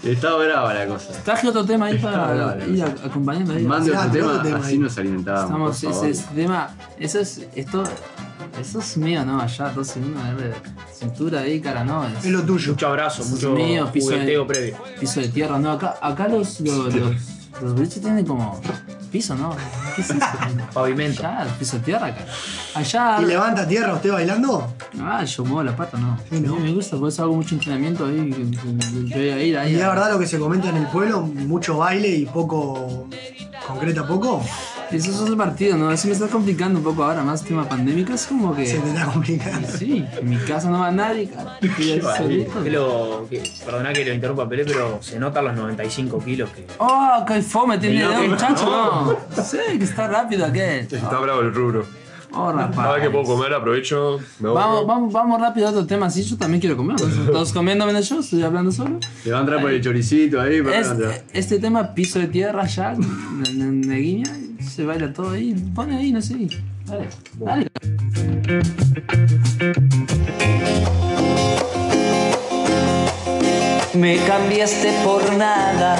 [SPEAKER 2] Está brava la cosa.
[SPEAKER 4] Traje otro tema ahí
[SPEAKER 2] Está brava la
[SPEAKER 4] para ir a- acompañando ahí.
[SPEAKER 2] Mande
[SPEAKER 4] Ah,
[SPEAKER 2] otro tema, así
[SPEAKER 4] ahí.
[SPEAKER 2] nos alimentábamos.
[SPEAKER 4] Estamos,
[SPEAKER 2] por
[SPEAKER 4] ese
[SPEAKER 2] favor.
[SPEAKER 4] es tema, eso es, esto, eso es mío, ¿no? Allá, dos segundos, a ver, cintura ahí, cara, no. Es,
[SPEAKER 5] lo tuyo.
[SPEAKER 4] Mucho abrazo,
[SPEAKER 3] mucho jugueteo previo.
[SPEAKER 4] Piso de tierra, no, acá, acá los, los, los, los boliches tienen como piso, ¿no? ¿Qué es eso? Pavimento. Claro, piso de tierra, cara. Allá...
[SPEAKER 5] ¿Y levanta tierra usted bailando?
[SPEAKER 4] Ah, yo muevo la pata, no. A mí me gusta, por eso hago mucho entrenamiento ahí. que- que- que Voy a ir ahí.
[SPEAKER 5] Y
[SPEAKER 4] a-
[SPEAKER 5] la verdad lo que se comenta en el pueblo, mucho baile y poco. concreta poco.
[SPEAKER 4] Eso es otro partido, ¿no? Eso me está complicando un poco ahora, más tema pandémico, es como que...
[SPEAKER 5] Se te está complicando.
[SPEAKER 4] Sí, en mi casa no va nadie, cara. Y ahí solito.
[SPEAKER 3] Que lo- que- Perdoná que lo interrumpa Pelé, pero se notan los 95 kilos que.
[SPEAKER 4] ¡Oh, qué fome tiene
[SPEAKER 3] Pero
[SPEAKER 4] el dedo,
[SPEAKER 3] que-
[SPEAKER 4] muchacho!
[SPEAKER 3] no.
[SPEAKER 4] No. Sí, que está rápido aquel.
[SPEAKER 10] Está bravo el rubro.
[SPEAKER 4] Oh, rapaz.
[SPEAKER 10] Ahora que puedo comer, aprovecho. Me voy.
[SPEAKER 4] Vamos, vamos, vamos rápido a otro tema, sí, yo también quiero comer. Todos comiendo menos yo, estoy hablando solo.
[SPEAKER 2] Le va a entrar por el choricito ahí, pero
[SPEAKER 4] Es-
[SPEAKER 2] no entra.
[SPEAKER 4] este tema, piso de tierra ya, de guiña, se baila todo ahí, pone ahí, no sé. Dale, dale.
[SPEAKER 19] Me cambiaste por nada,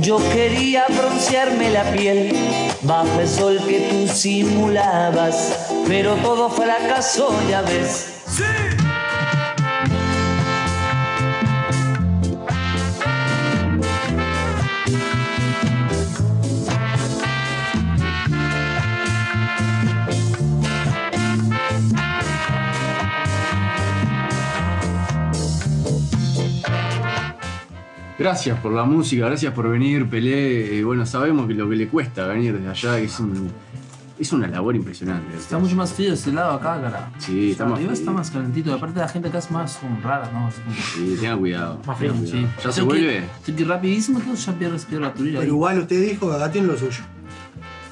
[SPEAKER 19] yo quería broncearme la piel bajo el sol que tú simulabas, pero todo fracasó, ya ves.
[SPEAKER 2] Gracias por la música, gracias por venir, Pelé. Eh, Bueno, sabemos que lo que le cuesta venir desde allá que es, un, es una labor impresionante.
[SPEAKER 4] Está mucho más frío este lado acá, cara.
[SPEAKER 2] Sí, está más
[SPEAKER 4] Arriba está
[SPEAKER 2] frío.
[SPEAKER 4] más calentito. Aparte, la gente acá es más honrada, ¿no? Es como-
[SPEAKER 2] Sí, tenga cuidado.
[SPEAKER 4] Más frío,
[SPEAKER 2] tenga
[SPEAKER 4] sí.
[SPEAKER 2] cuidado. ¿Ya se
[SPEAKER 4] Tengo que-
[SPEAKER 2] vuelve?
[SPEAKER 4] Tengo que ir rapidísimo, tengo que ya pierdes pierdo la turilla.
[SPEAKER 5] Pero igual usted dijo que acá tiene lo suyo.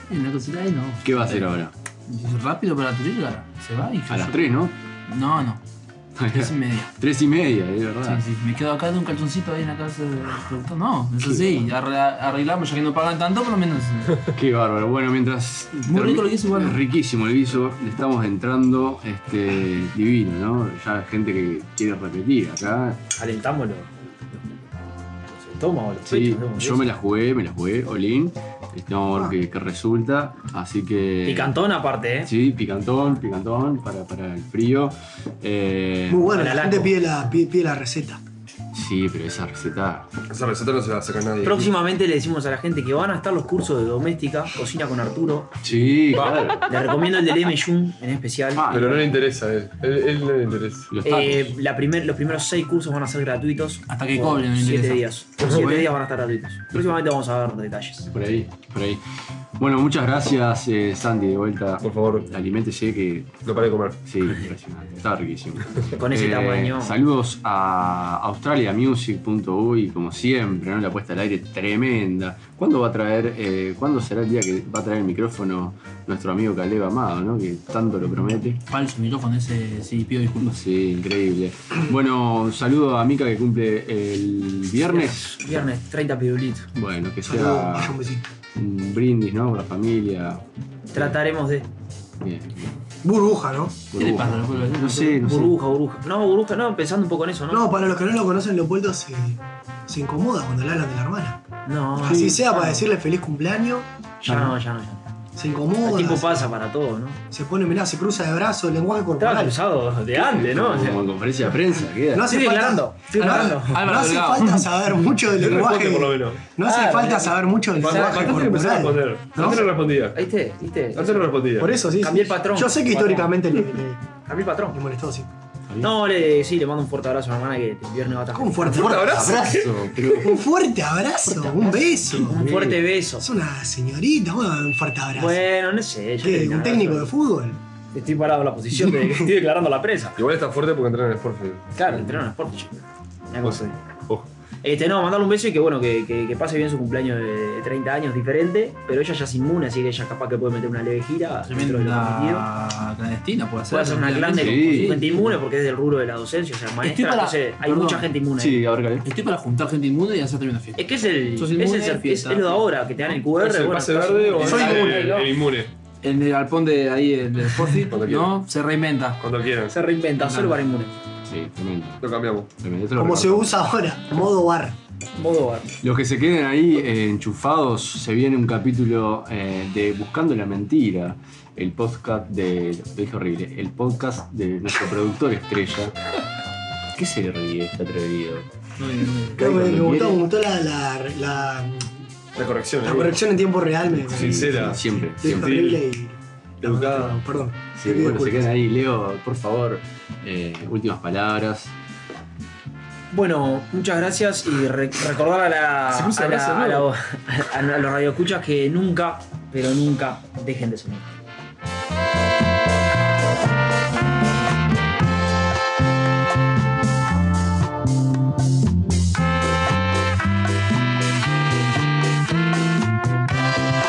[SPEAKER 4] En la cocina ahí no.
[SPEAKER 2] ¿Qué va a hacer ahora?
[SPEAKER 4] Rápido para la turilla, cara. Se va y yo-
[SPEAKER 2] A las 3, ¿no?
[SPEAKER 4] No, no. Tres y media.
[SPEAKER 2] Tres y media, es verdad.
[SPEAKER 4] Sí, sí, me quedo acá de un calzoncito ahí en la casa del productor. No, es así, arre- arreglamos ya que no pagan tanto, por lo menos. eh,
[SPEAKER 2] Qué bárbaro. Bueno, mientras.
[SPEAKER 4] Muy
[SPEAKER 2] termi-
[SPEAKER 4] rico el guiso igual.
[SPEAKER 2] Es riquísimo el guiso. Le estamos entrando este, divino, ¿no? Ya hay gente que quiere repetir acá.
[SPEAKER 3] Alentámoslo. Toma, los
[SPEAKER 2] Sí,
[SPEAKER 3] pechos, ¿no?
[SPEAKER 2] yo me la jugué, me la jugué, Olin. Este,
[SPEAKER 4] Ah.
[SPEAKER 2] vamos a ver qué, qué resulta. Así que.
[SPEAKER 3] Picantón aparte, ¿eh?
[SPEAKER 2] Sí, picantón, picantón para, para el frío. Eh,
[SPEAKER 5] Muy bueno, la gente pide la, pide- pide la receta.
[SPEAKER 2] Sí, pero esa receta.
[SPEAKER 11] Esa receta no se la saca nadie.
[SPEAKER 3] Próximamente le decimos a la gente que van a estar los cursos de doméstica, cocina con Arturo.
[SPEAKER 2] Sí, claro.
[SPEAKER 3] Le recomiendo el del M. Jung en especial.
[SPEAKER 2] Ah,
[SPEAKER 11] Pero no le interesa a él. Él, él no le interesa.
[SPEAKER 3] Eh, la primer- los primeros seis cursos van a ser gratuitos.
[SPEAKER 4] Hasta
[SPEAKER 11] Ah. que cobren, no
[SPEAKER 3] Siete
[SPEAKER 11] interesa.
[SPEAKER 3] días. Por
[SPEAKER 2] Por
[SPEAKER 3] siete
[SPEAKER 2] ahí.
[SPEAKER 3] días van a estar gratuitos. Próximamente vamos a ver detalles.
[SPEAKER 2] Por ahí, por ahí. Bueno, muchas gracias, eh, Sandy, de vuelta. Por
[SPEAKER 11] favor.
[SPEAKER 2] Aliméntese que.
[SPEAKER 11] Lo para de comer.
[SPEAKER 2] Sí, impresionante. Está riquísimo. Eh,
[SPEAKER 3] Con ese tamaño.
[SPEAKER 2] Saludos a australiamusic.uy, como siempre, ¿no? La puesta al aire tremenda. ¿Cuándo va a traer, eh, cuándo será el día que va a traer el micrófono nuestro amigo Caleb Amado, ¿no? Que tanto lo promete.
[SPEAKER 4] Falso micrófono ese, sí, pido disculpas.
[SPEAKER 2] Sí, increíble. Bueno, un saludo a Mica que cumple el viernes.
[SPEAKER 3] Viernes, 30 pirulitos.
[SPEAKER 2] Bueno, que
[SPEAKER 3] Saludos,
[SPEAKER 2] sea
[SPEAKER 3] un
[SPEAKER 2] un brindis, ¿no? Por la familia.
[SPEAKER 3] Trataremos de.
[SPEAKER 2] Bien.
[SPEAKER 5] Burbuja, ¿no?
[SPEAKER 2] ¿Qué le pasa? No sé, no sé.
[SPEAKER 3] burbuja, burbuja. No, burbuja, no, pensando un poco en eso, ¿no?
[SPEAKER 5] No, para los que no lo conocen, Leopoldo se, se incomoda cuando le hablan de la hermana.
[SPEAKER 3] No. Ah,
[SPEAKER 5] Así sea,
[SPEAKER 4] Ah.
[SPEAKER 5] para decirle feliz cumpleaños,
[SPEAKER 3] Ya no, ya no, ya no.
[SPEAKER 5] se incomoda.
[SPEAKER 3] El tiempo pasa para todo, ¿no?
[SPEAKER 5] Se pone, mirá, se cruza de brazos, el lenguaje corporal.
[SPEAKER 3] Estaba cruzado de antes, ¿no? O sea,
[SPEAKER 2] Como en conferencia de prensa, queda.
[SPEAKER 5] No hace
[SPEAKER 3] Estoy
[SPEAKER 5] falta,
[SPEAKER 3] hablando, estoy
[SPEAKER 5] no,
[SPEAKER 3] hablando.
[SPEAKER 5] no
[SPEAKER 3] Álvaro
[SPEAKER 5] hace
[SPEAKER 3] Delgado.
[SPEAKER 5] falta saber mucho del
[SPEAKER 11] Él
[SPEAKER 5] lenguaje.
[SPEAKER 11] responde, por lo menos.
[SPEAKER 5] No hace
[SPEAKER 11] Ah,
[SPEAKER 5] falta
[SPEAKER 11] mira.
[SPEAKER 5] saber mucho del
[SPEAKER 11] Cuando-
[SPEAKER 5] lenguaje
[SPEAKER 11] cuando antes empezaba a
[SPEAKER 5] corporal.
[SPEAKER 11] responder. Antes no respondía.
[SPEAKER 3] ¿Viste? ¿Viste?
[SPEAKER 11] Antes no respondía.
[SPEAKER 5] Por eso, sí.
[SPEAKER 3] Cambié
[SPEAKER 5] sí.
[SPEAKER 3] el patrón.
[SPEAKER 5] Yo sé que históricamente le, le-
[SPEAKER 3] Cambié el patrón.
[SPEAKER 5] le molestó, sí.
[SPEAKER 3] No, le, sí, le mando un fuerte abrazo a mi hermana que el viernes va a estar.
[SPEAKER 5] Un fuerte abrazo. Un fuerte abrazo, un beso.
[SPEAKER 3] Un fuerte beso.
[SPEAKER 5] Es una señorita, bueno, un fuerte abrazo.
[SPEAKER 3] Bueno, no sé. yo
[SPEAKER 5] ¿Qué?
[SPEAKER 3] le di
[SPEAKER 5] ¿Un
[SPEAKER 3] abrazo.
[SPEAKER 5] técnico de fútbol?
[SPEAKER 3] Estoy parado en la posición de que estoy declarando la presa.
[SPEAKER 11] Igual está fuerte porque entrena en el Sportfield.
[SPEAKER 3] Claro, entrenaron a Sport. Mirá
[SPEAKER 4] Pues
[SPEAKER 3] cómo soy. Este, no, mandarle un beso y que bueno, que, que- que pase bien su cumpleaños de 30 años diferente, pero ella ya es inmune, así que ella capaz que puede meter una leve gira. dentro de lo permitido.
[SPEAKER 4] La clandestina puede ser.
[SPEAKER 3] Puede hacer una grande
[SPEAKER 4] Sí.
[SPEAKER 3] con gente inmune porque es del rubro de la docencia, o sea,
[SPEAKER 4] Estoy
[SPEAKER 3] maestra,
[SPEAKER 4] para-
[SPEAKER 3] entonces hay
[SPEAKER 4] perdón.
[SPEAKER 3] mucha gente inmune.
[SPEAKER 4] Sí,
[SPEAKER 2] ahora que
[SPEAKER 4] Estoy para juntar gente inmunda y hacer también una fiesta.
[SPEAKER 3] Es que es el,
[SPEAKER 4] Sos
[SPEAKER 3] es,
[SPEAKER 4] inmune,
[SPEAKER 3] el cer- es-
[SPEAKER 4] fiesta.
[SPEAKER 3] es lo de ahora, que te dan el QR.
[SPEAKER 4] ¿Es el
[SPEAKER 3] bueno,
[SPEAKER 4] pase
[SPEAKER 3] estás-
[SPEAKER 4] verde o
[SPEAKER 3] Soy
[SPEAKER 4] el-
[SPEAKER 3] inmune,
[SPEAKER 4] el-
[SPEAKER 3] ¿no?
[SPEAKER 11] El inmune.
[SPEAKER 4] En el galpón de ahí, el del Sportfit, ¿no? Se reinventa.
[SPEAKER 11] Cuando quieran.
[SPEAKER 3] Se reinventa, solo para inmune.
[SPEAKER 2] Sí, tremendo.
[SPEAKER 11] Lo cambiamos.
[SPEAKER 5] Como se usa ahora, modo bar.
[SPEAKER 3] Modo bar.
[SPEAKER 2] Los que se queden ahí eh, enchufados, se viene un capítulo eh, de Buscando la Mentira, el podcast de. Lo dije horrible, el podcast de nuestro productor estrella. ¿Qué se le ríe este atrevido?
[SPEAKER 5] Creo que me,
[SPEAKER 2] Cuando
[SPEAKER 5] gustó,
[SPEAKER 2] quiere.
[SPEAKER 5] me gustó la, la, la-
[SPEAKER 11] La corrección.
[SPEAKER 5] la
[SPEAKER 11] eh.
[SPEAKER 5] corrección en tiempo real. Me,
[SPEAKER 11] Sincera.
[SPEAKER 2] Siempre,
[SPEAKER 5] Es
[SPEAKER 2] siempre.
[SPEAKER 5] horrible y.
[SPEAKER 11] Educada.
[SPEAKER 5] Perdón.
[SPEAKER 2] Sí,
[SPEAKER 5] Te pido
[SPEAKER 2] bueno, se
[SPEAKER 5] disculpas.
[SPEAKER 2] quedan ahí. Leo, por favor, eh, últimas palabras.
[SPEAKER 3] Bueno, muchas gracias y re- recordar a, la,
[SPEAKER 4] Se cruza
[SPEAKER 3] a,
[SPEAKER 4] el brazo,
[SPEAKER 3] la- a
[SPEAKER 4] ¿no?
[SPEAKER 3] la- a- a los radioescuchas que nunca, pero nunca dejen de soñar.